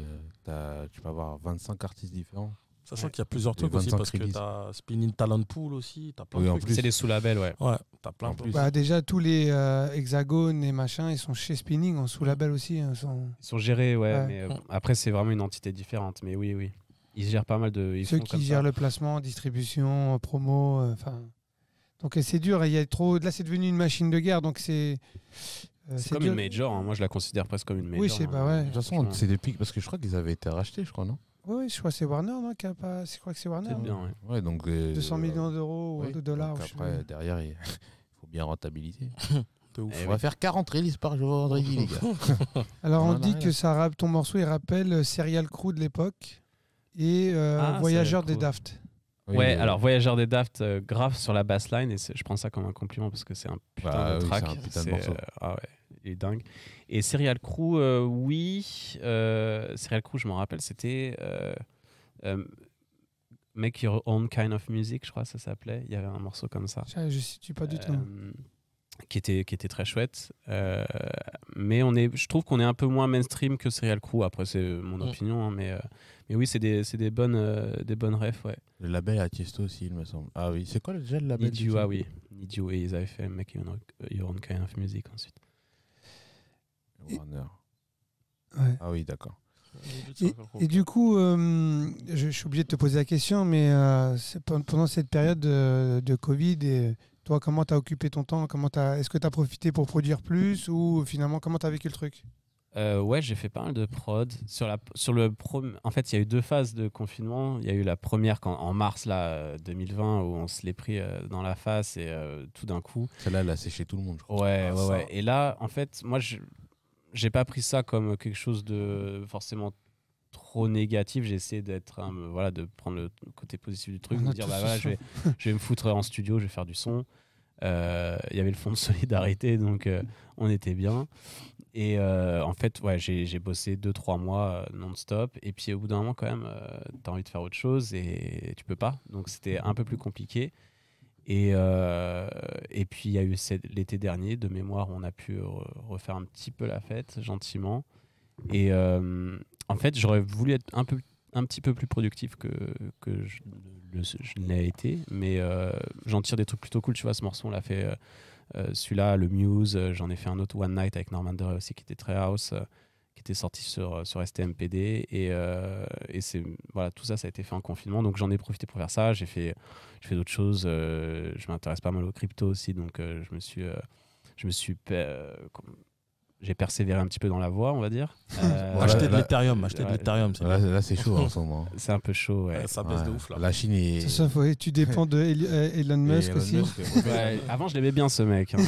[SPEAKER 1] t'as- tu peux avoir 25 artistes différents.
[SPEAKER 2] Sachant qu'il y a plusieurs trucs
[SPEAKER 1] Les
[SPEAKER 2] aussi,
[SPEAKER 1] 25
[SPEAKER 2] parce que
[SPEAKER 1] releases.
[SPEAKER 2] t'as Spinning Talent Pool aussi, t'as plein
[SPEAKER 1] Oui,
[SPEAKER 2] de
[SPEAKER 1] en
[SPEAKER 2] trucs.
[SPEAKER 1] plus.
[SPEAKER 4] C'est les sous-labels, ouais.
[SPEAKER 2] Ouais, t'as plein
[SPEAKER 1] En
[SPEAKER 2] de
[SPEAKER 1] plus.
[SPEAKER 2] trucs.
[SPEAKER 3] Bah, déjà, tous les euh, hexagones et machins, ils sont chez Spinning, en sous-label aussi. hein, sont...
[SPEAKER 4] Ils sont gérés, ouais.
[SPEAKER 3] Ouais.
[SPEAKER 4] Mais euh,
[SPEAKER 2] Mm.
[SPEAKER 4] après, c'est vraiment une entité différente. Mais oui, oui. Ils gèrent pas mal de. Ils
[SPEAKER 3] Ceux
[SPEAKER 4] font comme
[SPEAKER 3] qui
[SPEAKER 4] ça.
[SPEAKER 3] gèrent le placement, distribution, euh, promo, euh, enfin. donc euh, c'est dur, il y a trop. Là, c'est devenu une machine de guerre, donc c'est. euh,
[SPEAKER 4] C'est comme
[SPEAKER 3] dur.
[SPEAKER 4] une major. hein. Moi, je la considère presque comme une major. hein.
[SPEAKER 3] Oui, c'est- bah ouais.
[SPEAKER 1] De toute façon,
[SPEAKER 4] Franchement,
[SPEAKER 1] c'est depuis. Parce que je crois qu'ils avaient été rachetés, je crois, non
[SPEAKER 3] Oui, oui, je crois que c'est Warner, non qui a pas... Je crois que c'est Warner.
[SPEAKER 4] peut-être bien, ouais.
[SPEAKER 1] Ouais, donc. euh,
[SPEAKER 3] 200 millions d'euros
[SPEAKER 1] oui.
[SPEAKER 3] ou de dollars.
[SPEAKER 1] Donc
[SPEAKER 3] ou je sais
[SPEAKER 1] après,
[SPEAKER 3] plus.
[SPEAKER 1] derrière, il [LAUGHS] faut bien rentabiliser.
[SPEAKER 2] De ouf.
[SPEAKER 4] Eh
[SPEAKER 1] On va
[SPEAKER 4] oui.
[SPEAKER 1] faire 40 releases par jour vendredi, les gars.
[SPEAKER 3] Alors,
[SPEAKER 1] on
[SPEAKER 3] on
[SPEAKER 1] en a
[SPEAKER 3] dit
[SPEAKER 1] rien.
[SPEAKER 3] que ça, rap- ton morceau, il rappelle euh, Serial Crew de l'époque et euh,
[SPEAKER 4] Ah,
[SPEAKER 3] Voyageur des
[SPEAKER 4] Serial Crew.
[SPEAKER 3] Daft.
[SPEAKER 1] Oui,
[SPEAKER 4] Ouais,
[SPEAKER 1] euh,
[SPEAKER 4] alors Voyageur des Daft, euh, grave sur la bassline. Et c'est- je prends ça comme un compliment parce que c'est un putain
[SPEAKER 1] Bah
[SPEAKER 4] de
[SPEAKER 1] oui,
[SPEAKER 4] track.
[SPEAKER 1] c'est un putain de
[SPEAKER 4] C'est,
[SPEAKER 1] morceau.
[SPEAKER 4] euh, ah ouais, il est dingue. Et Serial Crew, euh, oui. euh, Serial Crew, je m'en rappelle, c'était. euh, euh, Make Your Own Kind of Music, je crois, ça s'appelait. Il y avait un morceau comme ça.
[SPEAKER 3] Je ne situe pas du tout.
[SPEAKER 4] Ah. Euh, qui était, qui était très chouette. Euh, mais on est, je trouve qu'on est un peu moins mainstream que Serial Crew. Après, c'est mon
[SPEAKER 2] Ouais.
[SPEAKER 4] opinion. hein, mais, euh, mais oui, c'est des, c'est des bonnes, euh, des bonnes refs. Ouais.
[SPEAKER 1] Le label à Tiesto aussi, il me semble. Ah oui, c'est quoi le- déjà le label
[SPEAKER 4] Nidua, oui. Need You et ils avaient fait Make Your Own- Your Own Kind of Music ensuite.
[SPEAKER 1] Warner.
[SPEAKER 3] Ouais.
[SPEAKER 1] Ah oui, d'accord.
[SPEAKER 3] Et du coup, euh, je, je suis obligé de te poser la question, mais euh, c'est pen- pendant cette période de, de Covid, et toi, comment tu as occupé ton temps Comment t'as- Est-ce que tu as profité pour produire plus ou finalement, comment tu as vécu le truc
[SPEAKER 4] Euh, ouais, j'ai fait pas mal de prod. Sur la, sur le prom- en fait, il y a eu deux phases de confinement. Il y a eu la première quand, en mars là, euh, 2020 où on se l'est pris euh, dans la face et euh, tout d'un coup.
[SPEAKER 1] Celle-là, elle a séché tout le monde, je crois.
[SPEAKER 4] Ouais,
[SPEAKER 2] Ah,
[SPEAKER 4] ouais,
[SPEAKER 2] ça.
[SPEAKER 4] ouais. Et là, en fait, moi, je j'ai pas pris ça comme quelque chose de forcément trop négatif. J'ai essayé d'être, hein, me- voilà, de prendre le côté positif du truc,
[SPEAKER 3] On
[SPEAKER 4] de
[SPEAKER 3] a
[SPEAKER 4] me dire,
[SPEAKER 3] tous
[SPEAKER 4] bah
[SPEAKER 3] ce
[SPEAKER 4] voilà, je vais, je vais me foutre en studio, je vais faire du son. Euh, Il y avait le fonds de solidarité, donc euh, on était bien. Et euh, en fait, ouais, j'ai j'ai bossé 2-3 mois euh, non-stop. Et puis au bout d'un moment, quand même, tu t'as envie de faire autre chose et tu peux pas. Donc c'était un peu plus compliqué. Et, euh, et puis il y a eu cet- l'été dernier, de mémoire, on a pu re- refaire un petit peu la fête, gentiment. Et euh, en fait, j'aurais voulu être un, peu, un petit peu plus productif que, que je, le- je ne l'ai été. Mais euh, j'en tire des trucs plutôt cool. Tu vois, ce morceau, on l'a fait. euh, euh, celui-là, le Muse, euh, j'en ai fait un autre One Night avec Norman Doré aussi qui était très house, euh, qui était sorti sur, euh, sur STMPD. Et, euh, et c'est, voilà, tout ça, ça a été fait en confinement. Donc j'en ai profité pour faire ça. J'ai fait, j'ai fait d'autres choses. euh, je m'intéresse pas mal aux crypto aussi. Donc euh, je me suis. euh, je me suis pe- euh, comme- j'ai persévéré un petit peu dans la voie, on
[SPEAKER 2] [LAUGHS]
[SPEAKER 4] va dire. Euh,
[SPEAKER 1] Voilà,
[SPEAKER 2] Acheter de
[SPEAKER 1] là-
[SPEAKER 2] l'Ethereum, acheter de
[SPEAKER 4] Ouais.
[SPEAKER 2] l'Ethereum, c'est
[SPEAKER 1] Là,
[SPEAKER 2] bien.
[SPEAKER 1] là, c'est chaud en ce moment.
[SPEAKER 4] c'est un peu chaud, ouais.
[SPEAKER 2] Ouais, Ça baisse de
[SPEAKER 1] Ouais.
[SPEAKER 2] ouf là.
[SPEAKER 1] La Chine est.
[SPEAKER 3] C'est ça, faut- et tu dépends de Eli- euh, Elon
[SPEAKER 1] et
[SPEAKER 3] Musk
[SPEAKER 1] Elon
[SPEAKER 3] aussi.
[SPEAKER 1] Musk, ouais.
[SPEAKER 4] Ouais,
[SPEAKER 1] [LAUGHS]
[SPEAKER 4] avant, je l'aimais bien ce mec. hein.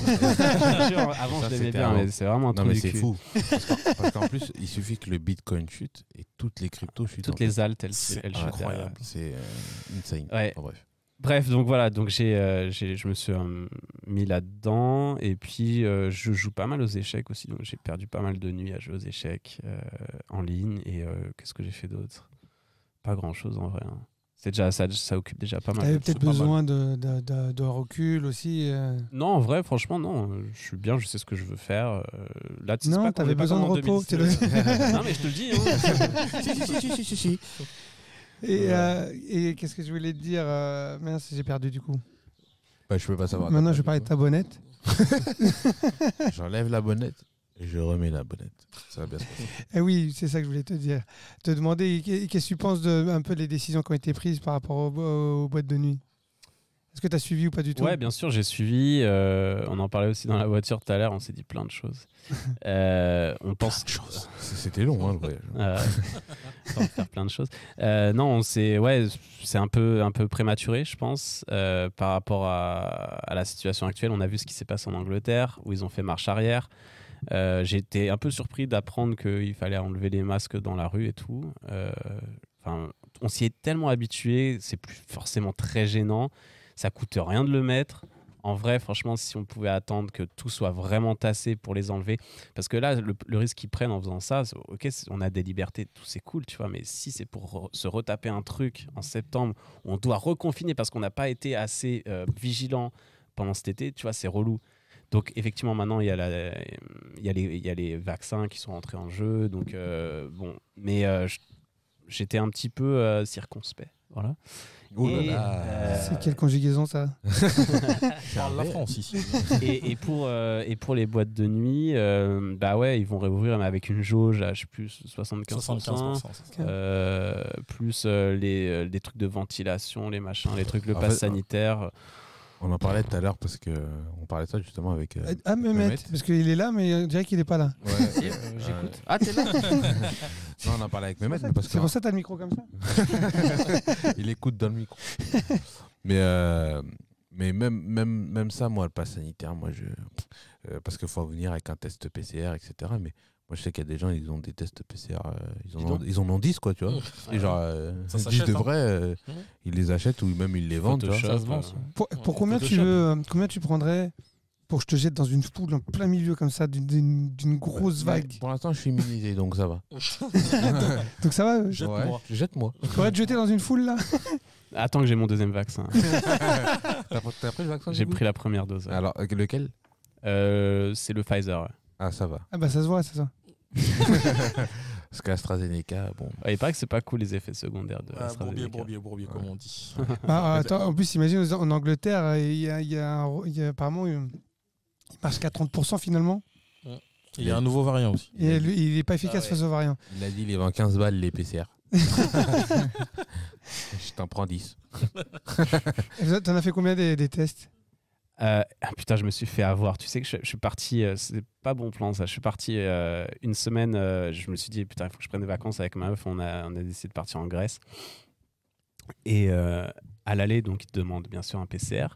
[SPEAKER 4] avant,
[SPEAKER 1] Ça,
[SPEAKER 4] je l'aimais
[SPEAKER 1] c'était
[SPEAKER 4] bien,
[SPEAKER 1] avant.
[SPEAKER 4] mais c'est vraiment un
[SPEAKER 1] Non,
[SPEAKER 4] truc
[SPEAKER 1] mais
[SPEAKER 4] du
[SPEAKER 1] c'est
[SPEAKER 4] cul.
[SPEAKER 1] fou. Parce qu'en- parce qu'en plus,
[SPEAKER 3] [LAUGHS]
[SPEAKER 1] il suffit que le bitcoin chute et toutes les cryptos chutent. en
[SPEAKER 4] Toutes
[SPEAKER 1] fait.
[SPEAKER 4] les altes, elles,
[SPEAKER 2] C'est
[SPEAKER 4] elles chutent,
[SPEAKER 2] incroyable.
[SPEAKER 4] euh,
[SPEAKER 1] C'est euh, insane.
[SPEAKER 4] Ouais.
[SPEAKER 1] Enfin, bref.
[SPEAKER 4] Bref, donc voilà, donc j'ai, euh, j'ai- je me suis euh, mis là-dedans et puis euh, je joue pas mal aux échecs aussi, donc j'ai perdu pas mal de nuits à jouer aux échecs euh, en ligne et euh, qu'est-ce que j'ai fait d'autre Pas grand-chose en vrai. hein. C'est déjà ça, ça occupe déjà pas
[SPEAKER 3] Tu
[SPEAKER 4] mal.
[SPEAKER 3] avais
[SPEAKER 4] de
[SPEAKER 3] peut-être
[SPEAKER 4] temps.
[SPEAKER 3] besoin de, de, de- de recul aussi. euh.
[SPEAKER 4] Non, en vrai, franchement, non. Je suis bien, je sais ce que je veux faire. euh, Là, tu sais
[SPEAKER 3] Non,
[SPEAKER 4] pas qu'on
[SPEAKER 3] t'avais
[SPEAKER 4] est pas
[SPEAKER 3] besoin
[SPEAKER 4] comme
[SPEAKER 3] de
[SPEAKER 4] en
[SPEAKER 3] repos, t'es
[SPEAKER 4] 2019. [LAUGHS] non, mais
[SPEAKER 3] [LAUGHS]
[SPEAKER 4] je te le
[SPEAKER 2] [LAUGHS]
[SPEAKER 4] dis. hein.
[SPEAKER 1] [LAUGHS] si, si, si, si, si, si, [LAUGHS] si.
[SPEAKER 3] Et, euh, et qu'est-ce que je voulais te dire euh, Mince, j'ai perdu du coup.
[SPEAKER 1] Bah, je peux pas savoir.
[SPEAKER 3] Maintenant, je vais parler de ta bonnette.
[SPEAKER 1] J'enlève la bonnette et je remets la bonnette. Ça va bien se passer.
[SPEAKER 3] Eh oui, c'est ça que je voulais te dire. Te demander qu'est- qu'est-ce que tu penses de un peu les décisions qui ont été prises par rapport aux, bo- aux boîtes de nuit. Est-ce que tu as suivi ou pas du tout
[SPEAKER 1] bah,
[SPEAKER 4] Ouais, bien sûr, j'ai suivi. euh, on en parlait aussi dans la voiture tout à l'heure, on s'est dit plein
[SPEAKER 3] [LAUGHS]
[SPEAKER 4] de choses. Euh, on pense.
[SPEAKER 1] C- C'était long, hein, le voyage.
[SPEAKER 4] Euh, [LAUGHS] on va faire plein de choses. Euh, non, on s'est- ouais, c'est un peu, un peu prématuré, je pense, euh, par rapport à, à la situation actuelle. On a vu ce qui s'est passé en Angleterre, où ils ont fait marche arrière. Euh, J'étais un peu surpris d'apprendre qu'il fallait enlever les masques dans la rue et tout. Euh, Enfin, on s'y est tellement habitué, c'est plus forcément très gênant. Ça coûte rien de le mettre. En vrai, franchement, si on pouvait attendre que tout soit vraiment tassé pour les enlever, parce que là, le, le risque qu'ils prennent en faisant ça, c'est, ok, c'est- on a des libertés, tout c'est cool, tu vois, mais si c'est pour re- se retaper un truc en septembre, on doit reconfiner parce qu'on n'a pas été assez euh, vigilant pendant cet été, tu vois, c'est relou. Donc effectivement, maintenant, il y, a la- il y, a les- il y a les vaccins qui sont entrés en jeu, donc euh, bon, mais euh, je- j'étais un petit peu euh, circonspect, voilà.
[SPEAKER 1] Oh là
[SPEAKER 4] Et,
[SPEAKER 1] là.
[SPEAKER 4] euh,
[SPEAKER 3] C'est quelle conjugaison ça
[SPEAKER 2] On parle la France ici.
[SPEAKER 4] et, et pour, euh, et pour les boîtes de nuit, euh, bah ouais, ils vont réouvrir mais avec une jauge à, je sais plus, 75%.
[SPEAKER 2] 75%. c'est ça.
[SPEAKER 4] Euh, plus euh, les, euh, les trucs de ventilation, les machins, les trucs, le
[SPEAKER 1] En
[SPEAKER 4] pass
[SPEAKER 1] fait,
[SPEAKER 4] sanitaire.
[SPEAKER 1] On en parlait tout à l'heure parce que euh, on parlait de ça justement avec. euh,
[SPEAKER 3] Euh, Ah, Mehmet,
[SPEAKER 1] Mehmet.
[SPEAKER 3] parce qu'il est là, mais on dirait qu'il n'est pas là.
[SPEAKER 1] ouais, euh,
[SPEAKER 5] J'écoute. Ah,
[SPEAKER 3] [LAUGHS]
[SPEAKER 5] t'es là
[SPEAKER 1] euh, Non, on en parlait avec Mehmet, mais parce
[SPEAKER 3] C'est
[SPEAKER 1] que
[SPEAKER 3] pour ça que tu as le micro comme ça
[SPEAKER 1] il écoute dans le micro. mais euh, mais même, même, même ça, moi, le pass sanitaire, moi, je. euh, parce qu'il faut venir avec un test PCR, etc. Mais moi, je sais qu'il y a des gens, ils ont des tests PCR. euh, ils, en
[SPEAKER 4] Dis
[SPEAKER 1] ont,
[SPEAKER 4] donc.
[SPEAKER 1] ils en ont 10, quoi, tu vois. Et genre, euh,
[SPEAKER 2] Ça
[SPEAKER 1] 10
[SPEAKER 2] s'achète,
[SPEAKER 1] de
[SPEAKER 2] hein.
[SPEAKER 1] vrai, euh,
[SPEAKER 2] Mhm.
[SPEAKER 1] ils les achètent ou même ils les vendent, tu vois.
[SPEAKER 4] Photoshop,
[SPEAKER 5] Ça se vend,
[SPEAKER 4] euh,
[SPEAKER 5] ça.
[SPEAKER 3] Pour,
[SPEAKER 2] Ouais,
[SPEAKER 3] pour combien, tu
[SPEAKER 2] Photoshop.
[SPEAKER 3] veux, euh, combien tu prendrais pour que je te jette dans une foule en plein milieu comme ça, d'une- d'une d'une grosse
[SPEAKER 1] Mais
[SPEAKER 3] vague
[SPEAKER 1] Pour l'instant, je suis immunisé, donc ça va.
[SPEAKER 3] Donc ça va euh,
[SPEAKER 2] Jette-moi.
[SPEAKER 1] Ouais, Jette-moi.
[SPEAKER 3] Je pourrais te jeter dans une foule là
[SPEAKER 4] Attends que j'ai mon deuxième vaccin.
[SPEAKER 1] T'as t'as pris le vaccin du
[SPEAKER 4] j'ai
[SPEAKER 1] coup
[SPEAKER 4] pris la première dose. ouais.
[SPEAKER 1] Alors, euh, lequel
[SPEAKER 4] Euh, c'est le Pfizer. ouais.
[SPEAKER 1] Ah, ça va.
[SPEAKER 3] Ah bah ça se voit, ça se voit.
[SPEAKER 1] Parce qu'AstraZeneca, bon.
[SPEAKER 4] Ouais, il paraît que c'est pas cool les effets secondaires de
[SPEAKER 2] Ah, bourbier,
[SPEAKER 4] AstraZeneca.
[SPEAKER 2] bourbier, bourbier, comme
[SPEAKER 1] Ouais.
[SPEAKER 2] on dit.
[SPEAKER 3] Ah, ah, attends, en plus, imagine aux- en Angleterre, euh, il y a, il y a un- il y a apparemment. euh, Il marche qu'à 30% finalement.
[SPEAKER 2] Et Il y a un nouveau variant aussi.
[SPEAKER 3] Et lui, il n'est pas efficace
[SPEAKER 4] Ah, ouais.
[SPEAKER 3] face aux variants.
[SPEAKER 1] Il a dit les 25 balles, les [LAUGHS] PCR. je t'en prends 10.
[SPEAKER 3] Et vous- T'en as fait combien des, des tests
[SPEAKER 4] Euh, ah, putain, je me suis fait avoir. Tu sais que je, je suis parti, euh, c'est pas bon plan ça. Je suis parti euh, une semaine, euh, je me suis dit, putain, il faut que je prenne des vacances avec ma meuf. On a, on a décidé de partir en Grèce. Et euh, à l'aller, donc, ils te demandent bien sûr un PCR.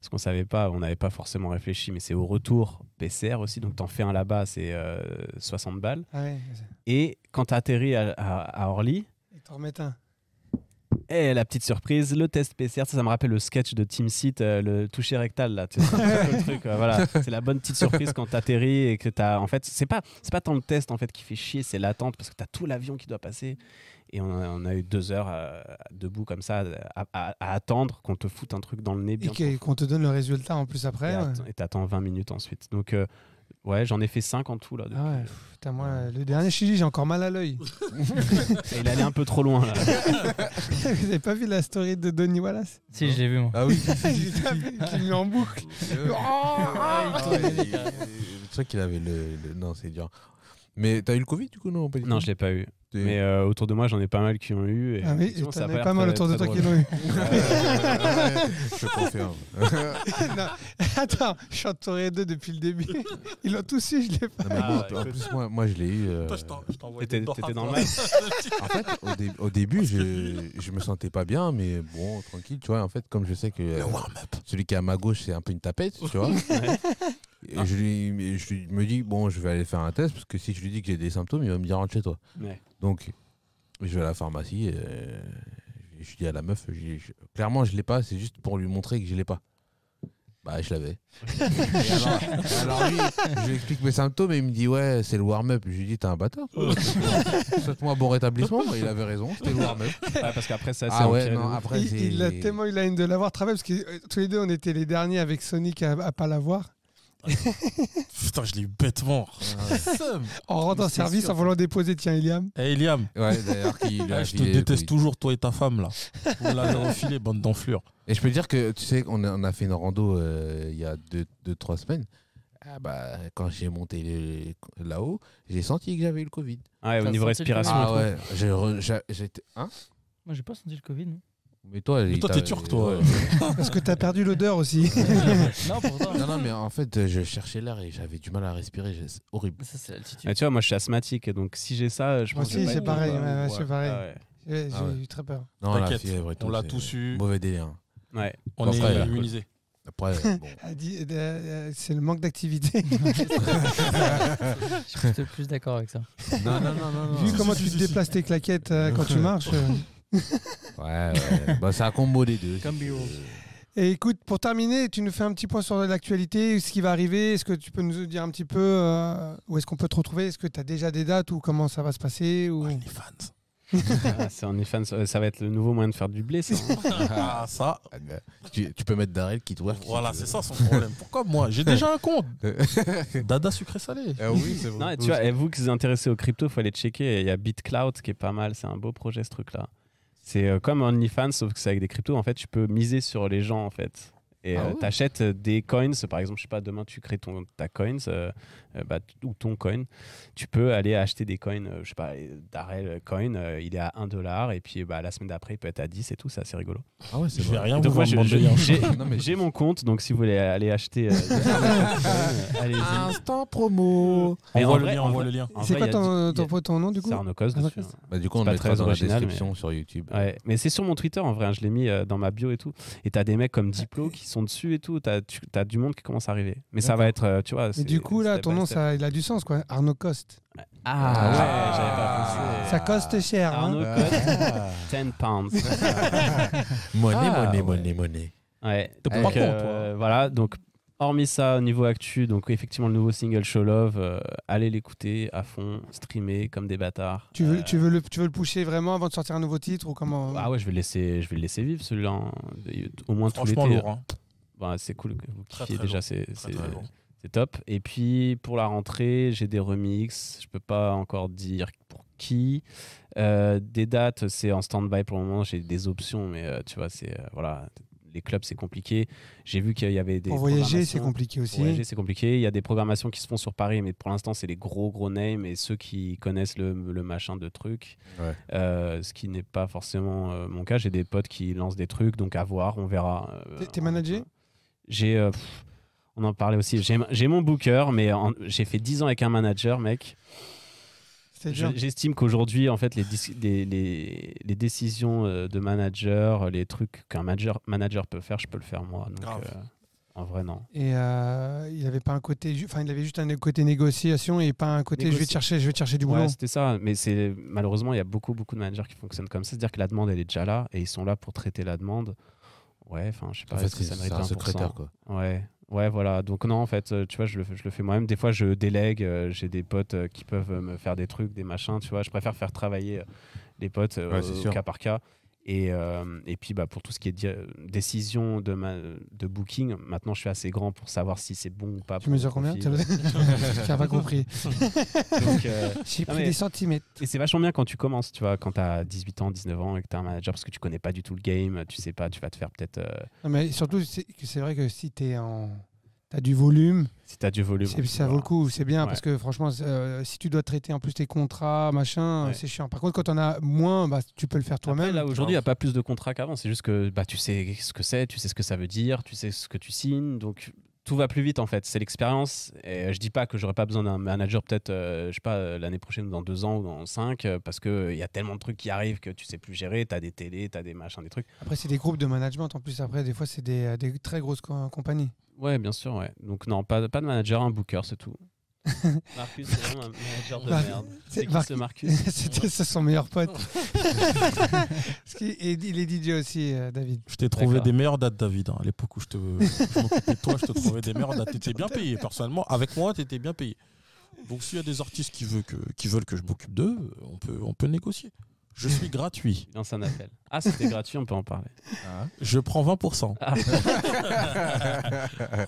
[SPEAKER 4] Parce qu'on savait pas, on n'avait pas forcément réfléchi, mais c'est au retour PCR aussi. Donc, t'en fais un là-bas, c'est euh, 60 balles.
[SPEAKER 3] Ah ouais.
[SPEAKER 4] Et quand t'atterris à, à, à Orly,
[SPEAKER 3] Ils t'en remettent un.
[SPEAKER 4] et Eh, la petite surprise, le test PCR, ça, ça me rappelle le sketch de Team Seat, euh, le toucher rectal là. tu sais, c'est le truc,
[SPEAKER 3] [LAUGHS]
[SPEAKER 4] euh, voilà, c'est la bonne petite surprise quand t'atterris et que t'as en fait, c'est pas c'est pas tant le test en fait qui fait chier, c'est l'attente parce que t'as tout l'avion qui doit passer. Et on a, on a eu deux heures euh, debout comme ça à, à- à attendre qu'on te foute un truc dans le nez.
[SPEAKER 3] Et
[SPEAKER 4] Bien
[SPEAKER 3] que- qu'on te donne le résultat en plus
[SPEAKER 4] et
[SPEAKER 3] après. ouais.
[SPEAKER 4] att- et t'attends 20 minutes ensuite. Donc euh, ouais, j'en ai fait 5 en tout là.
[SPEAKER 3] Ah ouais,
[SPEAKER 4] depuis.
[SPEAKER 3] pff, putain,
[SPEAKER 4] euh,
[SPEAKER 3] moi, le dernier Chili, j'ai encore mal à
[SPEAKER 4] [LAUGHS]
[SPEAKER 3] l'œil. [LAUGHS]
[SPEAKER 4] Et il allait un peu trop loin. Là.
[SPEAKER 3] Vous avez pas vu la story de Donny
[SPEAKER 4] [LAUGHS]
[SPEAKER 3] Wallace
[SPEAKER 5] Si, je l'ai vu, moi.
[SPEAKER 1] Ah oui, [LAUGHS]
[SPEAKER 3] Qui met en boucle.
[SPEAKER 1] Euh,
[SPEAKER 2] Oh,
[SPEAKER 1] ah,
[SPEAKER 2] ah,
[SPEAKER 1] C'est vrai qu'il avait le, le- Non, c'est dur. Mais t'as eu le Covid du coup, non pas du
[SPEAKER 4] Non,
[SPEAKER 1] tout
[SPEAKER 4] je l'ai pas eu.
[SPEAKER 1] T'es-
[SPEAKER 4] Mais euh, autour de moi, j'en ai pas mal qui ont eu. Et
[SPEAKER 3] Ah oui, et
[SPEAKER 4] effectivement, ça
[SPEAKER 3] t'en
[SPEAKER 4] a
[SPEAKER 3] avais
[SPEAKER 4] l'air
[SPEAKER 3] pas mal
[SPEAKER 4] très-
[SPEAKER 3] autour de
[SPEAKER 4] très
[SPEAKER 3] toi qui
[SPEAKER 4] drôle.
[SPEAKER 3] l'ont eu.
[SPEAKER 1] [LAUGHS] Ah, je confirme.
[SPEAKER 3] [LAUGHS] Non, Attends, je suis entouré d'eux depuis le début. [LAUGHS] Ils l'ont tous eu, je l'ai pas.
[SPEAKER 1] Non, mais
[SPEAKER 4] Ah,
[SPEAKER 1] moi,
[SPEAKER 4] ouais,
[SPEAKER 1] en
[SPEAKER 4] écoute.
[SPEAKER 1] plus, moi, moi je l'ai eu. euh,
[SPEAKER 2] Toi, je t'en- je t'envoie
[SPEAKER 4] T'étais
[SPEAKER 2] des doigts,
[SPEAKER 4] t'étais dans le
[SPEAKER 2] toi. [LAUGHS]
[SPEAKER 4] mal.
[SPEAKER 1] En fait, au, dé- au début, je, je me sentais pas bien, mais bon, tranquille, tu vois. En fait, comme je sais que euh,
[SPEAKER 2] Le warm-up.
[SPEAKER 1] celui qui est à ma gauche, c'est un peu une tapette, tu vois.
[SPEAKER 2] Ah.
[SPEAKER 1] Et je, lui, mais je lui- me dis, bon, je vais aller faire un test, parce que si je lui dis que j'ai des symptômes, il va me dire, rentre chez toi.
[SPEAKER 4] Ouais.
[SPEAKER 1] Donc, je vais à la pharmacie, euh, je dis à la meuf, je dis, je- clairement, je l'ai pas, c'est juste pour lui montrer que je l'ai pas. Bah, je
[SPEAKER 2] [LAUGHS]
[SPEAKER 1] l'avais. Et alors, et alors lui, je lui explique mes symptômes et il me dit, ouais, c'est le warm-up. Je lui dis, t'es un
[SPEAKER 2] [LAUGHS]
[SPEAKER 1] bâtard. Souhaite-moi bon rétablissement. Et Il avait raison, c'était le warm-up.
[SPEAKER 4] [LAUGHS] Ouais, parce qu'après ça, c'est
[SPEAKER 1] Ah ouais,
[SPEAKER 4] empiré de
[SPEAKER 1] non,
[SPEAKER 4] ouf.
[SPEAKER 1] après,
[SPEAKER 3] il,
[SPEAKER 1] c'est-
[SPEAKER 3] il a tellement eu la haine de l'avoir travaillé parce que euh, tous les deux on était les derniers avec Sonic à, à pas l'avoir.
[SPEAKER 2] Putain, je l'ai eu bêtement. Seum.
[SPEAKER 3] En rendant
[SPEAKER 2] Mais c'est
[SPEAKER 3] service,
[SPEAKER 2] sûr,
[SPEAKER 3] en voulant déposer, tiens Iliam.
[SPEAKER 2] Eh, Eliam,
[SPEAKER 1] Ouais, d'ailleurs, qui lui a
[SPEAKER 2] ah, je te
[SPEAKER 1] filé le Covid.
[SPEAKER 2] déteste toujours, toi et ta femme, là. Vous l'avez refilé, bande d'enflure.
[SPEAKER 1] Et je peux dire que, tu sais, on a, on a fait une rando euh, il y a 2-3 deux, deux, trois semaines. Ah bah, quand j'ai monté le- là-haut, j'ai senti que j'avais eu le Covid.
[SPEAKER 4] Ouais, au niveau
[SPEAKER 5] Ça sentait le
[SPEAKER 4] respiration.
[SPEAKER 5] Covid.
[SPEAKER 1] Ah ouais, j'ai re- j'a- j'étais. Hein
[SPEAKER 5] Moi, j'ai pas senti le Covid. non.
[SPEAKER 1] Mais toi,
[SPEAKER 2] Mais
[SPEAKER 1] il
[SPEAKER 2] toi,
[SPEAKER 1] t'a-
[SPEAKER 2] t'es turc, toi. [LAUGHS]
[SPEAKER 1] Ouais.
[SPEAKER 3] Parce que t'as perdu l'odeur [LAUGHS] aussi.
[SPEAKER 5] [LAUGHS] non, pourtant.
[SPEAKER 1] non, non, mais en fait, je cherchais l'air et j'avais du mal à respirer. j'ai- C'est horrible.
[SPEAKER 5] Mais [LAUGHS] Ça, c'est l'altitude.
[SPEAKER 4] Et tu vois, moi je suis asthmatique, donc si j'ai ça, je
[SPEAKER 3] Moi
[SPEAKER 4] pense que
[SPEAKER 3] aussi,
[SPEAKER 4] je vais
[SPEAKER 3] c'est
[SPEAKER 4] pas
[SPEAKER 3] pareil.
[SPEAKER 4] être-
[SPEAKER 3] ouais, ouais, c'est pareil.
[SPEAKER 4] Ah ouais.
[SPEAKER 3] J'ai j'ai
[SPEAKER 1] Ah ouais.
[SPEAKER 3] eu très peur.
[SPEAKER 1] Non, la
[SPEAKER 2] T'inquiète,
[SPEAKER 1] fièvre et
[SPEAKER 2] on
[SPEAKER 1] tout,
[SPEAKER 2] l'a
[SPEAKER 1] c'est
[SPEAKER 2] tous eu.
[SPEAKER 1] Mauvais délire. hein.
[SPEAKER 4] Ouais.
[SPEAKER 2] On
[SPEAKER 1] Après,
[SPEAKER 2] est
[SPEAKER 1] là.
[SPEAKER 2] immunisé.
[SPEAKER 1] Après,
[SPEAKER 2] [LAUGHS]
[SPEAKER 1] bon.
[SPEAKER 3] Elle dit, euh, euh, C'est le manque d'activité.
[SPEAKER 5] Je suis plutôt plus d'accord avec ça.
[SPEAKER 1] Non, non, non, non. non.
[SPEAKER 3] Vu comment
[SPEAKER 2] si,
[SPEAKER 3] tu
[SPEAKER 2] si,
[SPEAKER 3] te
[SPEAKER 2] si.
[SPEAKER 3] déplaces tes claquettes euh, quand tu marches. [LAUGHS] euh.
[SPEAKER 1] Ouais, ouais. Bah, c'est un combo des deux.
[SPEAKER 5] Comme Biro.
[SPEAKER 3] Et écoute, pour terminer, tu nous fais un petit point sur l'actualité, ce qui va arriver. Est-ce que tu peux nous dire un petit peu euh, où est-ce qu'on peut te retrouver Est-ce que tu as déjà des dates ou comment ça va se passer ou...
[SPEAKER 2] Ouais,
[SPEAKER 3] [LAUGHS]
[SPEAKER 2] les fans.
[SPEAKER 4] Ah, c'est OnlyFans, euh, ça va être le nouveau moyen de faire du blé. Ça, hein.
[SPEAKER 2] Ah, ça.
[SPEAKER 1] Tu, tu peux mettre Darrell qui te voit.
[SPEAKER 2] Voilà, c'est ça son problème. Pourquoi moi J'ai déjà un compte. Dada sucré salé.
[SPEAKER 1] Ah oui, c'est vrai.
[SPEAKER 4] non, et tu vois, et vous qui vous intéressez aux crypto, faut aller checker. Il y a BitCloud qui est pas mal, c'est un beau projet ce truc-là. C'est euh, comme OnlyFans, sauf que c'est avec des cryptos. En fait, tu peux miser sur les gens en fait. Et
[SPEAKER 1] Ah
[SPEAKER 4] euh,
[SPEAKER 1] ouais
[SPEAKER 4] t'achètes euh, des coins, par exemple, je sais pas, demain tu crées ton, ta coins euh, euh, bah, t- ou ton coin, tu peux aller acheter des coins, euh, je sais pas, euh, Darrell coin, euh, il est à 1 dollar et puis bah, la semaine d'après il peut être à 10 et tout, ça c'est rigolo.
[SPEAKER 1] Ah ouais, c'est
[SPEAKER 2] Je vais
[SPEAKER 1] vrai.
[SPEAKER 2] rien vous
[SPEAKER 4] Donc moi,
[SPEAKER 2] vendre,
[SPEAKER 4] je-
[SPEAKER 2] bande de
[SPEAKER 4] je-
[SPEAKER 2] liens.
[SPEAKER 4] j'ai-
[SPEAKER 1] [LAUGHS] Non, mais-
[SPEAKER 4] J'ai mon compte, donc si vous voulez
[SPEAKER 1] [LAUGHS]
[SPEAKER 4] aller acheter, euh, des Darrell coin, euh, allez-y.
[SPEAKER 1] Instant promo.
[SPEAKER 4] Mais en
[SPEAKER 2] Envoie le
[SPEAKER 4] vrai-
[SPEAKER 2] lien,
[SPEAKER 4] en
[SPEAKER 2] envoie
[SPEAKER 4] vrai-
[SPEAKER 2] le lien.
[SPEAKER 4] en
[SPEAKER 3] C'est
[SPEAKER 4] vrai,
[SPEAKER 3] quoi
[SPEAKER 4] il y
[SPEAKER 3] ton,
[SPEAKER 4] a dix-
[SPEAKER 3] ton,
[SPEAKER 4] il y
[SPEAKER 3] ton nom du coup
[SPEAKER 4] C'est Arnokos
[SPEAKER 3] Ah,
[SPEAKER 4] dessus.
[SPEAKER 3] Arnokos.
[SPEAKER 4] hein.
[SPEAKER 1] Bah, du coup, on
[SPEAKER 4] C'est pas
[SPEAKER 1] le mettra
[SPEAKER 4] très
[SPEAKER 1] dans la
[SPEAKER 4] original,
[SPEAKER 1] description sur YouTube.
[SPEAKER 4] Ouais, mais c'est sur mon Twitter en vrai, hein, je l'ai mis euh, dans ma bio et tout. Et t'as des mecs comme Diplo qui sont dessus et tout, t'as tu- t'as du monde qui commence à arriver. Mais ça va être, euh, tu vois.
[SPEAKER 3] Mais
[SPEAKER 4] c'est-
[SPEAKER 3] du coup, là,
[SPEAKER 4] step
[SPEAKER 3] ton
[SPEAKER 4] by
[SPEAKER 3] nom,
[SPEAKER 4] step.
[SPEAKER 3] ça, il a du sens, quoi. Arnaud Coste.
[SPEAKER 4] Ah,
[SPEAKER 1] Ah.
[SPEAKER 4] ouais, j'avais pas pensé.
[SPEAKER 3] Ça coste cher. hein.
[SPEAKER 4] Ah, Arnaud
[SPEAKER 1] [LAUGHS]
[SPEAKER 4] Coste, 10
[SPEAKER 3] [LAUGHS]
[SPEAKER 4] pounds.
[SPEAKER 1] Money,
[SPEAKER 4] Ah,
[SPEAKER 1] money,
[SPEAKER 4] ouais.
[SPEAKER 1] money, money.
[SPEAKER 4] Ouais.
[SPEAKER 2] T'es pas
[SPEAKER 4] Donc,
[SPEAKER 2] con,
[SPEAKER 3] hein.
[SPEAKER 4] euh, voilà, donc hormis ça, au niveau actu, donc effectivement le nouveau single Show Love, euh, allez l'écouter à fond, streamer comme des bâtards.
[SPEAKER 3] Tu, veux,
[SPEAKER 4] Euh,
[SPEAKER 3] tu, veux le, tu veux le pousher vraiment avant de sortir un nouveau titre ou comment
[SPEAKER 4] Ah ouais, je vais le laisser, je vais le laisser vivre celui-là, hein. au moins tout
[SPEAKER 2] Franchement
[SPEAKER 4] l'été.
[SPEAKER 2] lourd. hein.
[SPEAKER 4] Bah, c'est cool que vous
[SPEAKER 2] Très,
[SPEAKER 4] kiffiez
[SPEAKER 2] très
[SPEAKER 4] déjà, c'est
[SPEAKER 2] Très,
[SPEAKER 4] c'est-
[SPEAKER 2] très lourd.
[SPEAKER 4] c'est top. Et puis pour la rentrée, j'ai des remixes, je peux pas encore dire pour qui. Euh, des dates, c'est en stand-by pour le moment. J'ai des options, mais euh, tu vois, c'est. euh, voilà. Les clubs, c'est compliqué. J'ai vu qu'il y avait des.
[SPEAKER 3] Pour voyager, c'est
[SPEAKER 4] programmations.
[SPEAKER 3] compliqué aussi.
[SPEAKER 4] Pour voyager, c'est compliqué. Il y a des programmations qui se font sur Paris, mais pour l'instant, c'est les gros gros names et ceux qui connaissent le, le machin de truc.
[SPEAKER 1] Ouais.
[SPEAKER 4] Euh, ce qui n'est pas forcément euh, mon cas. J'ai des potes qui lancent des trucs, donc à voir, on verra. euh,
[SPEAKER 3] T'es- t'es
[SPEAKER 4] on-
[SPEAKER 3] managé
[SPEAKER 4] J'ai. euh, pff, on en parlait aussi. J'ai j'ai mon booker, mais en- j'ai fait 10 ans avec un manager, mec.
[SPEAKER 3] C'est
[SPEAKER 4] Je-
[SPEAKER 3] dur.
[SPEAKER 4] J'estime qu'aujourd'hui, en fait, les, dis- les, les- les décisions euh, de manager, les trucs qu'un manager, manager peut faire, je peux le faire moi. Donc,
[SPEAKER 2] Grave.
[SPEAKER 4] euh, en vrai, non.
[SPEAKER 3] Et euh, il avait pas un côté, ju- enfin il avait juste un côté négociation et pas un côté je vais te
[SPEAKER 4] Négoci-
[SPEAKER 3] chercher, je vais te chercher du boulot.
[SPEAKER 4] Ouais, c'était ça. Mais c'est malheureusement, il y a beaucoup, beaucoup de managers qui fonctionnent comme ça. C'est-à-dire que la demande, elle est déjà là et ils sont là pour traiter la demande. Ouais, enfin, je sais pas.
[SPEAKER 1] En fait,
[SPEAKER 4] est-ce que
[SPEAKER 1] c'est
[SPEAKER 4] ça mérite
[SPEAKER 1] c'est un
[SPEAKER 4] 1%?
[SPEAKER 1] secrétaire, quoi.
[SPEAKER 4] Ouais, ouais, voilà. Donc non, en fait, euh, tu vois, je le, fais- je le fais moi-même. Des fois, je délègue. euh, J'ai des potes euh, qui peuvent euh, me faire des trucs, des machins. Tu vois, je préfère faire travailler euh, les potes euh,
[SPEAKER 1] Ouais, c'est
[SPEAKER 4] au
[SPEAKER 1] sûr.
[SPEAKER 4] cas par cas. Et, euh, et puis, bah, pour tout ce qui est di- euh, décision de, ma- de booking, maintenant, je suis assez grand pour savoir si c'est bon ou pas.
[SPEAKER 3] Tu
[SPEAKER 4] pour mon
[SPEAKER 3] mesures combien
[SPEAKER 4] profil.
[SPEAKER 3] Tu n'as pas compris.
[SPEAKER 4] [LAUGHS] Donc, euh,
[SPEAKER 3] J'ai
[SPEAKER 4] Non,
[SPEAKER 3] pris
[SPEAKER 4] mais-
[SPEAKER 3] des centimètres.
[SPEAKER 4] et c'est vachement bien quand tu commences, tu vois, quand t'as 18 ans, 19 ans et que t'as un manager parce que tu connais pas du tout le game, tu sais pas, tu vas te faire peut-être. euh,
[SPEAKER 3] Non, mais surtout, c'est que c'est vrai que si t'es en, t'as du volume,
[SPEAKER 4] si t'as du volume.
[SPEAKER 3] c'est- ça vaut le coup, c'est bien
[SPEAKER 4] Ouais.
[SPEAKER 3] parce que franchement, c'est, euh, si tu dois traiter en plus tes contrats, machin, euh,
[SPEAKER 4] Ouais.
[SPEAKER 3] c'est chiant. Par contre, quand on a moins, bah, tu peux le faire
[SPEAKER 4] Toi-même,
[SPEAKER 3] toi-même.
[SPEAKER 4] là aujourd'hui, il n'y a pas plus de contrats qu'avant. C'est juste que bah, tu sais ce que c'est, tu sais ce que ça veut dire, tu sais ce que tu signes. Donc tout va plus vite en fait. C'est l'expérience. Et euh, je dis pas que j'aurais pas besoin d'un manager peut-être, euh, je sais pas, euh, l'année prochaine ou dans deux ans ou dans cinq, euh, parce qu'il y a tellement de trucs qui arrivent que tu sais plus gérer. T'as des télés, t'as des machins, des trucs.
[SPEAKER 3] Après, c'est des groupes de management. En plus, après, des fois, c'est des, euh, des très grosses co- compagnies.
[SPEAKER 4] Ouais, bien sûr, ouais. Donc non, pas, pas de manager, un booker, c'est tout. [LAUGHS] Marcus, c'est vraiment un manager de
[SPEAKER 3] Mar-
[SPEAKER 4] merde.
[SPEAKER 3] c'est
[SPEAKER 4] C'est qui
[SPEAKER 3] Mar- [LAUGHS]
[SPEAKER 4] ce Marcus
[SPEAKER 3] C'était c'est son meilleur pote. [LAUGHS] Parce qu'il- et il est DJ aussi, euh, David.
[SPEAKER 2] Je t'ai trouvé
[SPEAKER 4] D'accord.
[SPEAKER 2] des meilleures dates, David. hein, à l'époque où je te je m'occupais de toi, je te trouvais des meilleures dates. T'étais bien payé, personnellement. Avec moi, t'étais bien payé. Donc s'il y a des artistes qui veulent que, qui veulent que je m'occupe d'eux, on peut, on peut négocier. Je suis gratuit.
[SPEAKER 4] Il lance un appel. Ah, c'était gratuit, on peut en parler.
[SPEAKER 2] Je prends 20%.
[SPEAKER 4] Ah.
[SPEAKER 2] [LAUGHS]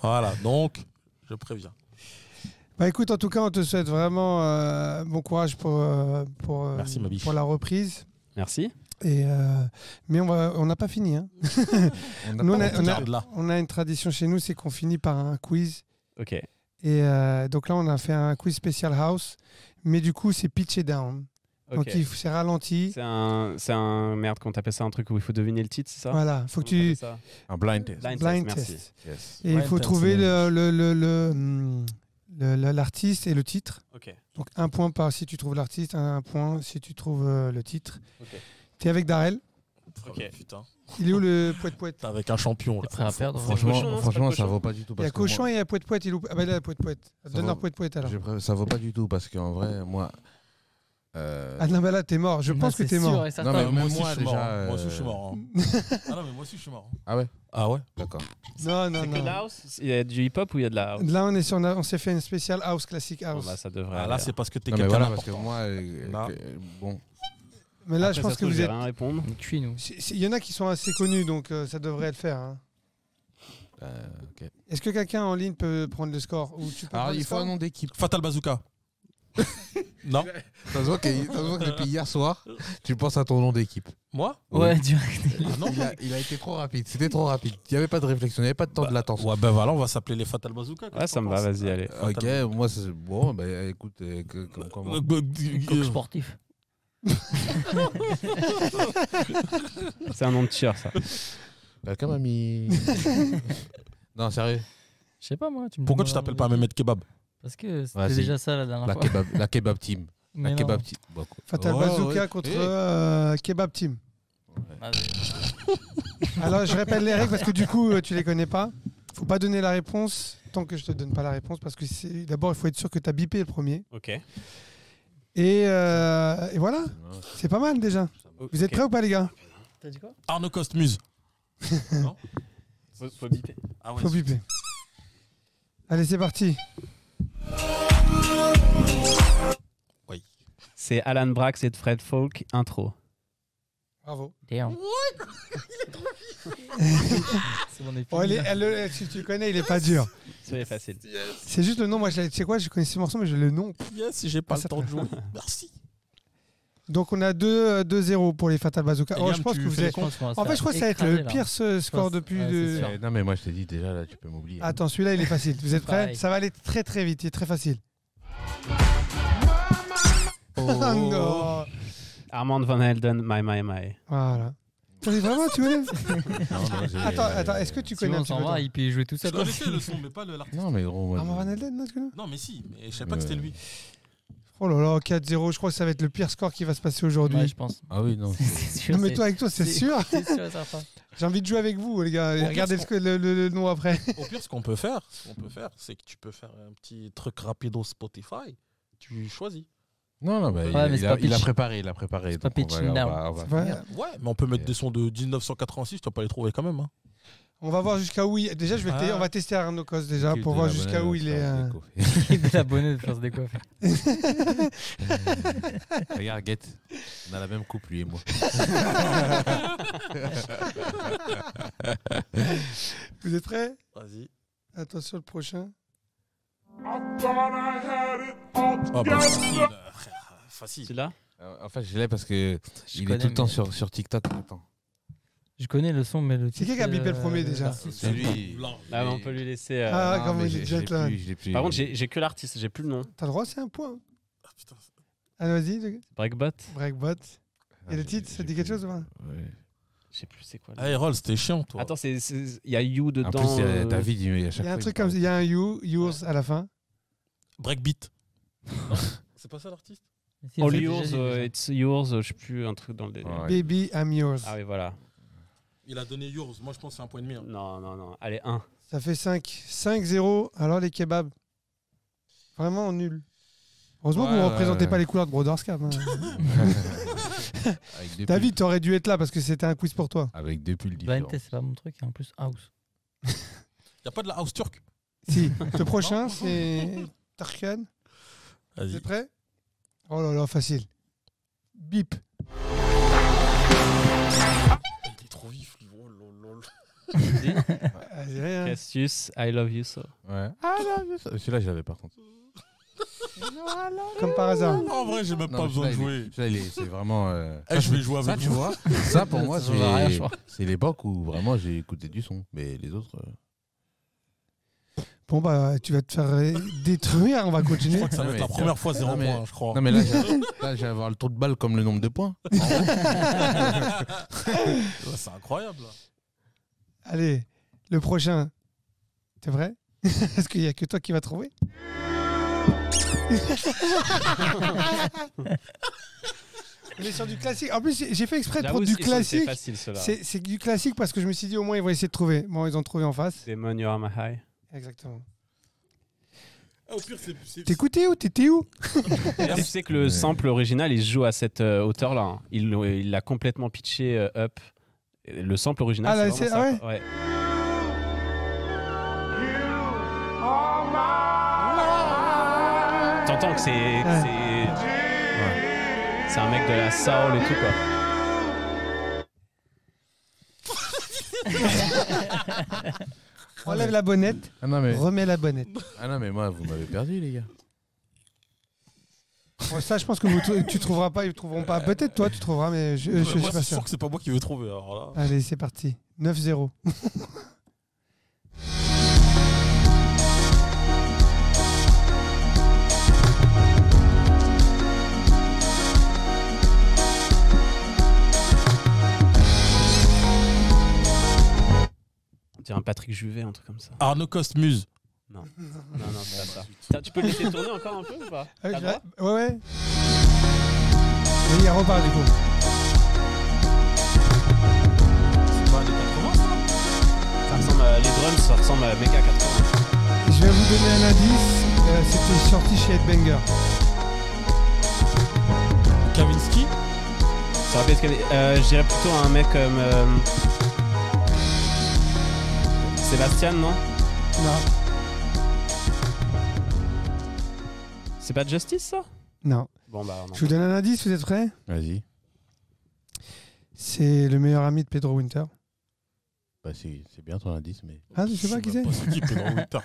[SPEAKER 2] Voilà, donc je préviens.
[SPEAKER 3] Bah écoute, en tout cas, on te souhaite vraiment euh, bon courage pour, euh, pour, euh,
[SPEAKER 2] Merci, ma biche.
[SPEAKER 3] pour la reprise.
[SPEAKER 4] Merci.
[SPEAKER 3] Et, euh, mais on va- on n'a pas fini. hein.
[SPEAKER 1] On
[SPEAKER 3] Nous,
[SPEAKER 1] n'a
[SPEAKER 3] on
[SPEAKER 1] pas
[SPEAKER 3] a, on, a,
[SPEAKER 2] Garde là.
[SPEAKER 3] on a une tradition chez nous, c'est qu'on finit par un quiz.
[SPEAKER 4] Ok.
[SPEAKER 3] Et euh, donc là, on a fait un quiz spécial house, mais du coup, c'est pitché down.
[SPEAKER 4] ok.
[SPEAKER 3] Donc il faut- c'est ralenti.
[SPEAKER 4] C'est un, c'est un merde qu'on t'appelle ça un truc où il faut deviner le titre, c'est ça
[SPEAKER 3] Voilà, faut que
[SPEAKER 4] Comment
[SPEAKER 3] tu
[SPEAKER 4] t'appelles ça
[SPEAKER 1] un blind test.
[SPEAKER 4] Blind,
[SPEAKER 3] blind
[SPEAKER 4] test, merci.
[SPEAKER 3] test.
[SPEAKER 1] Yes.
[SPEAKER 3] Et il
[SPEAKER 2] Blind
[SPEAKER 3] faut
[SPEAKER 2] test,
[SPEAKER 3] trouver
[SPEAKER 2] c'est
[SPEAKER 3] le- le- le- le, hum, le- le- l'artiste et le titre.
[SPEAKER 4] Ok.
[SPEAKER 3] Donc un point par si tu trouves l'artiste, un point si tu trouves euh, le titre.
[SPEAKER 4] Ok.
[SPEAKER 3] T'es avec Darel.
[SPEAKER 4] Ok.
[SPEAKER 2] Oh, Putain,
[SPEAKER 3] Il est où le poète poète
[SPEAKER 4] [LAUGHS]
[SPEAKER 2] t'es avec un champion là.
[SPEAKER 5] Prêt à perdre. hein.
[SPEAKER 1] Franchement,
[SPEAKER 3] hein,
[SPEAKER 4] cochon, non, c'est
[SPEAKER 1] franchement
[SPEAKER 4] pas
[SPEAKER 1] ça
[SPEAKER 4] cochon.
[SPEAKER 1] vaut pas du tout.
[SPEAKER 3] Il y
[SPEAKER 1] parce
[SPEAKER 3] a
[SPEAKER 1] que moi-
[SPEAKER 3] cochon et il y a poète poète. Il est où Ah bah là, la poète poète. Donne
[SPEAKER 1] va.
[SPEAKER 3] leur poète poète alors.
[SPEAKER 1] Je préfère- ça vaut pas du tout parce qu'en vrai, moi. euh,
[SPEAKER 3] Ah non bah là t'es mort. Je
[SPEAKER 5] Là,
[SPEAKER 3] pense que
[SPEAKER 5] c'est
[SPEAKER 3] t'es
[SPEAKER 5] sûr
[SPEAKER 3] mort.
[SPEAKER 5] et certain.
[SPEAKER 1] Non, mais même
[SPEAKER 2] Ah, moi
[SPEAKER 1] moi,
[SPEAKER 2] aussi, je suis mort.
[SPEAKER 1] déjà.
[SPEAKER 2] hein. Moi aussi,
[SPEAKER 1] euh,
[SPEAKER 2] je suis mort. hein.
[SPEAKER 1] [LAUGHS]
[SPEAKER 2] ah non, mais moi aussi, je suis mort. hein.
[SPEAKER 1] Ah ouais,
[SPEAKER 2] Ah ouais
[SPEAKER 1] d'accord.
[SPEAKER 3] Non non
[SPEAKER 4] C'est que de la
[SPEAKER 3] non.
[SPEAKER 4] house Il y a du hip-hop ou il y a de la house
[SPEAKER 3] Là on est sur, on a- on s'est fait une spéciale house classique
[SPEAKER 4] Bon,
[SPEAKER 3] house.
[SPEAKER 4] bah, ça devrait.
[SPEAKER 2] Ah,
[SPEAKER 4] aller,
[SPEAKER 2] Là,
[SPEAKER 4] hein.
[SPEAKER 2] c'est parce que t'es
[SPEAKER 1] Non, mais
[SPEAKER 2] quelqu'un
[SPEAKER 1] voilà, parce
[SPEAKER 2] d'important.
[SPEAKER 1] que moi. euh,
[SPEAKER 4] Bah.
[SPEAKER 2] Non.
[SPEAKER 1] que- euh, bon.
[SPEAKER 3] Mais là
[SPEAKER 4] Après,
[SPEAKER 3] Ah, je
[SPEAKER 4] ça
[SPEAKER 3] pense
[SPEAKER 4] se
[SPEAKER 3] que
[SPEAKER 4] trouve,
[SPEAKER 3] vous
[SPEAKER 4] j'ai
[SPEAKER 3] êtes.
[SPEAKER 4] rien à répondre.
[SPEAKER 5] On est cuit, nous.
[SPEAKER 3] c'est- c'est- Il y en a qui sont assez connus donc euh, ça devrait le faire. hein.
[SPEAKER 1] euh, ok.
[SPEAKER 3] Est-ce que quelqu'un en ligne peut prendre le score ou tu peux
[SPEAKER 1] Alors,
[SPEAKER 3] prendre le
[SPEAKER 1] il faut
[SPEAKER 3] score
[SPEAKER 1] un nom d'équipe. [LAUGHS]
[SPEAKER 2] Fatal Bazooka. non
[SPEAKER 1] Ça se voit que ça se voit que depuis hier soir, [LAUGHS] tu penses à ton nom d'équipe.
[SPEAKER 2] Moi
[SPEAKER 5] Ouais, direct.
[SPEAKER 2] Ah non
[SPEAKER 1] Il a, il a été trop rapide. C'était trop rapide. Il n'y avait pas de réflexion, il n'y avait pas de temps de latence.
[SPEAKER 2] Ouais, ben voilà, on va s'appeler les Fatal Bazooka.
[SPEAKER 4] Ouais, ça me va, vas-y, [LAUGHS] allez.
[SPEAKER 1] Ok, moi, c'est bon. Bah, écoute, euh, que- que- comment-
[SPEAKER 5] Coq sportif.
[SPEAKER 4] C'est un nom de tir, ça.
[SPEAKER 3] Bah,
[SPEAKER 1] Quelqu'un m'a mis. [LAUGHS] non, sérieux.
[SPEAKER 5] Je sais pas, moi. me
[SPEAKER 2] Pourquoi
[SPEAKER 5] dis-
[SPEAKER 2] tu t'appelles pas Mehmet Kebab
[SPEAKER 5] Parce que c'était
[SPEAKER 1] Ouais, si.
[SPEAKER 5] déjà ça la dernière
[SPEAKER 1] La
[SPEAKER 5] fois.
[SPEAKER 1] kebab, la kebab team.
[SPEAKER 5] Mais
[SPEAKER 1] la
[SPEAKER 5] non.
[SPEAKER 1] kebab team. Bah, quoi.
[SPEAKER 3] Fatal
[SPEAKER 1] Ouais,
[SPEAKER 3] Bazooka
[SPEAKER 1] ouais.
[SPEAKER 3] contre
[SPEAKER 1] Eh.
[SPEAKER 3] euh, Kebab Team.
[SPEAKER 5] Ah,
[SPEAKER 3] [LAUGHS]
[SPEAKER 5] mais-
[SPEAKER 3] Alors, je répète les règles parce que du coup, euh, tu les connais pas. Faut pas donner la réponse tant que je te donne pas la réponse parce que c'est- d'abord, il faut être sûr que tu as bipé le premier.
[SPEAKER 4] Ok.
[SPEAKER 3] Et, euh, et voilà, c'est pas mal déjà. Vous êtes prêts ou pas, les gars
[SPEAKER 5] T'as dit quoi
[SPEAKER 2] Arnaud Cosmuse.
[SPEAKER 4] Faut, faut biper.
[SPEAKER 2] Ah
[SPEAKER 3] Faut biper. Allez, c'est parti.
[SPEAKER 4] C'est Alan Brax et Fred Folk, intro.
[SPEAKER 3] Bravo.
[SPEAKER 5] Damn. C'est mon
[SPEAKER 3] Oh, elle est-
[SPEAKER 5] épine.
[SPEAKER 3] elle- elle- si tu le connais, il est pas dur.
[SPEAKER 4] C'est facile.
[SPEAKER 3] C'est juste le nom. Moi, je l'ai- tu sais quoi, je connaissais ce morceau, mais je le nom.
[SPEAKER 4] [LAUGHS]
[SPEAKER 2] Yes, j'ai pas
[SPEAKER 3] Ah, ça
[SPEAKER 2] le temps de jouer. Merci.
[SPEAKER 3] Donc on a 2 2-0 pour les Fatal Bazooka.
[SPEAKER 5] Eh
[SPEAKER 3] Oh,
[SPEAKER 2] Liam,
[SPEAKER 3] je pense
[SPEAKER 2] tu
[SPEAKER 3] que vous
[SPEAKER 2] fais
[SPEAKER 3] avez...
[SPEAKER 2] les
[SPEAKER 3] En fait, je crois que ça va être le pire ce score
[SPEAKER 5] pense-
[SPEAKER 3] depuis...
[SPEAKER 5] ouais,
[SPEAKER 3] de-
[SPEAKER 5] c'est sûr.
[SPEAKER 1] Eh, non, mais moi, je t'ai dit déjà, là, tu peux m'oublier.
[SPEAKER 3] Attends, celui-là, il est facile. Vous êtes prêts
[SPEAKER 5] Pareil.
[SPEAKER 3] Ça va aller très très vite, il est très facile. [LAUGHS] Ah
[SPEAKER 5] Oh.
[SPEAKER 3] non
[SPEAKER 4] Armand Van Helden, My My My.
[SPEAKER 3] Voilà. T'en es vraiment, tu
[SPEAKER 5] [LAUGHS]
[SPEAKER 3] veux
[SPEAKER 1] Non, non, j'ai- euh,
[SPEAKER 3] Attends, attends, est-ce que tu connais
[SPEAKER 5] Sinon,
[SPEAKER 3] un
[SPEAKER 5] on
[SPEAKER 3] petit
[SPEAKER 5] s'en
[SPEAKER 3] peu
[SPEAKER 5] va,
[SPEAKER 3] toi
[SPEAKER 5] il peut jouer tout
[SPEAKER 2] Je
[SPEAKER 5] seul.
[SPEAKER 2] connaissais
[SPEAKER 5] [LAUGHS]
[SPEAKER 2] le son, mais pas le l'artiste.
[SPEAKER 1] Non, mais gros, moi.
[SPEAKER 3] Armand
[SPEAKER 1] je-
[SPEAKER 3] Van Helden, non, tu connais
[SPEAKER 2] Non, mais si, mais je savais pas que
[SPEAKER 1] Ouais.
[SPEAKER 2] c'était lui.
[SPEAKER 3] Oh là là, 4-0, je crois que ça va être le pire score qui va se passer aujourd'hui.
[SPEAKER 5] Ouais, je pense.
[SPEAKER 1] Ah oui, non.
[SPEAKER 5] [LAUGHS] C'est sûr.
[SPEAKER 3] non, mais
[SPEAKER 5] c'est-
[SPEAKER 3] toi, avec toi, c'est
[SPEAKER 5] c'est-
[SPEAKER 3] sûr
[SPEAKER 5] C'est sûr et certain.
[SPEAKER 3] J'ai envie de jouer avec vous, les gars.
[SPEAKER 2] pire,
[SPEAKER 3] Regardez
[SPEAKER 2] c'est
[SPEAKER 3] le, le- le- le nom après.
[SPEAKER 2] Au pire, ce qu'on peut faire, ce qu'on peut faire, c'est que tu peux faire un petit truc rapide au Spotify. Tu choisis.
[SPEAKER 1] Non, non, bah, il,
[SPEAKER 5] mais
[SPEAKER 1] il
[SPEAKER 5] c'est
[SPEAKER 1] a,
[SPEAKER 5] pas
[SPEAKER 1] il a
[SPEAKER 5] pitch.
[SPEAKER 1] préparé, il a préparé.
[SPEAKER 5] pas
[SPEAKER 1] donc on va-
[SPEAKER 5] pitching
[SPEAKER 1] on va-
[SPEAKER 5] down.
[SPEAKER 1] on va-
[SPEAKER 3] Ouais.
[SPEAKER 2] Ouais, mais on peut mettre
[SPEAKER 1] Et-
[SPEAKER 2] des sons de 1986, tu vas pas les trouver quand même. hein.
[SPEAKER 3] On va voir jusqu'à où il... Déjà, je vais
[SPEAKER 2] Ah.
[SPEAKER 3] te- on va tester Arnaud Cos déjà
[SPEAKER 1] Écoute,
[SPEAKER 3] pour voir
[SPEAKER 1] la bonne
[SPEAKER 3] jusqu'à où il est... euh,
[SPEAKER 1] affaire, des
[SPEAKER 5] Il l'abonné de faire se décoiffer.
[SPEAKER 1] coffres. [LAUGHS] Regarde, Guette, on a la même coupe, lui et moi.
[SPEAKER 3] [LAUGHS] Vous êtes prêts
[SPEAKER 2] Vas-y.
[SPEAKER 3] Attention, le prochain.
[SPEAKER 2] Ah bah, facile, euh, frère, euh, facile.
[SPEAKER 4] Celui-là
[SPEAKER 1] Euh, [LAUGHS] En fait, je l'ai parce que
[SPEAKER 5] Je
[SPEAKER 1] il est
[SPEAKER 5] connais,
[SPEAKER 1] tout le temps
[SPEAKER 5] mais-
[SPEAKER 1] sur, sur TikTok. Attends.
[SPEAKER 5] Je connais le son, mais le
[SPEAKER 3] C'est qui
[SPEAKER 5] titre,
[SPEAKER 3] qui a bipé le
[SPEAKER 5] euh,
[SPEAKER 3] premier, déjà
[SPEAKER 5] l'artiste,
[SPEAKER 1] C'est lui.
[SPEAKER 2] Blanc.
[SPEAKER 4] Ah, mais on peut lui laisser. euh,
[SPEAKER 3] Ah,
[SPEAKER 1] Non,
[SPEAKER 3] comme
[SPEAKER 1] mais
[SPEAKER 3] il est
[SPEAKER 1] j'ai-
[SPEAKER 3] déjà
[SPEAKER 1] j'ai
[SPEAKER 3] là.
[SPEAKER 1] plus, j'ai plus.
[SPEAKER 4] Par contre, j'ai j'ai que l'artiste, j'ai plus le nom.
[SPEAKER 3] T'as le droit, c'est un point.
[SPEAKER 2] Ah, putain, c'est-
[SPEAKER 3] Allez, vas-y,
[SPEAKER 4] Breakbot
[SPEAKER 3] Breakbot.
[SPEAKER 1] Ah,
[SPEAKER 3] Et le
[SPEAKER 1] j'ai-
[SPEAKER 3] titre,
[SPEAKER 1] j'ai
[SPEAKER 3] ça dit quelque
[SPEAKER 1] plus.
[SPEAKER 3] chose ou pas
[SPEAKER 1] Ouais.
[SPEAKER 4] Je sais plus c'est quoi.
[SPEAKER 3] Ah,
[SPEAKER 4] le-
[SPEAKER 2] Hey, Roll, c'était chiant, toi.
[SPEAKER 4] Attends, c'est- c'est- il y a You dedans.
[SPEAKER 1] En plus, euh,
[SPEAKER 4] euh,
[SPEAKER 1] David, il met à chaque
[SPEAKER 3] Il y a un
[SPEAKER 1] fois,
[SPEAKER 3] truc
[SPEAKER 1] parle.
[SPEAKER 3] comme ça, il y a un you, yours à la fin.
[SPEAKER 4] [LAUGHS]
[SPEAKER 2] Breakbeat. Non, c'est pas ça l'artiste
[SPEAKER 5] Si, on
[SPEAKER 4] All
[SPEAKER 5] l'a
[SPEAKER 4] Yours,
[SPEAKER 5] déjà dit,
[SPEAKER 4] euh,
[SPEAKER 5] déjà.
[SPEAKER 4] It's Yours, euh, je sais plus, un truc dans le délire.
[SPEAKER 1] Ouais.
[SPEAKER 3] Baby, I'm yours.
[SPEAKER 4] Ah oui, voilà.
[SPEAKER 2] Il a donné yours. Moi, je pense que c'est un point de mire.
[SPEAKER 4] Non, non, non. Allez, 1.
[SPEAKER 3] Ça fait 5. 5-0. Alors les kebabs. Vraiment nul. Heureusement que
[SPEAKER 1] Ouais,
[SPEAKER 3] vous ne
[SPEAKER 1] ouais,
[SPEAKER 3] représentez
[SPEAKER 1] ouais.
[SPEAKER 3] pas les couleurs de
[SPEAKER 1] [LAUGHS]
[SPEAKER 3] Brothers Cup, hein.
[SPEAKER 1] [LAUGHS] Avec deux
[SPEAKER 3] David, t'aurais dû être là parce que c'était un quiz pour toi.
[SPEAKER 1] pulls- Avec deux pulls différents.
[SPEAKER 5] Blind Test, c'est pas mon truc, et en plus ah, House.
[SPEAKER 2] Y a pas de la house turque
[SPEAKER 3] Si. Le prochain, c'est Tarkan. Vous
[SPEAKER 2] Vas-y.
[SPEAKER 3] êtes prêts Oh là là, facile. Bip.
[SPEAKER 2] Il est trop vif, lui. Oh, lol, lol.
[SPEAKER 3] Ah, c'est rien.
[SPEAKER 4] Cassius, I Love You So.
[SPEAKER 1] Ouais. Ah là, mais ça- celui-là, je l'avais par contre.
[SPEAKER 3] Comme par hasard.
[SPEAKER 2] En vrai, j'ai même
[SPEAKER 1] Non,
[SPEAKER 2] pas
[SPEAKER 1] mais
[SPEAKER 2] besoin de
[SPEAKER 1] celui-là, il est-
[SPEAKER 2] jouer.
[SPEAKER 1] celui-là, il est- C'est vraiment. euh,
[SPEAKER 2] Eh, je vais jouer
[SPEAKER 1] Ça,
[SPEAKER 2] avec
[SPEAKER 1] tu
[SPEAKER 2] vous.
[SPEAKER 1] vois, ça pour moi,
[SPEAKER 5] [LAUGHS] Ça change rien, je
[SPEAKER 1] c'est
[SPEAKER 5] crois.
[SPEAKER 1] c'est l'époque où vraiment j'ai écouté du son. Mais les autres. euh,
[SPEAKER 3] Bon, bah, tu vas te faire euh, [LAUGHS] détruire. On va
[SPEAKER 2] Je
[SPEAKER 4] [LAUGHS]
[SPEAKER 3] continuer.
[SPEAKER 2] crois que ça
[SPEAKER 1] Non,
[SPEAKER 2] va être la
[SPEAKER 1] mais-
[SPEAKER 2] première fois zéro
[SPEAKER 1] Non, mais-
[SPEAKER 2] point, je crois.
[SPEAKER 1] Non, mais [LAUGHS] là, j'ai- là, je vais avoir le tour de balle comme le nombre de points.
[SPEAKER 2] [LAUGHS] Ouais, c'est incroyable. là.
[SPEAKER 3] Allez, le prochain. T'es vrai [LAUGHS] Est-ce qu'il n'y a que toi qui vas trouver On est sur du classique. En plus, j'ai- j'ai fait exprès de
[SPEAKER 4] J'avoue,
[SPEAKER 3] prendre du
[SPEAKER 4] c'est- C'est
[SPEAKER 3] classique.
[SPEAKER 4] facile, cela.
[SPEAKER 3] C'est c'est du classique parce que je me suis dit au moins ils vont essayer de trouver. Bon, ils ont trouvé en face.
[SPEAKER 4] Demon, You Are My High.
[SPEAKER 3] Exactement.
[SPEAKER 2] Ah, Au pire, c'est- c'est.
[SPEAKER 3] T'écoutais où T'étais où
[SPEAKER 4] D'ailleurs, tu sais que le
[SPEAKER 1] Ouais.
[SPEAKER 4] sample original, il se joue à cette euh, hauteur-là. hein. Il l'ont- il l'a complètement pitché euh, up. Et Le sample original,
[SPEAKER 3] Ah, là,
[SPEAKER 4] c'est
[SPEAKER 3] c'est-
[SPEAKER 4] vraiment ça. Ouais. T'entends que c'est que c'est c'est un mec de la soul et tout quoi.
[SPEAKER 3] Enlève la bonnette,
[SPEAKER 1] Ah non, mais,
[SPEAKER 3] remets la bonnette.
[SPEAKER 2] [LAUGHS]
[SPEAKER 1] ah non, mais moi, vous m'avez perdu, les gars.
[SPEAKER 3] Bon, ça, je pense que vous trou- tu trouveras pas, ils trouveront pas. Peut-être toi, tu trouveras, mais je, je, je
[SPEAKER 2] Moi,
[SPEAKER 3] suis pas
[SPEAKER 2] c'est sûr
[SPEAKER 3] sûr.
[SPEAKER 2] que c'est pas moi qui vais trouver. Alors là.
[SPEAKER 3] Allez, c'est parti. 9-0.
[SPEAKER 4] On dirait un Patrick Juvet, un truc comme ça.
[SPEAKER 2] Arnaud Costmuse.
[SPEAKER 4] Non, non, bah, c'est pas ça. Tiens, tu peux le laisser tourner encore un peu ou pas
[SPEAKER 2] Ah,
[SPEAKER 4] T'as
[SPEAKER 3] Ouais,
[SPEAKER 4] le
[SPEAKER 3] je-
[SPEAKER 4] droit
[SPEAKER 3] ouais, ouais. Et il repart du coup.
[SPEAKER 2] C'est pas des 80 ça
[SPEAKER 4] Ça ressemble à- les drums, ça ressemble à Mega 80.
[SPEAKER 3] Je vais vous donner un indice. euh, C'était sorti chez Headbanger.
[SPEAKER 2] Kavinsky
[SPEAKER 4] Ça rappelle ce qu'il y avait- euh, Je dirais plutôt un mec comme. euh, Sébastien, non
[SPEAKER 3] Non,
[SPEAKER 4] C'est pas Justice ça
[SPEAKER 3] non.
[SPEAKER 4] Bon bah non.
[SPEAKER 3] Je vous donne un indice, vous êtes prêts
[SPEAKER 1] Vas-y.
[SPEAKER 3] C'est le meilleur ami de Pedro Winter.
[SPEAKER 1] Bah, c'est c'est bien ton indice,
[SPEAKER 3] [LAUGHS]
[SPEAKER 1] mais,
[SPEAKER 3] Ah, tu sais pas qui c'est
[SPEAKER 2] même pas qui, Pedro Winter.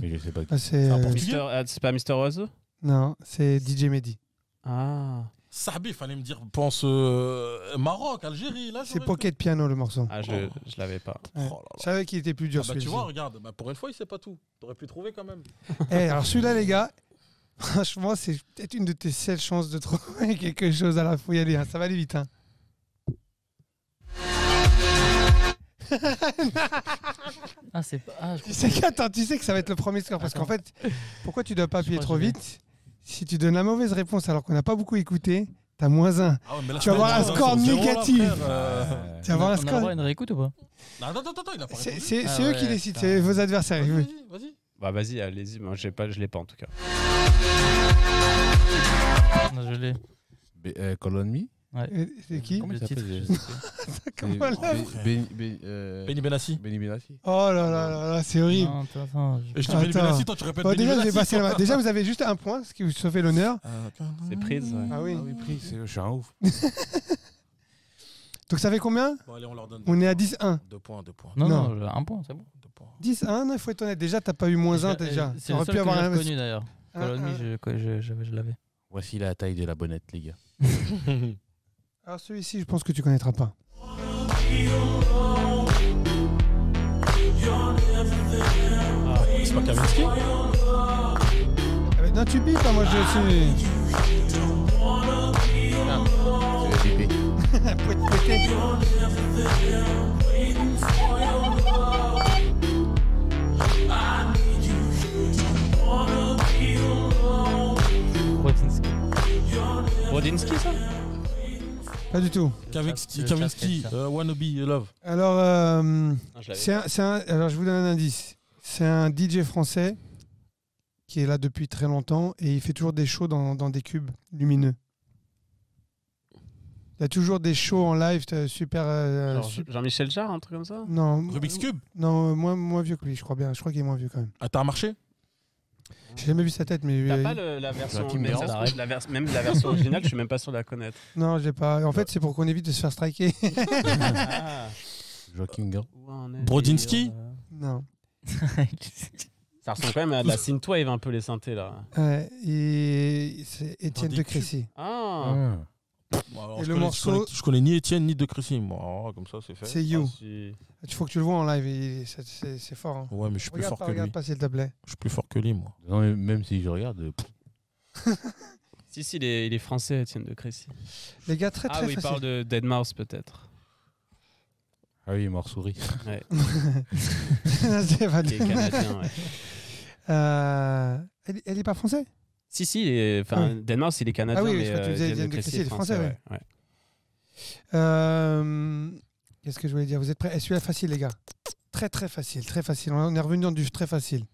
[SPEAKER 1] mais je sais pas. qui-
[SPEAKER 3] Ah, C'est.
[SPEAKER 2] un
[SPEAKER 3] euh,
[SPEAKER 2] portugais.
[SPEAKER 4] Mister- ah, c'est pas Mister Oiseau
[SPEAKER 3] non, c'est DJ Mehdi.
[SPEAKER 4] Ah.
[SPEAKER 2] Sabi, il fallait me dire, pense euh, Maroc, Algérie. là
[SPEAKER 3] C'est
[SPEAKER 2] j'aurais-
[SPEAKER 3] Pocket Piano le morceau.
[SPEAKER 4] Ah, je, je l'avais pas.
[SPEAKER 2] Oh là là.
[SPEAKER 3] Je savais qu'il était plus dur
[SPEAKER 2] Ah bah, tu
[SPEAKER 3] celui-ci.
[SPEAKER 2] vois, regarde, bah, pour une fois, il sait pas tout. T'aurais pu trouver quand même.
[SPEAKER 3] Eh, alors celui-là, les gars, [LAUGHS] franchement, c'est peut-être une de tes seules chances de trouver [LAUGHS] quelque chose à la fouille. Allez, hein, ça va aller vite. Hein.
[SPEAKER 5] Ah, c'est pas. Ah, je
[SPEAKER 3] Tu sais que, attends, tu sais que ça va être le premier score. Parce qu'en fait, pourquoi tu dois pas appuyer
[SPEAKER 5] crois
[SPEAKER 3] trop
[SPEAKER 5] que je
[SPEAKER 3] vite Si tu donnes la mauvaise réponse alors qu'on n'a pas beaucoup écouté, t'as moins un.
[SPEAKER 2] Ah ouais, mais là,
[SPEAKER 3] Tu vas
[SPEAKER 2] je
[SPEAKER 3] avoir
[SPEAKER 2] vais
[SPEAKER 3] un
[SPEAKER 2] être
[SPEAKER 3] score
[SPEAKER 2] sur zéro, là,
[SPEAKER 3] négatif.
[SPEAKER 2] frère, euh.
[SPEAKER 3] Tu vas voir
[SPEAKER 5] on
[SPEAKER 3] un
[SPEAKER 5] a le droit
[SPEAKER 3] score.
[SPEAKER 5] à une réécoute ou pas
[SPEAKER 2] Non, Attends, attends, attends, il a pas
[SPEAKER 3] C'est
[SPEAKER 2] répondu.
[SPEAKER 3] c'est-
[SPEAKER 5] Ah
[SPEAKER 3] c'est eux qui
[SPEAKER 5] ouais,
[SPEAKER 3] décident,
[SPEAKER 5] putain. Ah,
[SPEAKER 3] c'est vos adversaires.
[SPEAKER 2] Vas-y,
[SPEAKER 3] Oui.
[SPEAKER 2] vas-y, vas-y.
[SPEAKER 4] Bah vas-y, allez-y. Moi, j'ai pas, je l'ai pas en tout cas.
[SPEAKER 5] Non, je l'ai.
[SPEAKER 1] B- euh, Call on Me
[SPEAKER 3] Euh, C'est qui
[SPEAKER 1] Comment il
[SPEAKER 5] Le titre,
[SPEAKER 1] s'appelle,
[SPEAKER 5] je
[SPEAKER 1] déjà
[SPEAKER 5] sais plus.
[SPEAKER 3] [LAUGHS] Comment là
[SPEAKER 1] Bé- Bé- Bé- euh,
[SPEAKER 2] Benny Benassi.
[SPEAKER 1] Benny Benassi.
[SPEAKER 3] Oh là là là là, c'est horrible.
[SPEAKER 5] Non, attends, attends, je-
[SPEAKER 2] Et je te Benny
[SPEAKER 3] Attends.
[SPEAKER 2] Benassi, toi, Ah, tu répètes
[SPEAKER 3] Bon,
[SPEAKER 2] Benny
[SPEAKER 3] déjà, vous avez
[SPEAKER 2] Benassi.
[SPEAKER 3] passé la main. déjà, vous avez juste un point, ce qui vous sauvez l'honneur.
[SPEAKER 4] C'est prise. ouais.
[SPEAKER 3] Ah oui.
[SPEAKER 1] Ah oui, pris, c'est- je suis un ouf.
[SPEAKER 3] Donc ça fait combien
[SPEAKER 2] Bon, allez, on leur donne.
[SPEAKER 3] On
[SPEAKER 2] deux
[SPEAKER 3] est à
[SPEAKER 2] points.
[SPEAKER 3] 10-1.
[SPEAKER 2] Deux points, deux points.
[SPEAKER 5] Non,
[SPEAKER 3] Non.
[SPEAKER 5] non, j'ai un point, c'est bon.
[SPEAKER 3] 10-1, il faut être honnête. Déjà, t'as pas eu moins 1 déjà.
[SPEAKER 5] euh, C'est
[SPEAKER 3] T'aurais
[SPEAKER 5] le seul que j'ai
[SPEAKER 3] un-
[SPEAKER 5] reconnu d'ailleurs.
[SPEAKER 3] un-
[SPEAKER 5] Colony,
[SPEAKER 3] un.
[SPEAKER 5] je, je, je, je l'avais.
[SPEAKER 1] Voici la taille de la bonnette, les gars.
[SPEAKER 3] Alors celui-ci, je pense que tu connaîtras pas.
[SPEAKER 2] C'est pas Kavinsky
[SPEAKER 3] Ah, mais Non, tu bipes, hein, moi je suis.
[SPEAKER 1] C'est le bébé.
[SPEAKER 3] Pouet, poueté.
[SPEAKER 5] Rotinski.
[SPEAKER 4] Brodinski, ça
[SPEAKER 3] Pas du tout.
[SPEAKER 2] Kavinsky,
[SPEAKER 5] Le chat,
[SPEAKER 2] Kavinsky
[SPEAKER 5] le chat.
[SPEAKER 2] euh, Wannabe Love.
[SPEAKER 3] Alors, euh,
[SPEAKER 4] Non, Ah, je l'avais.
[SPEAKER 3] c'est un- c'est un- alors, je vous donne un indice. C'est un DJ français qui est là depuis très longtemps et il fait toujours des shows dans, dans des cubes lumineux. Il y a toujours des shows en live euh, super. euh,
[SPEAKER 4] Genre,
[SPEAKER 3] sup-
[SPEAKER 4] Jean-Michel Jarre, un truc comme ça
[SPEAKER 3] Non,
[SPEAKER 2] Rubik's Cube
[SPEAKER 3] non, euh, moins, moins vieux que lui, je crois bien. Je crois qu'il est moins vieux quand même.
[SPEAKER 2] Ah, t'as marché
[SPEAKER 3] J'ai jamais vu sa tête, mais
[SPEAKER 4] T'as
[SPEAKER 3] euh,
[SPEAKER 4] pas le- la version,
[SPEAKER 1] Joachim
[SPEAKER 4] mais
[SPEAKER 1] Garraud.
[SPEAKER 4] ça se trouve, la vers- même la version originale, je suis même pas sûr de
[SPEAKER 3] [LAUGHS]
[SPEAKER 4] la connaître.
[SPEAKER 3] non, j'ai pas. En fait, c'est pour qu'on évite de se faire striker. [LAUGHS] Ah.
[SPEAKER 1] Joaquin Garraud.
[SPEAKER 4] Où en est
[SPEAKER 2] Brodinski
[SPEAKER 4] le délire, là
[SPEAKER 3] non.
[SPEAKER 5] euh, [LAUGHS]
[SPEAKER 4] Ça ressemble quand même à de la synthwave un peu les synthés là.
[SPEAKER 3] Ouais, et c'est Étienne
[SPEAKER 2] des
[SPEAKER 3] de
[SPEAKER 2] cubes.
[SPEAKER 3] Crécy. Mm.
[SPEAKER 4] Ah,
[SPEAKER 1] Ah.
[SPEAKER 2] Bon, alors,
[SPEAKER 3] Et
[SPEAKER 2] je
[SPEAKER 3] le
[SPEAKER 2] connais-
[SPEAKER 3] morceau-
[SPEAKER 2] Je connais, je connais ni Étienne ni De Crécy. Moi, Ah, comme ça, c'est fait.
[SPEAKER 3] C'est You.
[SPEAKER 4] si.
[SPEAKER 3] Il faut que tu le vois en live, il- c'est- c'est c'est fort. hein.
[SPEAKER 2] Ouais, mais je suis plus
[SPEAKER 3] Regarde
[SPEAKER 2] fort
[SPEAKER 3] pas,
[SPEAKER 2] que
[SPEAKER 3] regarde
[SPEAKER 2] lui.
[SPEAKER 3] pas s'il te plaît.
[SPEAKER 2] Je suis plus fort que lui, moi.
[SPEAKER 1] Non, mais même si je regarde, euh, pff,
[SPEAKER 4] si, si, il est, il est français, Étienne de Crécy.
[SPEAKER 3] Les gars, très
[SPEAKER 4] ah
[SPEAKER 3] très
[SPEAKER 4] oui, il
[SPEAKER 3] facile.
[SPEAKER 4] parle de Dead
[SPEAKER 3] [LAUGHS]
[SPEAKER 4] Mouse peut-être.
[SPEAKER 1] ah oui, mort souris.
[SPEAKER 3] [LAUGHS] C'est pas
[SPEAKER 4] Qui est
[SPEAKER 3] lui.
[SPEAKER 4] canadien, ouais.
[SPEAKER 3] Euh, elle, elle est pas française
[SPEAKER 4] Si, si, il est- enfin, Dead Mouse, il est canadien.
[SPEAKER 3] Ah oui, oui,
[SPEAKER 4] mais,
[SPEAKER 3] je crois que tu
[SPEAKER 4] euh,
[SPEAKER 3] disais
[SPEAKER 4] Étienne
[SPEAKER 3] Étienne de Crécy, il est français, ouais.
[SPEAKER 4] ouais.
[SPEAKER 3] Euh, Qu'est-ce que je voulais dire Vous êtes prêts Eh, Celui-là facile, les gars. Très très facile, très facile. On est revenu dans du très facile.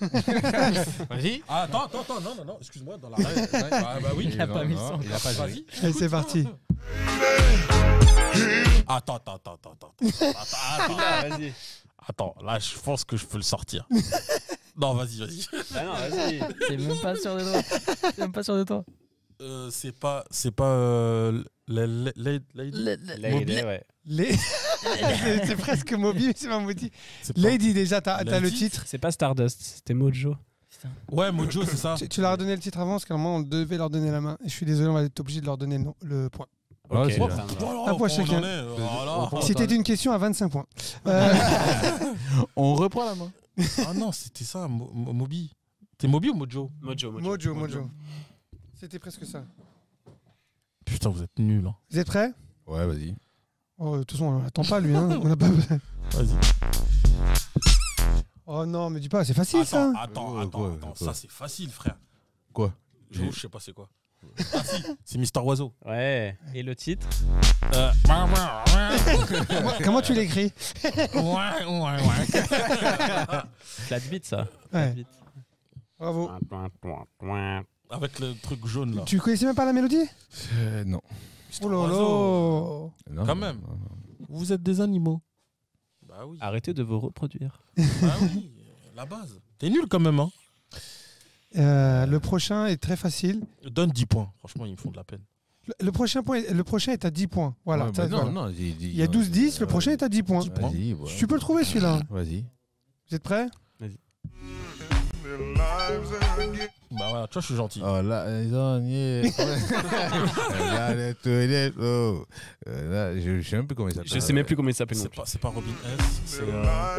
[SPEAKER 1] Vas-y.
[SPEAKER 2] Ah, attends, attends, attends, non, non, non, excuse-moi, dans la règle.
[SPEAKER 3] [LAUGHS]
[SPEAKER 2] Ah, bah oui.
[SPEAKER 5] Il a pas mis son.
[SPEAKER 1] Il a pas joué.
[SPEAKER 2] Vas-y.
[SPEAKER 3] Allez, c'est parti.
[SPEAKER 2] Attends, attends, attends, attends, attends. Attends, attends.
[SPEAKER 4] Ah, vas-y.
[SPEAKER 2] Attends, là, je pense que je peux le sortir. non, vas-y, vas-y.
[SPEAKER 4] Ah non, vas-y.
[SPEAKER 5] T'es même pas sûr de toi. T'es même pas sûr de
[SPEAKER 1] Ah,
[SPEAKER 5] toi.
[SPEAKER 2] Euh, c'est pas. C'est pas. Euh, la- la- la- la-
[SPEAKER 4] Là, il est, ouais.
[SPEAKER 3] Les... [LAUGHS] c'est c'est presque Moby, mais c'est pas Moby.
[SPEAKER 2] c'est pas-
[SPEAKER 3] Lady, déjà, t'as t'as le
[SPEAKER 2] Lady.
[SPEAKER 3] titre.
[SPEAKER 4] C'est pas Stardust, c'était Mojo.
[SPEAKER 2] Ouais, Mojo, c'est ça.
[SPEAKER 3] Tu, tu leur as donné le titre avant, parce qu'à un moment, on devait leur donner la main. Et je suis désolé, on va être obligé de leur donner le, nom- le point.
[SPEAKER 1] Ouais,
[SPEAKER 4] Ok,
[SPEAKER 1] c'est
[SPEAKER 4] ça
[SPEAKER 2] Oh,
[SPEAKER 1] bien.
[SPEAKER 4] me va.
[SPEAKER 2] voilà,
[SPEAKER 3] Un point
[SPEAKER 2] on en
[SPEAKER 3] chacun.
[SPEAKER 2] est, euh, voilà.
[SPEAKER 1] Oh,
[SPEAKER 3] C'était
[SPEAKER 1] attends. Ah,
[SPEAKER 3] une question à 25 points. Euh,
[SPEAKER 1] On reprend la main.
[SPEAKER 2] Ah non, c'était ça, Mo- Mo- Moby. T'es Moby ou Mojo
[SPEAKER 4] Mojo, Mojo.
[SPEAKER 3] Mojo, Mojo. C'était presque ça.
[SPEAKER 2] Putain, vous êtes nuls. Hein.
[SPEAKER 3] Vous êtes prêts
[SPEAKER 1] Ouais, vas-y.
[SPEAKER 3] Oh, de toute façon, on attend pas lui.
[SPEAKER 1] [LAUGHS]
[SPEAKER 3] Hein. On a pas...
[SPEAKER 2] Vas-y.
[SPEAKER 3] Oh non, mais dis pas, c'est facile
[SPEAKER 2] Attends,
[SPEAKER 3] ça.
[SPEAKER 2] attends,
[SPEAKER 1] Ouais,
[SPEAKER 2] attends,
[SPEAKER 1] ouais,
[SPEAKER 2] attends,
[SPEAKER 1] ouais.
[SPEAKER 2] ça c'est facile, frère.
[SPEAKER 1] Quoi
[SPEAKER 2] J'avoue, Je sais pas c'est quoi. Ah si, c'est Mister Oiseau.
[SPEAKER 4] Ouais. Et le titre
[SPEAKER 2] Euh, [LAUGHS] ouin, ouin, ouin,
[SPEAKER 3] Comment- Comment tu l'écris
[SPEAKER 2] ouin, ouin, ouin. [LAUGHS]
[SPEAKER 4] Flatbeat, ça.
[SPEAKER 3] Ouais,
[SPEAKER 4] Flatbeat.
[SPEAKER 3] Bravo.
[SPEAKER 2] Avec le truc jaune là.
[SPEAKER 3] Tu connaissais même pas la mélodie
[SPEAKER 1] Euh, non.
[SPEAKER 2] Mister
[SPEAKER 3] Oh là
[SPEAKER 2] Oiseau.
[SPEAKER 3] là
[SPEAKER 1] Non, non,
[SPEAKER 2] Quand même.
[SPEAKER 1] non, non.
[SPEAKER 2] Vous êtes des animaux. Bah oui.
[SPEAKER 4] Arrêtez de vous reproduire.
[SPEAKER 2] Bah oui, la base. T'es nul quand même, hein.
[SPEAKER 3] Euh, Le prochain est très facile.
[SPEAKER 2] Donne 10 points. Franchement, ils me font de la peine.
[SPEAKER 3] Le, le prochain point, le prochain est à 10 points. Voilà.
[SPEAKER 1] Ouais, bah
[SPEAKER 3] ça,
[SPEAKER 1] non,
[SPEAKER 3] voilà.
[SPEAKER 1] non, j'ai dit-
[SPEAKER 3] Il y a 12-10, le
[SPEAKER 1] Ouais.
[SPEAKER 3] prochain est à 10 points.
[SPEAKER 1] Vas-y, ouais.
[SPEAKER 3] Tu peux le trouver celui-là.
[SPEAKER 1] Vas-y.
[SPEAKER 3] Vous êtes prêts
[SPEAKER 4] Vas-y.
[SPEAKER 2] Bah voilà, toi, je suis gentil.
[SPEAKER 1] Oh là, les
[SPEAKER 3] [LAUGHS]
[SPEAKER 1] derniers. là, les toilettes. Oh. Euh, Là, je, je sais même plus comment il s'appelle.
[SPEAKER 4] Je sais même plus comment il s'appelle. non
[SPEAKER 2] C'est
[SPEAKER 4] plus.
[SPEAKER 2] pas, c'est pas Robin S, c'est. euh,
[SPEAKER 1] Ah,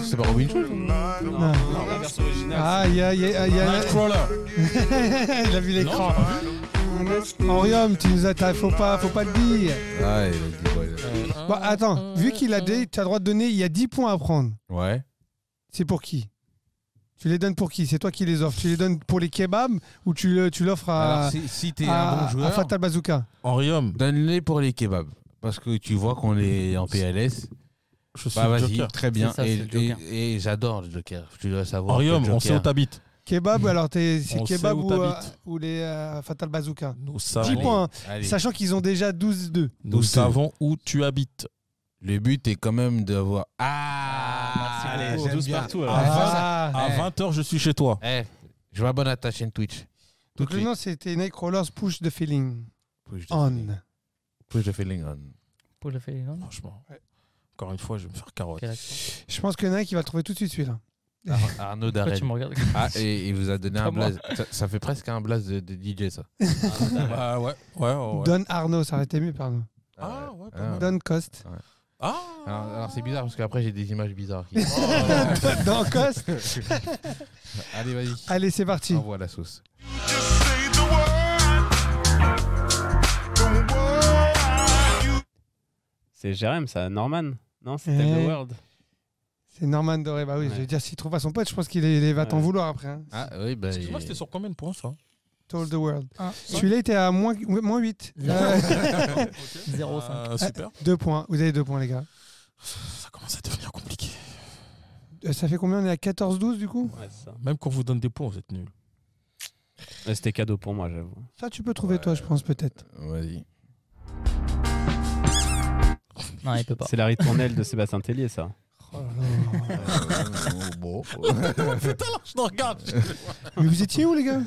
[SPEAKER 1] c'est pas Robin Schulz
[SPEAKER 4] Non,
[SPEAKER 3] Non. Ah.
[SPEAKER 4] non, la version originale.
[SPEAKER 3] Aïe, aïe, aïe, aïe, aïe.
[SPEAKER 2] Nightcrawler.
[SPEAKER 3] [LAUGHS] Il a vu
[SPEAKER 2] Non,
[SPEAKER 3] l'écran.
[SPEAKER 2] j'ai pas vu.
[SPEAKER 3] Orium, tu nous as. t'as- Faut pas, faut pas le dire.
[SPEAKER 1] Ah, il a dit. ouais, il a-
[SPEAKER 3] Bon, attends, vu qu'il a dit, tu as le droit de donner, il y a 10 points à prendre.
[SPEAKER 1] Ouais.
[SPEAKER 3] C'est pour qui Tu les donnes pour qui C'est toi qui les offres. Tu les donnes pour les kebabs ou tu, le- tu l'offres à,
[SPEAKER 1] Alors, si, si t'es un
[SPEAKER 3] à,
[SPEAKER 1] bon
[SPEAKER 3] à
[SPEAKER 1] joueur,
[SPEAKER 3] Fatal Bazooka
[SPEAKER 2] Henrium,
[SPEAKER 1] donne-les pour les kebabs. Parce que tu vois qu'on est en PLS.
[SPEAKER 2] je suis
[SPEAKER 1] Bah,
[SPEAKER 2] le
[SPEAKER 1] vas-y,
[SPEAKER 2] Joker.
[SPEAKER 1] très bien.
[SPEAKER 5] C'est ça,
[SPEAKER 1] et
[SPEAKER 5] c'est le Joker.
[SPEAKER 1] et- et j'adore le Joker. Tu dois savoir. que
[SPEAKER 2] Henrium,
[SPEAKER 1] Oh, le
[SPEAKER 2] on sait où
[SPEAKER 1] Joker-
[SPEAKER 2] t'habites.
[SPEAKER 3] Kebab, alors t'es, c'est
[SPEAKER 2] On sait
[SPEAKER 3] kebab
[SPEAKER 2] où
[SPEAKER 3] ou, euh,
[SPEAKER 2] t'habites.
[SPEAKER 3] ou les euh, Fatal Bazooka
[SPEAKER 2] Nous
[SPEAKER 3] 10
[SPEAKER 1] Allez.
[SPEAKER 2] savons,
[SPEAKER 3] points,
[SPEAKER 1] Bah,
[SPEAKER 3] hein,
[SPEAKER 1] Allez.
[SPEAKER 3] sachant qu'ils ont déjà 12-2.
[SPEAKER 2] nous savons où tu habites.
[SPEAKER 1] Le but est quand même d'avoir. Ah,
[SPEAKER 4] Ah, merci
[SPEAKER 1] allez,
[SPEAKER 4] beaucoup.
[SPEAKER 1] j'aime
[SPEAKER 4] 12
[SPEAKER 1] bien.
[SPEAKER 4] partout, alors.
[SPEAKER 1] Ah,
[SPEAKER 3] Ah,
[SPEAKER 2] À
[SPEAKER 1] Ouais.
[SPEAKER 2] 20h, je suis chez toi.
[SPEAKER 1] Eh, je m'abonne à ta chaîne Twitch. Tout
[SPEAKER 3] Donc
[SPEAKER 1] de
[SPEAKER 3] le
[SPEAKER 1] suite.
[SPEAKER 3] nom c'était Nightcrawlers Push the Feeling
[SPEAKER 1] Push the
[SPEAKER 3] On.
[SPEAKER 1] feeling. Push the feeling on.
[SPEAKER 5] Pour le faire, non
[SPEAKER 2] Franchement. Encore une fois, je vais me faire
[SPEAKER 1] Oh,
[SPEAKER 2] carotte.
[SPEAKER 5] Quel accent
[SPEAKER 3] Je pense qu'il y en a un qui va le trouver tout de suite celui-là.
[SPEAKER 1] Ar- Arnaud
[SPEAKER 5] Pourquoi
[SPEAKER 1] Darel.
[SPEAKER 5] tu me regardes
[SPEAKER 1] Ah, et il vous a donné
[SPEAKER 5] Pas
[SPEAKER 1] un
[SPEAKER 5] moi.
[SPEAKER 1] blaze. Ça, ça fait presque un blaze de, de DJ, ça.
[SPEAKER 2] Bah ouais, ouais, ouais. ouais.
[SPEAKER 3] Don Arnaud, ça aurait été mieux, pardon.
[SPEAKER 2] Ah, ouais, pas
[SPEAKER 1] Oh, Ah,
[SPEAKER 2] mal.
[SPEAKER 3] Don Cost.
[SPEAKER 2] Ah
[SPEAKER 1] Alors, alors, c'est bizarre parce qu'après, j'ai des images bizarres.
[SPEAKER 3] [LAUGHS]
[SPEAKER 1] qui-
[SPEAKER 3] Don Cost
[SPEAKER 1] Allez, vas-y.
[SPEAKER 3] Allez, c'est parti.
[SPEAKER 1] Envoie la sauce.
[SPEAKER 6] Just say the word. The word. You
[SPEAKER 4] C'est Jérém, ça, Norman. Non, c'est
[SPEAKER 3] Eh.
[SPEAKER 4] Tell the World.
[SPEAKER 3] C'est Norman Doré. Bah oui,
[SPEAKER 4] Ouais.
[SPEAKER 3] je veux dire, s'il trouve pas son pote, je pense qu'il est- il va t'en
[SPEAKER 4] Ouais.
[SPEAKER 3] vouloir après. hein.
[SPEAKER 1] Ah, oui, bah.
[SPEAKER 2] Excuse-moi,
[SPEAKER 1] il-
[SPEAKER 2] c'était sur combien de
[SPEAKER 1] [LAUGHS]
[SPEAKER 2] points ça
[SPEAKER 3] Told the World.
[SPEAKER 5] Ah,
[SPEAKER 3] Celui-là était à moins, moins 8.
[SPEAKER 5] Zéro, cinq.
[SPEAKER 2] Euh, Super.
[SPEAKER 3] Deux points. Vous avez deux points, les gars.
[SPEAKER 2] Ça commence à devenir compliqué.
[SPEAKER 3] Euh, Ça fait combien On est à 14-12 du coup
[SPEAKER 4] Ouais, c'est ça.
[SPEAKER 2] Même quand vous donne des points, vous êtes nuls.
[SPEAKER 4] Ouais, C'était cadeau pour moi, j'avoue.
[SPEAKER 3] Ça, tu peux trouver, toi, je pense, peut-être.
[SPEAKER 1] euh,
[SPEAKER 3] [LAUGHS]
[SPEAKER 1] Vas-y.
[SPEAKER 5] Non, il peut pas.
[SPEAKER 4] C'est la ritournelle de Sébastien Tellier, ça.
[SPEAKER 3] Oh là là.
[SPEAKER 1] Euh, bon.
[SPEAKER 2] Putain, là, je n'en regarde.
[SPEAKER 3] Mais vous étiez où, les gars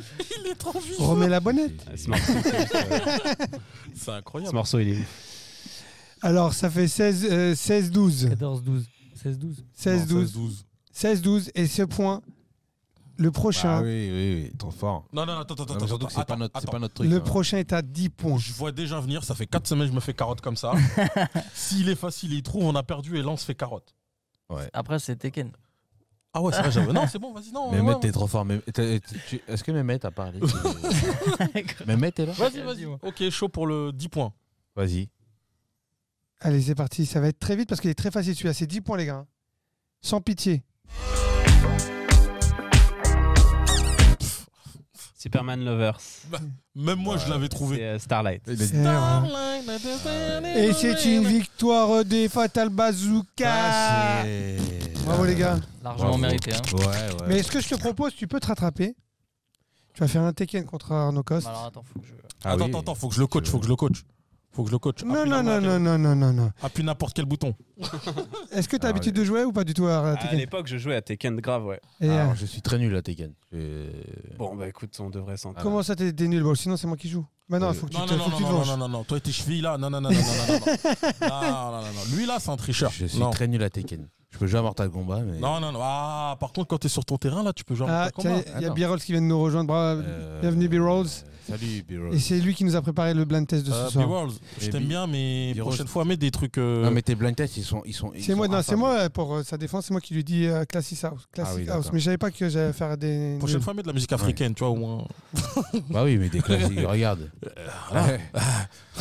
[SPEAKER 2] Il est trop vif.
[SPEAKER 3] Remets la bonnette.
[SPEAKER 1] [LAUGHS]
[SPEAKER 4] Ouais,
[SPEAKER 3] [LAUGHS]
[SPEAKER 4] Ce morceau,
[SPEAKER 2] C'est
[SPEAKER 4] ce
[SPEAKER 2] incroyable.
[SPEAKER 4] morceau, il est.
[SPEAKER 3] Alors, ça fait 16, euh, 16-12.
[SPEAKER 5] 14, 12. 16, 12.
[SPEAKER 3] 16-12.
[SPEAKER 2] 12.
[SPEAKER 3] 16-12. Et ce point, le
[SPEAKER 1] Ah
[SPEAKER 3] prochain,
[SPEAKER 1] oui, oui, oui, trop fort.
[SPEAKER 2] Non, non, attends,
[SPEAKER 1] Non,
[SPEAKER 2] attends,
[SPEAKER 1] mais
[SPEAKER 2] attends.
[SPEAKER 1] surtout que c'est pas,
[SPEAKER 2] attends,
[SPEAKER 1] notre- c'est
[SPEAKER 2] attends.
[SPEAKER 1] pas notre truc.
[SPEAKER 3] le
[SPEAKER 1] hein.
[SPEAKER 3] prochain est à 10 points.
[SPEAKER 2] Je vois déjà venir, ça fait 4 semaines que je me fais carotte comme ça. S'il est facile, il trouve, on a perdu et là on se fait carotte.
[SPEAKER 5] Après, c'est [LAUGHS] Tekken.
[SPEAKER 2] Ah ouais, c'est vrai, j'avais. Non, c'est bon, vas-y, non.
[SPEAKER 1] Mehmet,
[SPEAKER 2] ouais,
[SPEAKER 1] t'es trop fort. Mehmet, t'as- tu- tu- Est-ce que Mehmet a
[SPEAKER 3] [LAUGHS]
[SPEAKER 1] parlé Mehmet est là
[SPEAKER 2] Vas-y, vas-y. Ok, chaud pour le 10 points.
[SPEAKER 1] Vas-y.
[SPEAKER 3] Allez, c'est parti. Ça va être très vite parce qu'il est très facile celui-là. C'est 10 points, les gars. hein. Sans pitié.
[SPEAKER 4] Superman Lovers.
[SPEAKER 2] Même moi, je l'avais trouvé.
[SPEAKER 4] C'est euh, Starlight.
[SPEAKER 3] Et voilà. Et c'est une victoire des Fatal
[SPEAKER 2] Ah,
[SPEAKER 3] Bazooka. Bravo, les gars.
[SPEAKER 5] Largement
[SPEAKER 1] Bravo.
[SPEAKER 5] mérité. Hein.
[SPEAKER 1] Ouais, ouais.
[SPEAKER 3] Mais ce que je te propose, tu peux te rattraper. Tu vas faire un Tekken contre Arnaud Coste.
[SPEAKER 5] Alors attends, faut que
[SPEAKER 1] [LAUGHS]
[SPEAKER 5] je.
[SPEAKER 1] Ah
[SPEAKER 2] attends,
[SPEAKER 1] oui.
[SPEAKER 2] attends, attends, faut que je le coach, faut que je le coach. Faut que je le coach.
[SPEAKER 3] Non,
[SPEAKER 2] Appuie
[SPEAKER 3] non, non,
[SPEAKER 2] n'importe
[SPEAKER 3] non,
[SPEAKER 2] quel-
[SPEAKER 3] non, non, non, non.
[SPEAKER 2] Appuie n'importe quel bouton.
[SPEAKER 3] Est-ce que tu as
[SPEAKER 1] Ah,
[SPEAKER 3] l'habitude de jouer ou pas du tout à, à
[SPEAKER 4] À
[SPEAKER 3] Ah, Tekken
[SPEAKER 4] l'époque, je jouais à Tekken grave, ouais.
[SPEAKER 3] Et,
[SPEAKER 2] Ah,
[SPEAKER 1] Alors,
[SPEAKER 3] euh,
[SPEAKER 1] je suis très nul à Tekken. Euh,
[SPEAKER 4] Bon, bah écoute, on devrait s'entendre.
[SPEAKER 3] Comment ça, t'es t'es nul bon, Sinon, c'est moi qui joue. Bah non,
[SPEAKER 1] Ouais.
[SPEAKER 3] faut que tu
[SPEAKER 2] Ah, Non,
[SPEAKER 3] te
[SPEAKER 2] non, non,
[SPEAKER 3] faut que
[SPEAKER 2] non,
[SPEAKER 3] tu te
[SPEAKER 2] non,
[SPEAKER 3] venges.
[SPEAKER 2] non, non, non, toi et tes chevilles là, non, non, non, non, non, non, non, non, non, non, non, lui là, c'est un tricheur.
[SPEAKER 1] ah, Je suis
[SPEAKER 2] Non,
[SPEAKER 1] très nul à Tekken. Je peux jouer à Mortal Kombat, mais.
[SPEAKER 2] non, non, non. Ah, par contre, quand t'es sur ton terrain là, tu peux jouer à
[SPEAKER 3] Ah,
[SPEAKER 2] Mortal
[SPEAKER 3] tiens,
[SPEAKER 2] Kombat.
[SPEAKER 3] il y a
[SPEAKER 1] Attends.
[SPEAKER 3] B-Rolls qui vient de nous rejoindre. Bravo.
[SPEAKER 1] Euh,
[SPEAKER 3] Bienvenue, B-Rolls.
[SPEAKER 1] Salut B-Rolls.
[SPEAKER 3] Et c'est lui qui nous a préparé le blind test de
[SPEAKER 2] Euh,
[SPEAKER 3] ce soir.
[SPEAKER 2] B-Worlds, je
[SPEAKER 1] Et
[SPEAKER 2] t'aime
[SPEAKER 1] B-
[SPEAKER 2] bien, mais
[SPEAKER 1] B-Worlds.
[SPEAKER 2] prochaine fois, mets des trucs. euh,
[SPEAKER 1] Non, mais tes blind tests, ils sont. Ils sont ils
[SPEAKER 3] C'est
[SPEAKER 1] sont
[SPEAKER 3] moi, non, c'est
[SPEAKER 1] infâmes.
[SPEAKER 3] moi euh, pour euh, sa défense, c'est moi qui lui dis euh, Classic House. Classic
[SPEAKER 1] Ah oui,
[SPEAKER 3] House.
[SPEAKER 1] d'accord.
[SPEAKER 3] Mais je savais pas que j'allais faire des.
[SPEAKER 2] Prochaine fois, mets de la musique africaine, tu vois, ou [LAUGHS] un.
[SPEAKER 1] Bah oui, mais des [LAUGHS] classiques, regarde. Euh,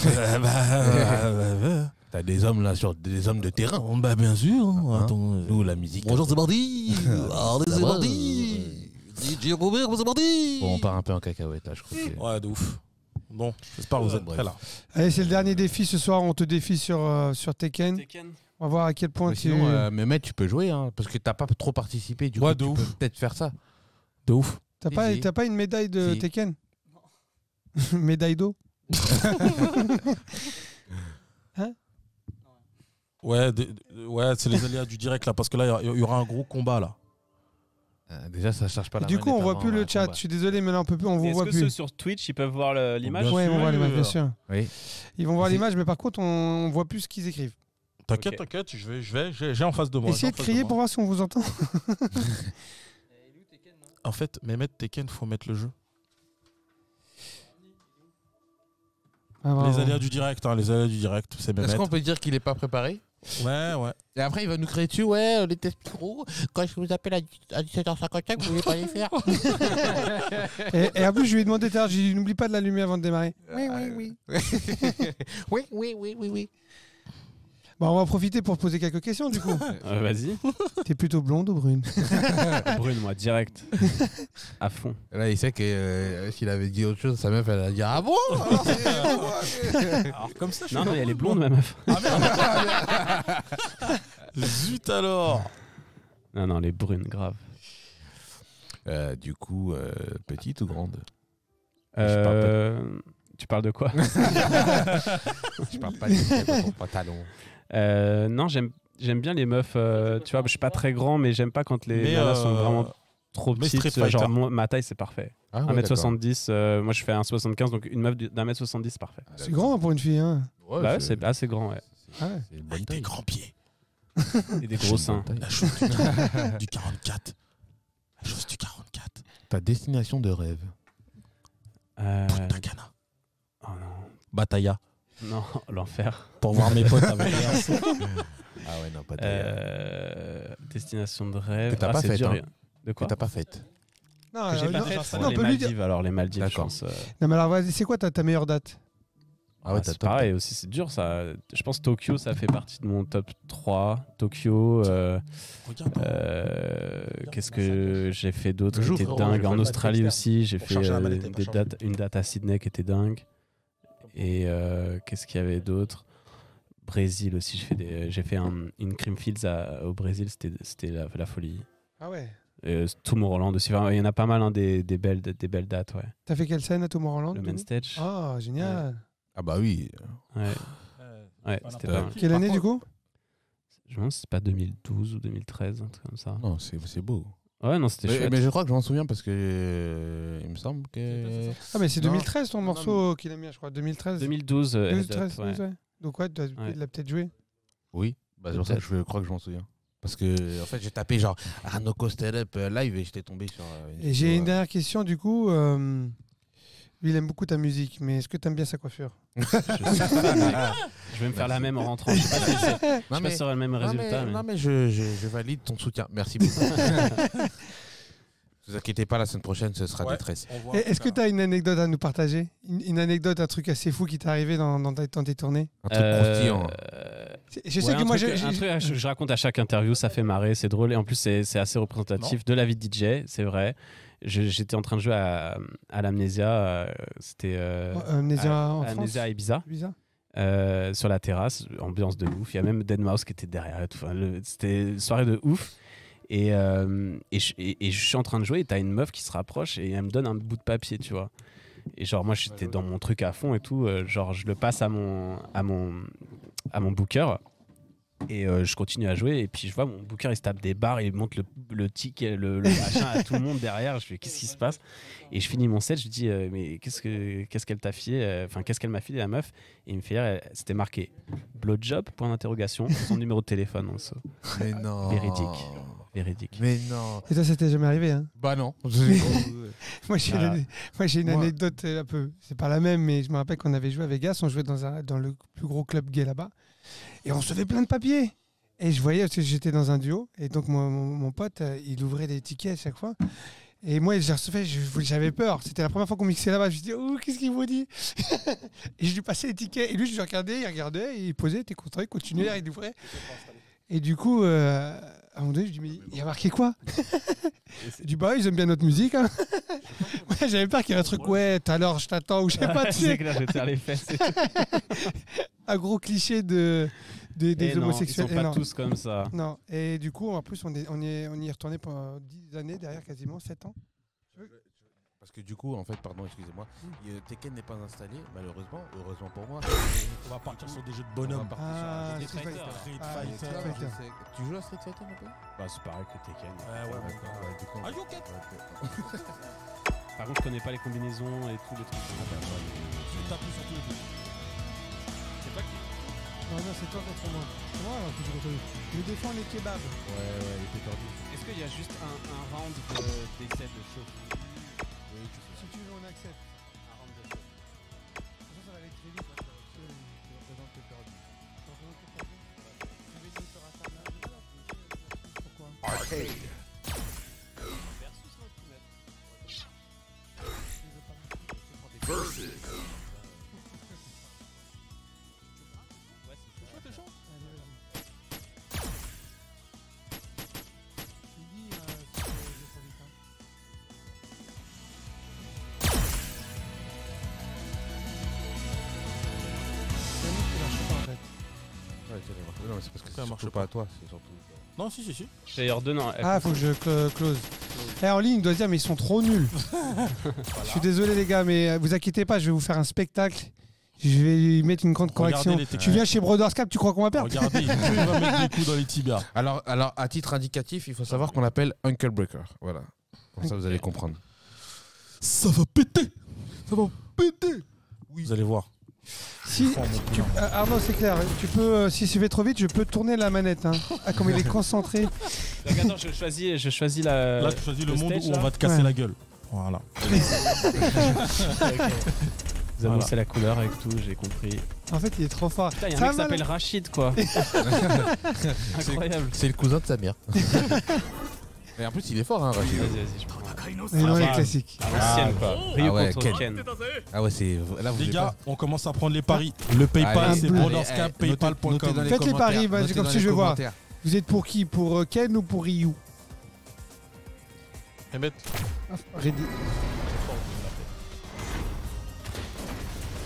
[SPEAKER 1] Ouais.
[SPEAKER 2] Bah,
[SPEAKER 1] T'as des hommes là sur des hommes de terrain.
[SPEAKER 2] Bah, bien sûr.
[SPEAKER 1] Hein
[SPEAKER 2] attends, euh,
[SPEAKER 1] Nous, la musique.
[SPEAKER 2] c'est [LAUGHS] Bardi. Alors,
[SPEAKER 1] Ça
[SPEAKER 2] c'est
[SPEAKER 1] va,
[SPEAKER 2] Bardi. DJ Robert, c'est Bardi.
[SPEAKER 1] Bon, on part un peu en cacahuète là, je crois. que-
[SPEAKER 2] Ouais, de ouf. Bon, j'espère que vous êtes
[SPEAKER 1] Bref.
[SPEAKER 2] prêts là.
[SPEAKER 3] Allez, c'est le dernier défi ce soir. On te défie sur, euh, sur Tekken.
[SPEAKER 4] Tekken
[SPEAKER 3] On va voir à quel point
[SPEAKER 1] Mais
[SPEAKER 3] tu.
[SPEAKER 1] sinon, euh, mais mec, tu peux jouer, hein, parce que t'as pas trop participé. Du
[SPEAKER 2] Ouais,
[SPEAKER 1] coup,
[SPEAKER 2] de
[SPEAKER 1] tu
[SPEAKER 2] ouf.
[SPEAKER 1] peux peut-être faire ça.
[SPEAKER 2] De ouf.
[SPEAKER 3] T'as pas,
[SPEAKER 1] Si.
[SPEAKER 3] t'as pas une médaille de
[SPEAKER 1] Si.
[SPEAKER 3] Tekken [LAUGHS] Médaille d'eau
[SPEAKER 2] Ouais, de- de- ouais c'est les aléas du direct là, parce que là, il y a- il y aura un gros combat là.
[SPEAKER 1] Euh, déjà, ça cherche pas la
[SPEAKER 3] Du
[SPEAKER 1] manette
[SPEAKER 3] coup, on voit
[SPEAKER 1] avant
[SPEAKER 3] plus le
[SPEAKER 1] un
[SPEAKER 3] chat.
[SPEAKER 1] combat.
[SPEAKER 3] Je suis désolé, mais là, on peut plus, on vous
[SPEAKER 4] Est-ce
[SPEAKER 3] voit
[SPEAKER 4] que ceux
[SPEAKER 3] plus.
[SPEAKER 4] sur Twitch, ils peuvent voir le- l'image
[SPEAKER 1] Bien
[SPEAKER 3] Ouais, on voit les
[SPEAKER 2] sûr. euh,
[SPEAKER 3] bien sûr.
[SPEAKER 1] Oui.
[SPEAKER 3] Ils vont voir l'image, mais par contre, on, on voit plus ce qu'ils écrivent.
[SPEAKER 2] T'inquiète,
[SPEAKER 4] Ok.
[SPEAKER 2] t'inquiète, je vais, je vais, j'ai j'ai en face de moi.
[SPEAKER 3] Essayez
[SPEAKER 2] j'ai
[SPEAKER 3] de
[SPEAKER 2] en face
[SPEAKER 3] crier
[SPEAKER 2] moi.
[SPEAKER 3] pour voir si on vous entend.
[SPEAKER 2] En fait, mais mettre Tekken, faut mettre le jeu.
[SPEAKER 3] Ah, bravo.
[SPEAKER 2] Les aléas du direct, hein, les aléas du direct, c'est même.
[SPEAKER 1] Est-ce qu'on peut dire qu'il n'est pas préparé
[SPEAKER 2] Ouais, ouais.
[SPEAKER 1] Et après, il va nous créer dessus, ouais, euh, les tests micro, quand je vous appelle à 17h55, vous voulez pas les faire
[SPEAKER 3] Et, et en plus, je lui ai demandé tout à l'heure, j'ai dit, n'oublie pas de l'allumer avant de démarrer. [LAUGHS] Oui, oui, oui.
[SPEAKER 1] [LAUGHS] Oui, oui, oui, oui, oui.
[SPEAKER 3] Bon, Bah, on va en profiter pour poser quelques questions, du coup.
[SPEAKER 4] Euh, Vas-y,
[SPEAKER 3] [LAUGHS] T'es plutôt blonde ou brune
[SPEAKER 4] brune
[SPEAKER 3] [LAUGHS]
[SPEAKER 4] moi direct, à fond.
[SPEAKER 1] Là, il sait que euh, s'il avait dit autre chose, sa meuf, elle a dit Ah bon Alors, c'est-
[SPEAKER 2] Alors, comme ça, je
[SPEAKER 4] Non, non, elle est blonde ma meuf.
[SPEAKER 1] Ah,
[SPEAKER 2] Zut alors
[SPEAKER 4] Non, non, elle est brune, grave.
[SPEAKER 1] [LAUGHS] Euh, Du coup, euh, petite ou grande Je parle pas de-
[SPEAKER 4] Euh, tu parles
[SPEAKER 1] [LAUGHS]
[SPEAKER 4] de quoi
[SPEAKER 1] Je parle pas de ton pantalon.
[SPEAKER 4] Euh, Non, j'aime j'aime bien les meufs. euh, tu vois, je suis pas très grand, mais j'aime pas quand les
[SPEAKER 2] Mais,
[SPEAKER 4] nanas
[SPEAKER 2] euh,
[SPEAKER 4] sont vraiment trop
[SPEAKER 2] mais Street
[SPEAKER 4] petites. euh, Genre,
[SPEAKER 2] Fighter.
[SPEAKER 4] moi, ma taille, c'est parfait.
[SPEAKER 1] Ah, ouais,
[SPEAKER 4] 1m70, euh, moi je fais 1m75, donc une meuf du- d'un mètre 70, c'est parfait.
[SPEAKER 1] d'accord.
[SPEAKER 3] C'est grand hein, pour une fille. Hein.
[SPEAKER 1] Ah, Ouais,
[SPEAKER 4] bah ouais, c'est assez grand,
[SPEAKER 1] [LAUGHS]
[SPEAKER 4] ouais.
[SPEAKER 1] c'est-
[SPEAKER 3] Ah ouais.
[SPEAKER 1] c'est une bonne
[SPEAKER 2] Avec des
[SPEAKER 1] taille.
[SPEAKER 2] grands pieds,
[SPEAKER 4] Et des gros
[SPEAKER 1] C'est une
[SPEAKER 4] seins.
[SPEAKER 1] bonne taille.
[SPEAKER 2] la chose du, [LAUGHS] du 44. La chose du 44.
[SPEAKER 1] Ta destination de rêve.
[SPEAKER 4] Euh,
[SPEAKER 2] Punta Cana.
[SPEAKER 4] oh non,
[SPEAKER 2] Bataya.
[SPEAKER 4] non, [LAUGHS] l'enfer.
[SPEAKER 2] Pour voir mes potes
[SPEAKER 4] [LAUGHS]
[SPEAKER 2] avec les
[SPEAKER 1] Ah ouais, non, pas
[SPEAKER 4] Euh, destination de rêve.
[SPEAKER 1] Que t'as
[SPEAKER 4] Ah,
[SPEAKER 1] pas
[SPEAKER 4] c'est
[SPEAKER 1] faite,
[SPEAKER 4] dur.
[SPEAKER 1] hein.
[SPEAKER 4] De
[SPEAKER 1] Que
[SPEAKER 4] quoi
[SPEAKER 1] t'as Ah, pas faite.
[SPEAKER 3] Non,
[SPEAKER 4] Que j'ai
[SPEAKER 3] alors,
[SPEAKER 4] pas
[SPEAKER 3] non,
[SPEAKER 4] fait,
[SPEAKER 3] non,
[SPEAKER 4] ça.
[SPEAKER 3] on
[SPEAKER 4] les
[SPEAKER 3] peut lui dire-
[SPEAKER 4] Maldives, alors les Maldives, je
[SPEAKER 1] D'accord.
[SPEAKER 4] pense. euh,
[SPEAKER 3] Non, mais alors, vas-y, c'est quoi ta, ta meilleure date
[SPEAKER 1] Ah ouais,
[SPEAKER 4] ah,
[SPEAKER 1] t'as
[SPEAKER 4] c'est pareil aussi, c'est dur ça. Je pense Tokyo, ça fait partie de mon top 3. Tokyo, euh,
[SPEAKER 2] Regarde, hein.
[SPEAKER 4] euh, qu'est-ce que j'ai fait d'autre
[SPEAKER 1] Le
[SPEAKER 4] qui
[SPEAKER 1] jour,
[SPEAKER 4] était
[SPEAKER 1] frérot, je
[SPEAKER 4] dingue
[SPEAKER 1] vais
[SPEAKER 4] En
[SPEAKER 1] pas te
[SPEAKER 4] Australie
[SPEAKER 2] externe.
[SPEAKER 4] aussi, j'ai
[SPEAKER 2] Pour
[SPEAKER 4] fait
[SPEAKER 2] charger la
[SPEAKER 4] euh,
[SPEAKER 2] mallette, elle va
[SPEAKER 4] des
[SPEAKER 2] charger.
[SPEAKER 4] dates- une date à Sydney qui était dingue. Et euh, qu'est-ce qu'il y avait d'autre Brésil aussi, j'ai fait, des- j'ai fait un, une Creamfields à- au Brésil, c'était c'était la, la folie.
[SPEAKER 3] Ah ouais
[SPEAKER 4] Euh, Tomorrowland aussi, Enfin, il y en a pas mal hein, des, des belles, des belles dates, ouais.
[SPEAKER 3] T'as fait quelle scène à Tomorrowland
[SPEAKER 4] Le
[SPEAKER 3] du
[SPEAKER 4] main
[SPEAKER 3] coup
[SPEAKER 4] stage,
[SPEAKER 3] Ah, génial.
[SPEAKER 1] Ah bah oui.
[SPEAKER 4] ouais, ouais,
[SPEAKER 3] Ah,
[SPEAKER 2] Voilà.
[SPEAKER 4] c'était
[SPEAKER 1] Euh,
[SPEAKER 4] pas mal.
[SPEAKER 3] Quelle année, du coup
[SPEAKER 4] Je me demande si c'est pas 2012 ou 2013, un truc comme ça.
[SPEAKER 1] Non, c'est c'est beau.
[SPEAKER 4] Ouais, non, c'était
[SPEAKER 1] Mais,
[SPEAKER 4] Ah. chouette.
[SPEAKER 1] mais je crois que je m'en souviens parce que euh, il me semble que.
[SPEAKER 3] Ah, mais c'est
[SPEAKER 1] Non.
[SPEAKER 3] 2013 ton
[SPEAKER 1] Non,
[SPEAKER 3] morceau qu'il a mis, je crois. 2013.
[SPEAKER 4] 2012, euh, Head Up,
[SPEAKER 3] 2013,
[SPEAKER 4] ouais.
[SPEAKER 3] 2013, ouais. Donc, ouais, tu
[SPEAKER 4] Ouais.
[SPEAKER 3] l'as peut-être joué.
[SPEAKER 1] Oui, bah, c'est pour ça que je crois que je m'en souviens. Parce que en fait, j'ai tapé genre Arnaud Coster Up euh, live et j'étais tombé sur. euh, une
[SPEAKER 3] Et j'ai
[SPEAKER 1] photo,
[SPEAKER 3] une dernière question, du coup. euh, Lui, il aime beaucoup ta musique, mais est-ce que t'aimes bien sa coiffure
[SPEAKER 4] Je, sais pas, mec. Je vais me faire la même en rentrant. Je sais pas si c'est- je sais
[SPEAKER 1] euh, Non
[SPEAKER 4] pas
[SPEAKER 1] mais,
[SPEAKER 4] si ça aura le même
[SPEAKER 1] non, mais-
[SPEAKER 4] résultat. mais-
[SPEAKER 1] non, mais je, je- je valide ton soutien. Merci beaucoup. vous inquiétez pas, la semaine prochaine ce sera
[SPEAKER 2] Ouais.
[SPEAKER 1] détresse.
[SPEAKER 3] Et Est-ce que tu as une anecdote à nous partager une, une anecdote, un truc assez fou qui t'est arrivé dans, dans ta- dans tes tournées
[SPEAKER 1] Un truc
[SPEAKER 4] Euh,
[SPEAKER 1] croustillant.
[SPEAKER 4] euh,
[SPEAKER 3] C'est- Je sais
[SPEAKER 4] ouais,
[SPEAKER 3] que
[SPEAKER 4] un
[SPEAKER 3] moi,
[SPEAKER 4] truc-
[SPEAKER 3] j'ai-
[SPEAKER 4] un
[SPEAKER 3] j'ai-
[SPEAKER 4] truc, je, je raconte à chaque interview, ça fait marrer, c'est drôle. Et en plus, c'est c'est assez représentatif de la vie de DJ, c'est vrai. Je- J'étais en train de jouer à, à l'Amnésia, euh, c'était euh,
[SPEAKER 3] Euh, Amnésia en France.
[SPEAKER 4] Amnésia à Ibiza.
[SPEAKER 3] Bizarre.
[SPEAKER 4] euh, sur la terrasse, ambiance de ouf. Il y a même Dead Mouse qui était derrière. et tout. Enfin, le- C'était une soirée de ouf. Et, euh, et, je, et- et je suis en train de jouer et t'as une meuf qui se rapproche et elle me donne un bout de papier, tu vois. Et genre, moi, j'étais dans mon truc à fond et tout. euh, genre, je le passe à mon, à mon, à mon booker. Et euh, je continue à jouer. Et puis, je vois mon booker, il se tape des barres, il monte le, le ticket, le, le machin à tout le monde derrière. Je fais, qu'est-ce qui se passe Et je finis mon set, je dis, euh, mais qu'est-ce que- qu'est-ce qu'elle t'a filé Enfin, qu'est-ce qu'elle m'a filé, la meuf et il me fait rire, elle- c'était marqué blowjob, point d'interrogation, [LAUGHS] son numéro de téléphone en dessous.
[SPEAKER 1] Mais non.
[SPEAKER 4] euh, Véridique. Véridique.
[SPEAKER 1] Mais non.
[SPEAKER 3] Et ça, c'était jamais arrivé. hein. [LAUGHS]
[SPEAKER 1] Bah
[SPEAKER 4] [LAUGHS]
[SPEAKER 1] non.
[SPEAKER 3] Moi, j'ai
[SPEAKER 4] Voilà.
[SPEAKER 3] une- moi, j'ai une
[SPEAKER 1] Moi-
[SPEAKER 3] anecdote euh, un peu. C'est pas la même, mais je me rappelle qu'on avait joué à Vegas. On jouait dans, un, dans le plus gros club gay là-bas. Et on se fait plein de papiers. Et je voyais, parce que j'étais dans un duo. Et donc, mon, mon- mon pote, euh, il ouvrait des tickets à chaque fois. Et moi, j'ai recevais, je- j'avais peur. C'était la première fois qu'on mixait là-bas. Je me disais, oh, qu'est-ce qu'il vous dit Et je lui passais les tickets. Et lui, je le regardais, il regardait, et il posait, il était content, il continuait, il ouvrait. Et du coup, euh, à un moment donné, je lui dis, mais il y a marqué
[SPEAKER 4] [LAUGHS]
[SPEAKER 3] quoi Il dit, bah, ils aiment bien notre musique. hein. Ouais, j'avais peur qu'il y ait un truc, ouais, tout à l'heure, je t'attends, ou je sais pas, Ah, tu
[SPEAKER 4] C'est
[SPEAKER 3] sais,
[SPEAKER 4] clair, je vais te faire les fesses.
[SPEAKER 3] un gros cliché de, des- des
[SPEAKER 4] Eh non,
[SPEAKER 3] homosexuels.
[SPEAKER 4] Ils
[SPEAKER 3] Eh
[SPEAKER 4] sont pas
[SPEAKER 3] non.
[SPEAKER 4] tous comme ça.
[SPEAKER 3] Non, et du coup, en plus, on, est, on, y, est, on y est retourné pendant 10 années derrière, quasiment 7 ans.
[SPEAKER 1] Parce que du coup, en fait, pardon, excusez-moi, euh, Tekken n'est pas installé, malheureusement, heureusement pour moi.
[SPEAKER 2] Ah, On va partir sur des jeux de
[SPEAKER 1] On
[SPEAKER 2] bonhomme.
[SPEAKER 1] va partir sur un jeu de
[SPEAKER 3] Street
[SPEAKER 1] Fighter.
[SPEAKER 3] Fighter.
[SPEAKER 2] Street
[SPEAKER 3] Ah,
[SPEAKER 1] Ah,
[SPEAKER 2] Fighter.
[SPEAKER 1] Street Fighter. Tu joues à Street Fighter un peu
[SPEAKER 4] Bah, c'est pareil que Tekken.
[SPEAKER 2] Ouais, ouais, ouais. Ah, you get-
[SPEAKER 4] Par contre, je connais pas les combinaisons et tout le truc.
[SPEAKER 2] Je tape sur tous les deux.
[SPEAKER 4] C'est pas qui
[SPEAKER 3] Non, non, c'est toi contre moi. C'est moi alors que je retrouve. Je défends les kebabs.
[SPEAKER 1] Ouais, ouais, il était perdu.
[SPEAKER 7] Est-ce qu'il y a juste un, un round de- d'essai de chauffe
[SPEAKER 1] Oui, tu sais.
[SPEAKER 3] Si tu veux, on accepte. Ah,
[SPEAKER 7] Un round de chauffe.
[SPEAKER 3] Ça, ça va aller très vite. hein. Tu représentes le perdu. Tu représentes le perdu Tu veux dire sur Instagram, je sais pas, Pourquoi
[SPEAKER 7] Versus l'ultimate.
[SPEAKER 3] Tu veux pas
[SPEAKER 7] Ouais, c'est chaud.
[SPEAKER 3] Allez, vas-y. Tu dis, euh, sur le- le produit, hein. C'est un mec qui lâche pas, en fait.
[SPEAKER 1] Ouais, tu vas voir. Non, mais c'est parce que
[SPEAKER 2] Ça
[SPEAKER 1] c'est
[SPEAKER 2] marche
[SPEAKER 1] surtout
[SPEAKER 2] pas.
[SPEAKER 1] pas à toi, c'est surtout.
[SPEAKER 2] Non, si, si, si.
[SPEAKER 4] D'ailleurs, deux, non.
[SPEAKER 3] Ah, faut que je cl- close. Eh, en ligne, il doit dire, mais ils sont trop
[SPEAKER 4] [LAUGHS]
[SPEAKER 3] nuls. Je suis désolé, les gars, mais euh, vous inquiétez pas, je vais vous faire un spectacle. Je vais y mettre une grande
[SPEAKER 2] Regardez
[SPEAKER 3] correction.
[SPEAKER 2] les techniques.
[SPEAKER 3] Tu viens chez Brothers Cap, tu crois qu'on va perdre
[SPEAKER 2] Regardez, il va mettre des coups dans les tibias.
[SPEAKER 1] Alors, alors, à titre indicatif, il faut savoir qu'on l'appelle Uncle Breaker. Voilà. Comme ça, vous allez comprendre.
[SPEAKER 2] Ça va péter Ça va péter Vous allez voir.
[SPEAKER 3] Si,
[SPEAKER 2] Oh, mon
[SPEAKER 3] tu-
[SPEAKER 2] Dieu.
[SPEAKER 3] euh, Arnaud, c'est clair. Tu peux, euh, si je vais trop vite, je peux tourner la manette. Hein. Ah, comme il est concentré.
[SPEAKER 4] Donc, attends, je choisis, je choisis
[SPEAKER 1] Euh,
[SPEAKER 4] la.
[SPEAKER 2] Là, tu choisis le
[SPEAKER 4] le
[SPEAKER 2] monde
[SPEAKER 4] stage,
[SPEAKER 2] où on
[SPEAKER 4] là
[SPEAKER 2] va te casser
[SPEAKER 3] Ouais.
[SPEAKER 2] la gueule. Voilà.
[SPEAKER 4] Vous annoncez la couleur avec tout, j'ai compris.
[SPEAKER 3] En fait, il est trop fort.
[SPEAKER 4] Putain, il y a
[SPEAKER 3] Ça
[SPEAKER 4] un mec qui
[SPEAKER 3] va, là
[SPEAKER 4] s'appelle Rachid,
[SPEAKER 3] [LAUGHS]
[SPEAKER 4] quoi. [LAUGHS] Incroyable.
[SPEAKER 1] C'est le cousin de Samir. [LAUGHS] Et en plus, il est fort, hein, Rachid.
[SPEAKER 4] Vas-y, vas-y, je prends.
[SPEAKER 3] Mais non,
[SPEAKER 2] Ah,
[SPEAKER 3] il est
[SPEAKER 2] bah.
[SPEAKER 3] classique.
[SPEAKER 4] À l'ancienne, quoi. Rio
[SPEAKER 1] Ah ouais,
[SPEAKER 4] contre
[SPEAKER 1] Ken.
[SPEAKER 4] Ken.
[SPEAKER 1] Ah ouais, c'est. Là, vous
[SPEAKER 2] Les
[SPEAKER 1] avez
[SPEAKER 2] gars, on commence à prendre les paris. Le PayPal,
[SPEAKER 1] Allez,
[SPEAKER 2] c'est
[SPEAKER 3] bleu.
[SPEAKER 2] brotherscap,
[SPEAKER 1] Allez, Eh, notez- notez dans
[SPEAKER 2] paypal.com.
[SPEAKER 3] Faites les
[SPEAKER 1] commentaires,
[SPEAKER 3] paris, bah,
[SPEAKER 1] notez
[SPEAKER 3] comme
[SPEAKER 1] dans
[SPEAKER 3] si
[SPEAKER 1] les
[SPEAKER 3] je vais voir.
[SPEAKER 1] commentaires.
[SPEAKER 3] Vous êtes pour qui Pour euh, Ken ou pour Ryu
[SPEAKER 2] Emmett,
[SPEAKER 3] Ah, Ready.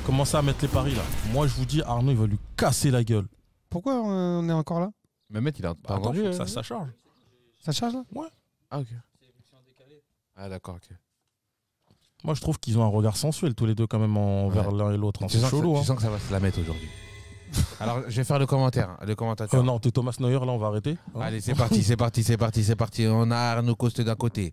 [SPEAKER 2] Commencez à mettre les paris là. Moi, je vous dis, Arnaud, il va lui casser la gueule.
[SPEAKER 3] Pourquoi euh, on est encore là
[SPEAKER 1] Mais mec, il a pas
[SPEAKER 2] Attends,
[SPEAKER 1] entendu.
[SPEAKER 2] faut que
[SPEAKER 1] hein.
[SPEAKER 2] ça, ça charge.
[SPEAKER 3] Ça charge là
[SPEAKER 1] Ah, ok. Ah, d'accord, ok.
[SPEAKER 2] Moi, je trouve qu'ils ont un regard sensuel tous les deux quand même envers l'un et l'autre. hein.
[SPEAKER 1] Tu
[SPEAKER 2] C'est
[SPEAKER 1] sens, que
[SPEAKER 2] chelou.
[SPEAKER 1] ça,
[SPEAKER 2] hein.
[SPEAKER 1] tu sens que ça va se la mettre aujourd'hui. [LAUGHS] Alors, je vais faire le commentaire. hein, Le commentateur.
[SPEAKER 2] Euh, non, t'es Thomas Neuer, là, on va arrêter. hein.
[SPEAKER 1] Allez, c'est parti, c'est parti, c'est parti, c'est parti. On a Arnaud Coste d'un côté,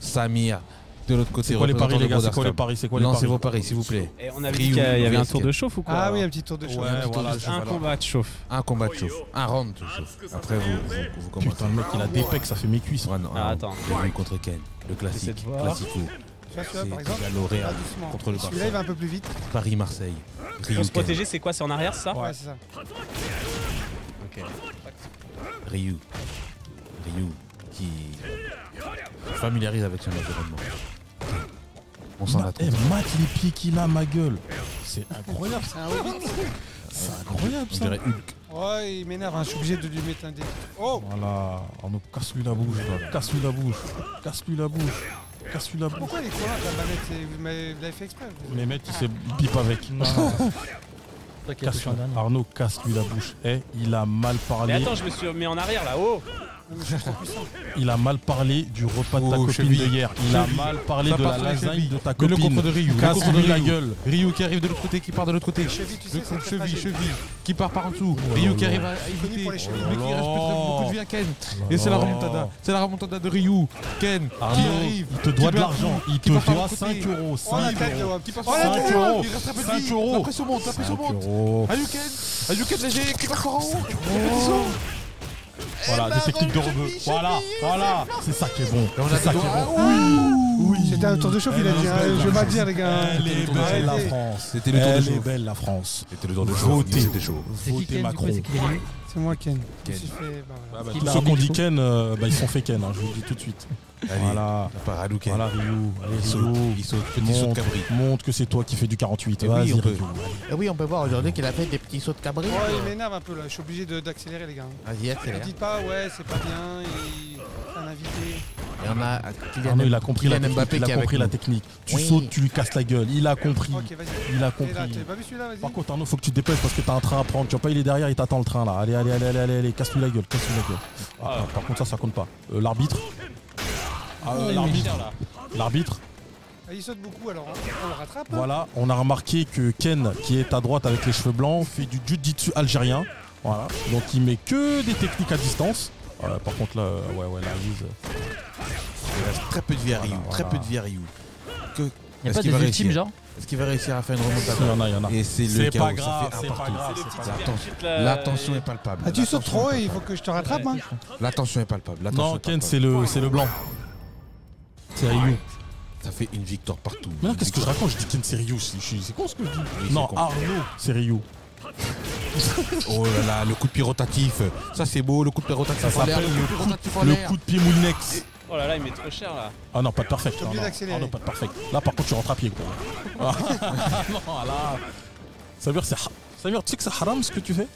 [SPEAKER 1] Samir de l'autre côté.
[SPEAKER 2] C'est quoi les paris, les gars C'est
[SPEAKER 1] représentant
[SPEAKER 2] quoi
[SPEAKER 1] de
[SPEAKER 2] les paris C'est quoi les
[SPEAKER 1] Lancez
[SPEAKER 2] paris
[SPEAKER 1] vos paris, s'il vous plaît.
[SPEAKER 4] Et on avait
[SPEAKER 1] Rio,
[SPEAKER 4] dit qu'il y a- il y avait un
[SPEAKER 1] risque.
[SPEAKER 4] tour de chauffe ou quoi
[SPEAKER 3] Ah
[SPEAKER 4] alors
[SPEAKER 3] oui, un petit tour de chauffe.
[SPEAKER 2] Ouais, voilà,
[SPEAKER 4] Un
[SPEAKER 2] je-
[SPEAKER 4] combat de chauffe.
[SPEAKER 1] Un combat de chauffe, un round de chauffe. Après, vous, vous, vous commencez.
[SPEAKER 2] Putain, le mec, il a des pecs, ça fait mes cuisses. hein.
[SPEAKER 1] Sur un- un
[SPEAKER 4] Ah,
[SPEAKER 1] round.
[SPEAKER 4] attends.
[SPEAKER 1] Le round contre Ken, le classique,
[SPEAKER 4] J'essaie de voir.
[SPEAKER 1] classico.
[SPEAKER 3] Tu vois, celui-là, par
[SPEAKER 1] C'est
[SPEAKER 3] exemple.
[SPEAKER 1] déjà l'Oréal
[SPEAKER 3] Ah, doucement.
[SPEAKER 1] contre le
[SPEAKER 3] Celui-là,
[SPEAKER 1] Barça.
[SPEAKER 3] il va un peu plus vite.
[SPEAKER 1] Paris-Marseille.
[SPEAKER 4] Pour se
[SPEAKER 1] Ryu-Ken.
[SPEAKER 4] protéger, c'est quoi C'est en arrière, c'est ça
[SPEAKER 3] Ouais, c'est ça.
[SPEAKER 1] Ryu. Ryu qui se familiarise avec son environnement. On s'en attend.
[SPEAKER 2] Eh, mate les pieds qu'il a, ma gueule. C'est incroyable, ça. C'est incroyable,
[SPEAKER 1] On
[SPEAKER 2] ça.
[SPEAKER 1] dirait Hulk.
[SPEAKER 3] Ouais, il m'énerve, hein, je suis obligé de lui mettre un dé. Oh
[SPEAKER 2] Voilà, Arnaud, casse-lui la bouche, là. Casse-lui la bouche. Casse-lui la bouche. Casse-lui la bouche.
[SPEAKER 3] Pourquoi il est trop là, la manette c'est- Vous m'avez vous l'avez fait exprès vous
[SPEAKER 2] Mais mec, il se pipe avec. Casse- Arnaud, casse-lui la bouche. Eh, il a mal
[SPEAKER 4] Mais
[SPEAKER 2] parlé.
[SPEAKER 4] attends, je me suis mis en arrière oh là-haut.
[SPEAKER 2] Il a mal parlé du repas de ta
[SPEAKER 1] Oh,
[SPEAKER 2] copine
[SPEAKER 1] cheville.
[SPEAKER 2] de hier. Il a
[SPEAKER 1] Cheville.
[SPEAKER 2] mal parlé
[SPEAKER 1] Ça
[SPEAKER 2] de
[SPEAKER 1] part
[SPEAKER 2] la
[SPEAKER 1] sur les
[SPEAKER 2] lasagne
[SPEAKER 1] chevilles.
[SPEAKER 2] de ta
[SPEAKER 1] Mais le
[SPEAKER 2] copine.
[SPEAKER 1] contre de Ryu, le contre
[SPEAKER 2] Casse-lui
[SPEAKER 1] de
[SPEAKER 2] la
[SPEAKER 1] Ryu.
[SPEAKER 2] gueule.
[SPEAKER 1] Ryu qui arrive de l'autre côté, qui part de l'autre côté.
[SPEAKER 3] Cheville, tu sais,
[SPEAKER 1] Le
[SPEAKER 3] c'est
[SPEAKER 1] contre
[SPEAKER 3] très
[SPEAKER 1] cheville,
[SPEAKER 3] fragile.
[SPEAKER 1] cheville, qui part par en dessous.
[SPEAKER 2] là
[SPEAKER 1] Ryu
[SPEAKER 2] là
[SPEAKER 1] qui
[SPEAKER 2] là.
[SPEAKER 1] arrive à éviter,
[SPEAKER 3] connu pour
[SPEAKER 1] mais
[SPEAKER 3] les
[SPEAKER 1] qui
[SPEAKER 3] chevilles.
[SPEAKER 1] reste beaucoup de vie à Ken. Oh Et c'est la remontada, c'est la remontada de Ryu. Ken, qui
[SPEAKER 2] Arnaud,
[SPEAKER 1] arrive.
[SPEAKER 2] il te doit
[SPEAKER 1] qui
[SPEAKER 2] de l'argent.
[SPEAKER 1] parcourt, qui
[SPEAKER 2] Il te
[SPEAKER 1] part par
[SPEAKER 2] doit
[SPEAKER 1] le côté.
[SPEAKER 2] 5 euros.
[SPEAKER 3] Oh la
[SPEAKER 2] 5
[SPEAKER 3] tête de
[SPEAKER 2] euros.
[SPEAKER 3] Rob
[SPEAKER 1] Qui passe
[SPEAKER 3] Oh
[SPEAKER 1] par
[SPEAKER 3] la
[SPEAKER 1] le
[SPEAKER 2] Cinq
[SPEAKER 3] tête
[SPEAKER 1] côté.
[SPEAKER 3] de Rob
[SPEAKER 2] euros.
[SPEAKER 1] Il reste un peu de
[SPEAKER 2] 5
[SPEAKER 1] vie.
[SPEAKER 2] euros.
[SPEAKER 1] La pression monte, la pression
[SPEAKER 2] 5
[SPEAKER 1] monte.
[SPEAKER 2] euros.
[SPEAKER 1] Allez, Ken, allez, Ken, léger, qui part par en haut. Eh
[SPEAKER 2] Voilà, des
[SPEAKER 1] ben,
[SPEAKER 2] techniques de rebeu. Voilà, voilà. C'est ça qui est bon. C'est ça qui est bon.
[SPEAKER 3] C'était un tour de chauffe, il a dit. hein, Je vais pas dire, les gars.
[SPEAKER 2] Elle est belle, la France.
[SPEAKER 1] C'était le tour de
[SPEAKER 2] Elle est
[SPEAKER 1] chauffe.
[SPEAKER 2] belle, la France.
[SPEAKER 1] C'était le tour de chauffe.
[SPEAKER 2] Votez.
[SPEAKER 1] C'était chaud.
[SPEAKER 5] C'est qui
[SPEAKER 2] Votez
[SPEAKER 5] Ken du coup
[SPEAKER 2] Macron.
[SPEAKER 5] C'est qui Ken
[SPEAKER 3] C'est moi, Ken. Je
[SPEAKER 1] Ken.
[SPEAKER 3] me suis fait- bah, voilà.
[SPEAKER 2] Bah,
[SPEAKER 5] Qui
[SPEAKER 2] Tous
[SPEAKER 5] l'a
[SPEAKER 2] ceux qui ont
[SPEAKER 5] remis
[SPEAKER 2] dit Ken, euh, bah, ils sont fait Ken, hein, je vous le dis tout de suite.
[SPEAKER 1] Allez,
[SPEAKER 2] Voilà.
[SPEAKER 1] par Ryu Ken.
[SPEAKER 2] Voilà Rio, allez
[SPEAKER 1] Il saute,
[SPEAKER 2] Rio,
[SPEAKER 1] il saute, petit saut de
[SPEAKER 2] montre,
[SPEAKER 1] cabri.
[SPEAKER 2] montre que c'est toi qui fais du 48.
[SPEAKER 1] Eh oui,
[SPEAKER 2] Vas-y
[SPEAKER 1] on peut.
[SPEAKER 2] Rio.
[SPEAKER 8] Eh
[SPEAKER 1] oui, on peut voir aujourd'hui qu'il a fait des petits sauts de cabri.
[SPEAKER 3] Oh, il m'énerve un peu là, je suis obligé de- d'accélérer les gars.
[SPEAKER 1] Vas-y,
[SPEAKER 3] Ne
[SPEAKER 1] accélère.
[SPEAKER 3] dites pas ouais c'est pas bien, il... c'est un invité.
[SPEAKER 1] Il y en a
[SPEAKER 2] Arnaud, Ah il a compris la
[SPEAKER 1] Kylian
[SPEAKER 2] technique.
[SPEAKER 1] Mbappé
[SPEAKER 2] Il
[SPEAKER 1] qui est
[SPEAKER 2] a compris
[SPEAKER 1] avec
[SPEAKER 2] la
[SPEAKER 1] nous.
[SPEAKER 2] technique. Tu
[SPEAKER 1] Oui.
[SPEAKER 2] sautes, tu lui casses la gueule. Il a compris.
[SPEAKER 3] Ok vas-y.
[SPEAKER 2] Il a
[SPEAKER 3] Et là,
[SPEAKER 2] compris.
[SPEAKER 3] t'avais pas vu celui-là, vas-y.
[SPEAKER 2] Par contre, Arnaud, faut que tu te dépêches parce que t'as un train à prendre. Tu vois pas, il est derrière, il t'attend le train là. Allez, allez, allez, allez, allez, allez, casse-lui la gueule, casse-lui la gueule. Ah, ah, par contre, ça, ça compte pas. Euh, l'arbitre. Ah, euh, l'arbitre. L'arbitre.
[SPEAKER 3] Ah, il saute beaucoup alors on, on le rattrape. hein.
[SPEAKER 2] Voilà, on a remarqué que Ken, qui est à droite avec les cheveux blancs, fait du jiu-jitsu algérien. Voilà, donc il met que des techniques à distance. Voilà, par contre, là, euh, ouais, ouais, là, Riz, euh,
[SPEAKER 1] Il reste très peu de vie à Ryu.
[SPEAKER 2] Voilà,
[SPEAKER 1] Très
[SPEAKER 2] voilà.
[SPEAKER 1] peu de vie à Ryu.
[SPEAKER 5] Y'a
[SPEAKER 1] Est-ce
[SPEAKER 5] pas
[SPEAKER 1] qu'il
[SPEAKER 5] des
[SPEAKER 1] va
[SPEAKER 5] ultimes
[SPEAKER 1] réussir
[SPEAKER 5] genre
[SPEAKER 8] Est-ce qu'il va réussir à faire une
[SPEAKER 2] Il y
[SPEAKER 8] remontada
[SPEAKER 2] en a, il y en a.
[SPEAKER 8] Et c'est le
[SPEAKER 2] C'est
[SPEAKER 8] chaos.
[SPEAKER 2] pas grave,
[SPEAKER 8] ça
[SPEAKER 2] c'est
[SPEAKER 8] fait un
[SPEAKER 2] pas
[SPEAKER 8] partout.
[SPEAKER 2] grave, c'est pas grave.
[SPEAKER 8] L'attention- L'attention est palpable.
[SPEAKER 3] Ah, tu sautes
[SPEAKER 8] L'attention
[SPEAKER 3] trop haut
[SPEAKER 8] est
[SPEAKER 3] et il faut
[SPEAKER 8] palpable.
[SPEAKER 3] que je te rattrape. hein.
[SPEAKER 8] L'attention est palpable. l'attention
[SPEAKER 2] Non,
[SPEAKER 8] est
[SPEAKER 2] Ken,
[SPEAKER 8] palpable.
[SPEAKER 2] c'est le, c'est le blanc. C'est
[SPEAKER 8] Ah
[SPEAKER 2] Ryu.
[SPEAKER 8] Ça fait une victoire partout.
[SPEAKER 2] Mais non, qu'est-ce que je raconte Je dis Ken, c'est Ryu. C'est je suis- c'est con ce que je dis. Non, ah.
[SPEAKER 8] c'est con.
[SPEAKER 2] Arnaud, c'est Ryu.
[SPEAKER 8] Oh là là, le coup de pied rotatif. Ça, c'est beau, le coup de pied rotatif.
[SPEAKER 2] Ça
[SPEAKER 8] en l'air,
[SPEAKER 2] s'appelle
[SPEAKER 8] le
[SPEAKER 1] Oh,
[SPEAKER 2] le
[SPEAKER 8] coup de pied rotatif en
[SPEAKER 2] coup, le
[SPEAKER 8] l'air.
[SPEAKER 2] coup de pied moulinex.
[SPEAKER 4] Oh là là, il met trop cher là.
[SPEAKER 2] Ah non, pas de perfect. Non, Ah
[SPEAKER 3] obligé
[SPEAKER 2] non.
[SPEAKER 3] d'accélérer.
[SPEAKER 2] Arnaud, pas de perfect. Là, par contre, tu rentres à pied,
[SPEAKER 3] [LAUGHS]
[SPEAKER 2] quoi. Ah, [LAUGHS] non, là. Samir, c'est. ha- Samir, tu sais que c'est haram ce que tu fais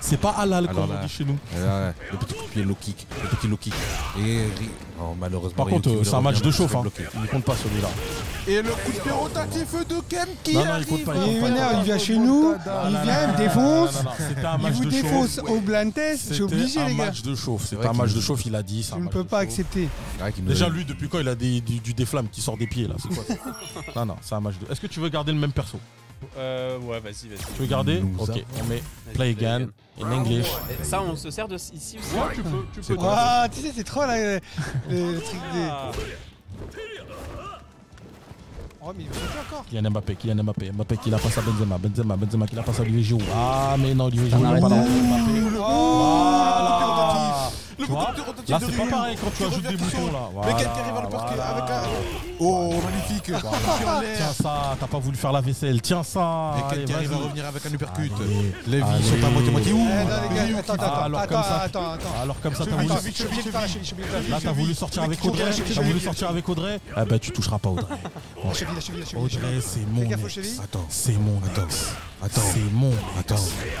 [SPEAKER 2] C'est pas halal,
[SPEAKER 8] Alors
[SPEAKER 2] comme on
[SPEAKER 8] là.
[SPEAKER 2] dit chez nous.
[SPEAKER 8] Ah ouais, le petit coup de pied low kick, le petit low kick. Et ri- non, malheureusement,
[SPEAKER 2] Par
[SPEAKER 8] Ryu
[SPEAKER 2] contre,
[SPEAKER 8] qui
[SPEAKER 2] euh,
[SPEAKER 8] voulait
[SPEAKER 2] c'est un match
[SPEAKER 8] revenir,
[SPEAKER 2] de
[SPEAKER 8] mais il se
[SPEAKER 2] chauffe.
[SPEAKER 8] fait
[SPEAKER 2] Hein.
[SPEAKER 8] bloquer.
[SPEAKER 2] Il compte pas celui-là.
[SPEAKER 8] Et le coup de pied rotatif de Ken qui
[SPEAKER 2] Non, non, il
[SPEAKER 8] arrive.
[SPEAKER 2] compte pas.
[SPEAKER 3] Il est
[SPEAKER 2] Il compte
[SPEAKER 3] vénère,
[SPEAKER 2] pas.
[SPEAKER 3] il vient chez nous,
[SPEAKER 2] Ah,
[SPEAKER 3] il
[SPEAKER 2] non,
[SPEAKER 3] vient,
[SPEAKER 2] non,
[SPEAKER 3] il me
[SPEAKER 2] non, non,
[SPEAKER 3] défonce,
[SPEAKER 2] non, non, non, C'était un
[SPEAKER 3] il
[SPEAKER 2] match
[SPEAKER 3] vous
[SPEAKER 2] de
[SPEAKER 3] défonce
[SPEAKER 2] chauffe.
[SPEAKER 3] au blind test. Je
[SPEAKER 2] C'était
[SPEAKER 3] suis obligé,
[SPEAKER 2] un
[SPEAKER 3] les gars.
[SPEAKER 2] match de chauffe. C'était
[SPEAKER 8] vrai
[SPEAKER 2] un match
[SPEAKER 8] qu'il-
[SPEAKER 2] de chauffe, il a dit. c'est un
[SPEAKER 3] Je ne
[SPEAKER 2] match
[SPEAKER 3] peux
[SPEAKER 2] de
[SPEAKER 3] pas
[SPEAKER 2] chauffe.
[SPEAKER 3] accepter.
[SPEAKER 8] C'est vrai qu'il nous
[SPEAKER 2] Déjà,
[SPEAKER 8] avait-
[SPEAKER 2] lui, depuis quand il a des, du, du déflamme qui sort des pieds là C'est quoi ça [LAUGHS] Non, non, c'est un match de. Est-ce que tu veux garder le même perso
[SPEAKER 9] Euh, ouais, vas-y, vas-y.
[SPEAKER 2] Tu veux garder
[SPEAKER 8] Nous
[SPEAKER 2] Ok,
[SPEAKER 8] avons-
[SPEAKER 2] on met Play Again in English.
[SPEAKER 4] Ça, on se sert de ici aussi. hein.
[SPEAKER 9] tu peux, tu
[SPEAKER 8] C'est
[SPEAKER 9] peux.
[SPEAKER 8] bon.
[SPEAKER 3] Ah, tu sais, c'est trop là, le, le truc des.
[SPEAKER 9] Ah.
[SPEAKER 3] Oh, mais il va sauter encore.
[SPEAKER 2] Kylian Mbappé, Kylian Mbappé, Mbappé qui la passe à Benzema, Benzema, Benzema qui la passe à Olivier Giroud. Ah, mais non, Olivier Giroud, il est pas là. Voilà.
[SPEAKER 8] Ah, Le
[SPEAKER 2] Tu vois
[SPEAKER 8] coup de pied rotatif
[SPEAKER 2] Là,
[SPEAKER 8] de
[SPEAKER 2] c'est
[SPEAKER 8] Ryu.
[SPEAKER 2] pas pareil quand tu
[SPEAKER 8] Qui
[SPEAKER 2] ajoutes
[SPEAKER 8] revient
[SPEAKER 2] des
[SPEAKER 8] tout
[SPEAKER 2] boutons
[SPEAKER 8] seul.
[SPEAKER 2] là.
[SPEAKER 8] Mais
[SPEAKER 2] Voilà,
[SPEAKER 8] Ken qui arrive à le porter
[SPEAKER 2] voilà.
[SPEAKER 8] avec un. Oh, magnifique. Pied en l'air.
[SPEAKER 2] Tiens ça, t'as pas voulu faire la vaisselle, tiens ça.
[SPEAKER 8] Et Ken
[SPEAKER 2] allez,
[SPEAKER 8] qui arrive à
[SPEAKER 2] vas-y.
[SPEAKER 8] revenir avec un uppercut.
[SPEAKER 2] Allez,
[SPEAKER 8] Les vies
[SPEAKER 2] allez.
[SPEAKER 8] sont à moitié-moitié. Ouh,
[SPEAKER 3] Eh, non,
[SPEAKER 2] Voilà.
[SPEAKER 3] les gars, attends,
[SPEAKER 2] Ah,
[SPEAKER 3] attends,
[SPEAKER 2] alors
[SPEAKER 3] attends,
[SPEAKER 2] comme ça.
[SPEAKER 3] attends, attends.
[SPEAKER 2] Alors comme ça, t'as voulu.
[SPEAKER 3] Attends, vite, je suis obligé de faire, je suis obligé de faire.
[SPEAKER 2] Là, t'as voulu sortir avec Audrey. T'as voulu sortir avec Audrey. Ah bah, tu toucheras pas Audrey.
[SPEAKER 3] La cheville, la cheville, la cheville.
[SPEAKER 2] Audrey, c'est
[SPEAKER 3] Fais
[SPEAKER 2] mon
[SPEAKER 3] gaffe aux
[SPEAKER 2] ex.
[SPEAKER 3] chevilles.
[SPEAKER 8] Attends,
[SPEAKER 2] C'est mon
[SPEAKER 8] attends,
[SPEAKER 2] ex.
[SPEAKER 8] attends,
[SPEAKER 2] C'est mon.
[SPEAKER 8] attends.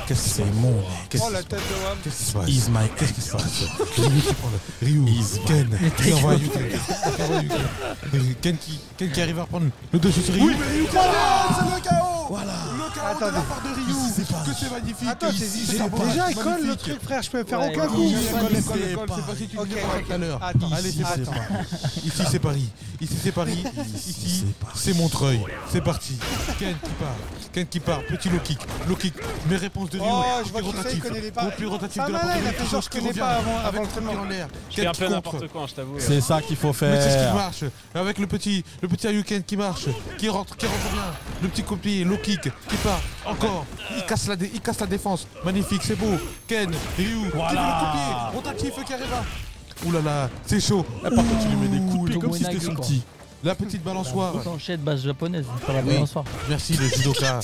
[SPEAKER 2] Qu'est-ce que c'est mon ex.
[SPEAKER 3] Oh, la tête de Wam.
[SPEAKER 8] Qu'est-ce qui se passe
[SPEAKER 2] Is my
[SPEAKER 8] Qu'est-ce qui se passe Ryu qui prend le- [LAUGHS] Ryu,
[SPEAKER 2] Is
[SPEAKER 8] Ken, qui envoie Yuki. Qui envoie Yuki. Euh, Ken qui, Ken qui arrive à reprendre le dessus sur Ryu. Oui, mais Ryu voilà, c'est le chaos Voilà Le chaos de la
[SPEAKER 3] Attendez.
[SPEAKER 8] part de Ryu
[SPEAKER 2] C'est pas-
[SPEAKER 8] Que c'est magnifique
[SPEAKER 3] Attends,
[SPEAKER 8] Ici,
[SPEAKER 3] c'est-
[SPEAKER 8] c'est
[SPEAKER 3] c'est-
[SPEAKER 8] un bon
[SPEAKER 3] déjà,
[SPEAKER 8] match,
[SPEAKER 3] il colle le
[SPEAKER 8] magnifique.
[SPEAKER 3] truc, frère, je peux faire
[SPEAKER 5] Ouais,
[SPEAKER 3] aucun
[SPEAKER 5] il
[SPEAKER 3] coup.
[SPEAKER 8] Ici, elle colle, elle colle, elle
[SPEAKER 2] c'est
[SPEAKER 8] colle, c'est pas si tu
[SPEAKER 3] Ok,
[SPEAKER 8] dis pas
[SPEAKER 3] ok.
[SPEAKER 8] tout à l'heure.
[SPEAKER 3] Attends,
[SPEAKER 8] Allez, c'est
[SPEAKER 3] attends.
[SPEAKER 8] parti. Ici, c'est Paris. Ici, c'est Paris. Ici,
[SPEAKER 2] c'est Paris.
[SPEAKER 8] c'est Montreuil. C'est parti. Ken qui part. Ken qui part. Petit low kick. Low kick. Mes réponses de Ryu.
[SPEAKER 3] Oh, je vois qu'il
[SPEAKER 8] Petit
[SPEAKER 3] sait, il
[SPEAKER 8] rotatif.
[SPEAKER 3] connaît les pas.
[SPEAKER 8] Gros pied rotatif
[SPEAKER 3] Pas
[SPEAKER 8] de la
[SPEAKER 3] mal,
[SPEAKER 8] part de
[SPEAKER 3] il a
[SPEAKER 8] Ryu.
[SPEAKER 3] fait genre, je
[SPEAKER 8] Qui
[SPEAKER 3] connais
[SPEAKER 8] revient
[SPEAKER 3] pas avant- avant
[SPEAKER 8] avec
[SPEAKER 3] le
[SPEAKER 8] le pied
[SPEAKER 3] entraînement.
[SPEAKER 8] en l'air.
[SPEAKER 4] Je
[SPEAKER 8] Ken
[SPEAKER 4] fais un
[SPEAKER 8] qui
[SPEAKER 4] peu
[SPEAKER 8] contre.
[SPEAKER 4] n'importe quoi, hein, je t'avoue.
[SPEAKER 2] C'est ça qu'il faut
[SPEAKER 8] Mais c'est ce qui
[SPEAKER 2] faire.
[SPEAKER 8] marche, avec le petit, le petit Ayuken qui marche, qui rentre, qui rentre bien, le petit copie, low kick, qui part, encore, il casse la, dé- il casse la défense, magnifique, c'est beau, Ken, Ryu,
[SPEAKER 2] Voilà.
[SPEAKER 8] qui veut le copier, rotatif qui arrive là. Ouh là là, c'est chaud, là, par contre il lui met des coups, de pied
[SPEAKER 5] le
[SPEAKER 8] comme si
[SPEAKER 5] Monaco,
[SPEAKER 8] c'était son
[SPEAKER 5] quoi.
[SPEAKER 8] petit, la petite balançoire,
[SPEAKER 1] euh,
[SPEAKER 5] Plancher de base japonaise, pas la
[SPEAKER 8] Oui.
[SPEAKER 5] balançoire.
[SPEAKER 8] merci le judoka,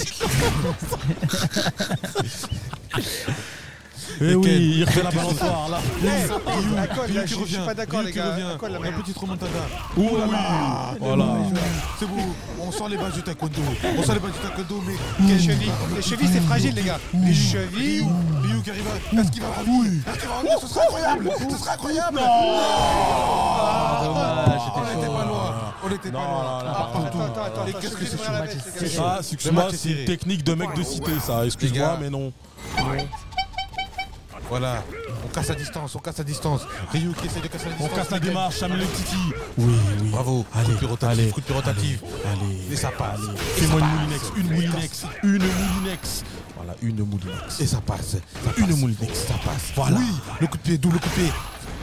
[SPEAKER 2] Eh
[SPEAKER 8] Et
[SPEAKER 2] oui,
[SPEAKER 8] Ken.
[SPEAKER 2] il [LAUGHS] refait la balançoire là.
[SPEAKER 3] Eh, la colle, là, je
[SPEAKER 8] Ryu qui
[SPEAKER 3] je suis
[SPEAKER 8] revient,
[SPEAKER 3] pas d'accord,
[SPEAKER 8] Ryu
[SPEAKER 3] les
[SPEAKER 8] qui
[SPEAKER 3] gars.
[SPEAKER 8] revient,
[SPEAKER 3] La colle, la
[SPEAKER 8] la ah,
[SPEAKER 3] merde.
[SPEAKER 8] petite remontada,
[SPEAKER 2] Oh oui. Voilà.
[SPEAKER 8] c'est beau, on sent les bases du taekwondo, on sent les bases du taekwondo, mais
[SPEAKER 3] Les chevilles, les chevilles, c'est fragile, les gars. Les chevilles.
[SPEAKER 8] Ryu qui arrive à... Est-ce qu'il va revenir Est-ce qu'il va revenir Ce serait incroyable Ce serait incroyable
[SPEAKER 3] Oh,
[SPEAKER 8] Ah, On
[SPEAKER 5] j'étais
[SPEAKER 8] était
[SPEAKER 5] chaud.
[SPEAKER 8] pas loin On était pas
[SPEAKER 2] Non, non,
[SPEAKER 8] loin
[SPEAKER 2] non,
[SPEAKER 8] Ah,
[SPEAKER 2] non,
[SPEAKER 8] partout.
[SPEAKER 3] Attends, attends, attends,
[SPEAKER 8] Et
[SPEAKER 3] attends,
[SPEAKER 8] qu'est-ce
[SPEAKER 3] je
[SPEAKER 8] que
[SPEAKER 3] suis
[SPEAKER 8] c'est
[SPEAKER 3] ouvert
[SPEAKER 8] chaud
[SPEAKER 3] la veste, les gars.
[SPEAKER 8] C'est chaud.
[SPEAKER 2] Ah,
[SPEAKER 8] Le
[SPEAKER 2] Suxma,
[SPEAKER 8] match est
[SPEAKER 2] c'est
[SPEAKER 8] serré.
[SPEAKER 2] une technique de mec de cité, ça.
[SPEAKER 8] Les gars.
[SPEAKER 2] Excuse-moi, mais non.
[SPEAKER 8] Voilà On casse la distance On casse la distance Ryu qui essaie de casser la
[SPEAKER 2] On
[SPEAKER 8] distance
[SPEAKER 2] casse la
[SPEAKER 8] Ken.
[SPEAKER 2] démarche, Chamel le Titi. Oui, oui.
[SPEAKER 8] Bravo Coup
[SPEAKER 2] Allez,
[SPEAKER 8] de
[SPEAKER 2] allez,
[SPEAKER 8] pied rotatif Coup de pied rotatif
[SPEAKER 2] Allez.
[SPEAKER 8] Et ça passe
[SPEAKER 2] Fais-moi une moulinex, une moulinex, une moulinex. Voilà, une moulinex.
[SPEAKER 8] Et ça passe Ça
[SPEAKER 2] Une
[SPEAKER 8] passe.
[SPEAKER 2] moulinex.
[SPEAKER 8] Ça passe
[SPEAKER 2] Voilà.
[SPEAKER 8] Oui Ah Le coup de pied Double coup de pied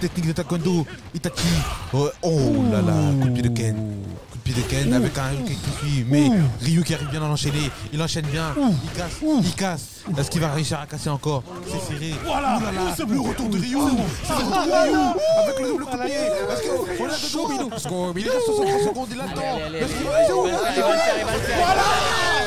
[SPEAKER 8] Technique de taekwondo Itachi Oh oh là là Coup de pied de Ken Coup de pied de Ken avec un Ryuken qui suit. Mais Ryu qui arrive bien à l'enchaîner. Il enchaîne bien. Il casse. Il casse. Est-ce qu'il va réussir à casser encore C'est serré.
[SPEAKER 2] Voilà.
[SPEAKER 8] Ouh là là, le retour de Ryu. C'est
[SPEAKER 2] Ah,
[SPEAKER 8] le retour de Ryu. Avec le double coup de pied. Est-ce qu'il on a de dos, Minou Scooby, Il reste 63 secondes. Il attend.
[SPEAKER 5] Allez, allez,
[SPEAKER 8] Est-ce
[SPEAKER 5] allez,
[SPEAKER 8] qu'il va
[SPEAKER 5] allez,
[SPEAKER 8] réussir
[SPEAKER 5] allez, allez, allez, allez, allez.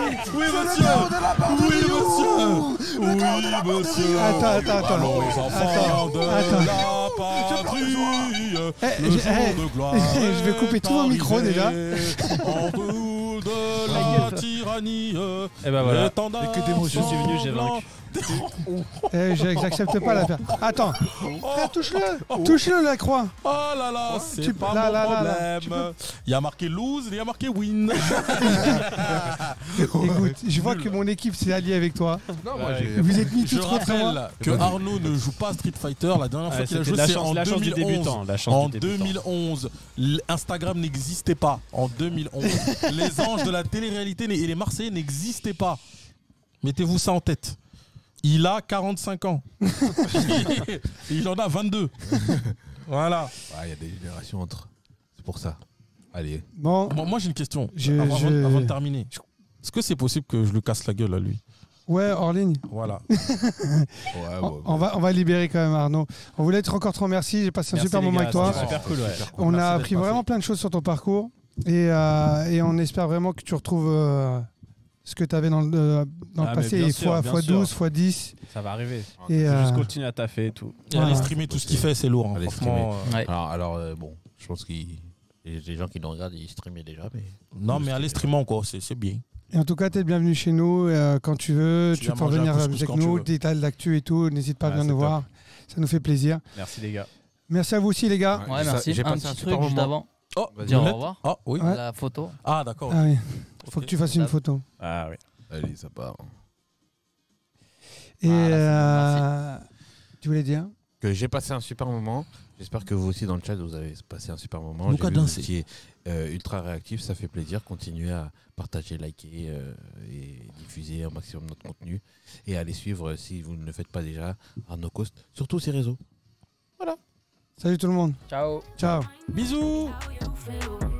[SPEAKER 2] Oui,
[SPEAKER 8] C'est le chaos de la part de
[SPEAKER 2] Oui,
[SPEAKER 8] Ryu.
[SPEAKER 2] monsieur. Oui, monsieur.
[SPEAKER 3] Attends, attends, attends.
[SPEAKER 2] Allons, enfants de
[SPEAKER 3] Attends.
[SPEAKER 2] la patrie.
[SPEAKER 3] Eh,
[SPEAKER 2] Le
[SPEAKER 3] je-
[SPEAKER 2] jour
[SPEAKER 3] eh,
[SPEAKER 2] de gloire
[SPEAKER 3] [LAUGHS] je vais couper
[SPEAKER 2] est
[SPEAKER 3] tout mon micro,
[SPEAKER 2] arrivé.
[SPEAKER 3] déjà.
[SPEAKER 2] En tout
[SPEAKER 3] [LAUGHS]
[SPEAKER 2] de la tyrannie. euh,
[SPEAKER 4] Et ben voilà.
[SPEAKER 2] L'étendard
[SPEAKER 4] Et que des mots, je suis venu, j'ai
[SPEAKER 2] sanglant.
[SPEAKER 3] Eh, je- J'accepte pas la faire. Attends, frère, touche-le. Touche-le, la croix.
[SPEAKER 8] [LAUGHS]
[SPEAKER 2] Oh là là,
[SPEAKER 3] tu-
[SPEAKER 2] c'est pas
[SPEAKER 3] là,
[SPEAKER 2] mon
[SPEAKER 3] là, là, là, tu
[SPEAKER 2] problème. Il y a marqué lose, il y a marqué win.
[SPEAKER 3] Écoute, je vois que mon équipe s'est alliée avec toi.
[SPEAKER 8] Non, moi, j'ai-
[SPEAKER 3] Vous êtes mis
[SPEAKER 2] Je
[SPEAKER 3] tous trop très loin.
[SPEAKER 2] rappelle que Arnaud ne joue pas à Street Fighter. La dernière fois
[SPEAKER 4] Ouais,
[SPEAKER 2] qu'il a
[SPEAKER 4] Ah, c'était
[SPEAKER 2] joué,
[SPEAKER 4] la
[SPEAKER 2] c'est
[SPEAKER 4] chance,
[SPEAKER 2] en
[SPEAKER 4] la chance du
[SPEAKER 2] 2011.
[SPEAKER 4] débutant. hein, La chance
[SPEAKER 2] En
[SPEAKER 4] du débutant.
[SPEAKER 2] 2011, Instagram n'existait pas. En 2011,
[SPEAKER 4] [LAUGHS]
[SPEAKER 2] les anges de la télé-réalité et les Marseillais n'existaient pas. Mettez-vous ça en tête. Il a 45
[SPEAKER 4] [LAUGHS]
[SPEAKER 2] ans. Et il en a 22. Voilà.
[SPEAKER 8] Ah, Il y a des générations entre. C'est pour ça.
[SPEAKER 1] Allez,
[SPEAKER 3] Bon,
[SPEAKER 2] Moi, moi, j'ai une question.
[SPEAKER 3] Je-
[SPEAKER 2] avant, avant-
[SPEAKER 3] je-
[SPEAKER 2] avant de terminer, est-ce que c'est possible que je lui casse la gueule à lui
[SPEAKER 3] ouais, hors ligne.
[SPEAKER 2] Voilà.
[SPEAKER 1] Ouais, ouais,
[SPEAKER 3] On,
[SPEAKER 1] Ah ouais.
[SPEAKER 3] on va, on va libérer quand même Arnaud. On voulait être encore trop merci. J'ai passé un
[SPEAKER 7] Merci,
[SPEAKER 3] super
[SPEAKER 7] les
[SPEAKER 3] moment
[SPEAKER 7] gars,
[SPEAKER 3] avec toi.
[SPEAKER 7] c'était super cool, ouais.
[SPEAKER 2] Super cool.
[SPEAKER 3] On
[SPEAKER 2] Merci
[SPEAKER 3] a
[SPEAKER 2] d'être
[SPEAKER 3] appris
[SPEAKER 2] passé.
[SPEAKER 3] vraiment plein de choses sur ton parcours et, euh, et on espère vraiment que tu retrouves euh, ce que tu avais dans le, euh, dans le
[SPEAKER 4] Ah, mais
[SPEAKER 3] passé,
[SPEAKER 4] bien
[SPEAKER 3] et
[SPEAKER 4] sûr,
[SPEAKER 3] fois,
[SPEAKER 4] bien
[SPEAKER 3] fois
[SPEAKER 4] sûr.
[SPEAKER 3] 12, fois 10.
[SPEAKER 4] Ça va arriver.
[SPEAKER 3] Et,
[SPEAKER 4] Faut
[SPEAKER 3] euh,
[SPEAKER 4] Juste continuer à taffer et tout.
[SPEAKER 2] Et aller
[SPEAKER 3] Voilà.
[SPEAKER 2] streamer tout ce qu'il fait, c'est lourd. hein,
[SPEAKER 1] Allez
[SPEAKER 2] franchement, euh,
[SPEAKER 5] Ouais.
[SPEAKER 1] Alors, alors, euh, bon, je pense qu'il. Les les gens qui nous regardent, ils streamaient déjà, mais.
[SPEAKER 2] Non, mais aller streamer encore, c'est c'est bien.
[SPEAKER 3] Et en tout cas, tu es le bienvenu chez nous euh, quand tu veux.
[SPEAKER 2] Tu
[SPEAKER 3] Tu,
[SPEAKER 2] viens
[SPEAKER 3] peux
[SPEAKER 2] manger un
[SPEAKER 3] venir
[SPEAKER 2] couscous
[SPEAKER 3] avec
[SPEAKER 2] quand tu
[SPEAKER 3] nous,
[SPEAKER 2] veux.
[SPEAKER 3] détails de l'actu et tout. N'hésite pas à
[SPEAKER 4] Ah,
[SPEAKER 3] venir
[SPEAKER 4] c'est
[SPEAKER 3] nous
[SPEAKER 4] top.
[SPEAKER 3] voir. Ça nous fait plaisir.
[SPEAKER 4] Merci les gars.
[SPEAKER 3] Merci à vous aussi, les gars.
[SPEAKER 1] Ouais,
[SPEAKER 5] Ouais,
[SPEAKER 1] Ah, j'ai
[SPEAKER 5] merci.
[SPEAKER 1] passé
[SPEAKER 5] Un
[SPEAKER 1] un
[SPEAKER 5] petit
[SPEAKER 1] super
[SPEAKER 5] truc juste
[SPEAKER 1] moment.
[SPEAKER 5] avant.
[SPEAKER 2] Oh,
[SPEAKER 5] Dire au
[SPEAKER 2] Violette.
[SPEAKER 5] revoir.
[SPEAKER 2] Ah, oui.
[SPEAKER 3] Ouais.
[SPEAKER 5] La photo.
[SPEAKER 2] Ah, d'accord.
[SPEAKER 3] Ah oui, faut
[SPEAKER 2] Ok.
[SPEAKER 3] que tu fasses une
[SPEAKER 5] Ça-
[SPEAKER 3] photo.
[SPEAKER 4] Ah oui.
[SPEAKER 1] Allez, ça part.
[SPEAKER 3] Et
[SPEAKER 5] Voilà, c'est bon,
[SPEAKER 3] euh, tu voulais dire
[SPEAKER 1] Que j'ai passé un super moment. J'espère que vous aussi dans le chat vous avez passé un super moment.
[SPEAKER 2] Lucas
[SPEAKER 1] J'ai vu que vous
[SPEAKER 2] Dincey.
[SPEAKER 1] étiez, euh, ultra réactif, ça fait plaisir. Continuez à partager, liker euh, et diffuser un maximum notre contenu et à les suivre euh, si vous ne le faites pas déjà Arnaud Coste sur tous ses réseaux.
[SPEAKER 3] Salut tout le monde.
[SPEAKER 5] Ciao.
[SPEAKER 3] Ciao.
[SPEAKER 2] Bisous.
[SPEAKER 10] how you feel.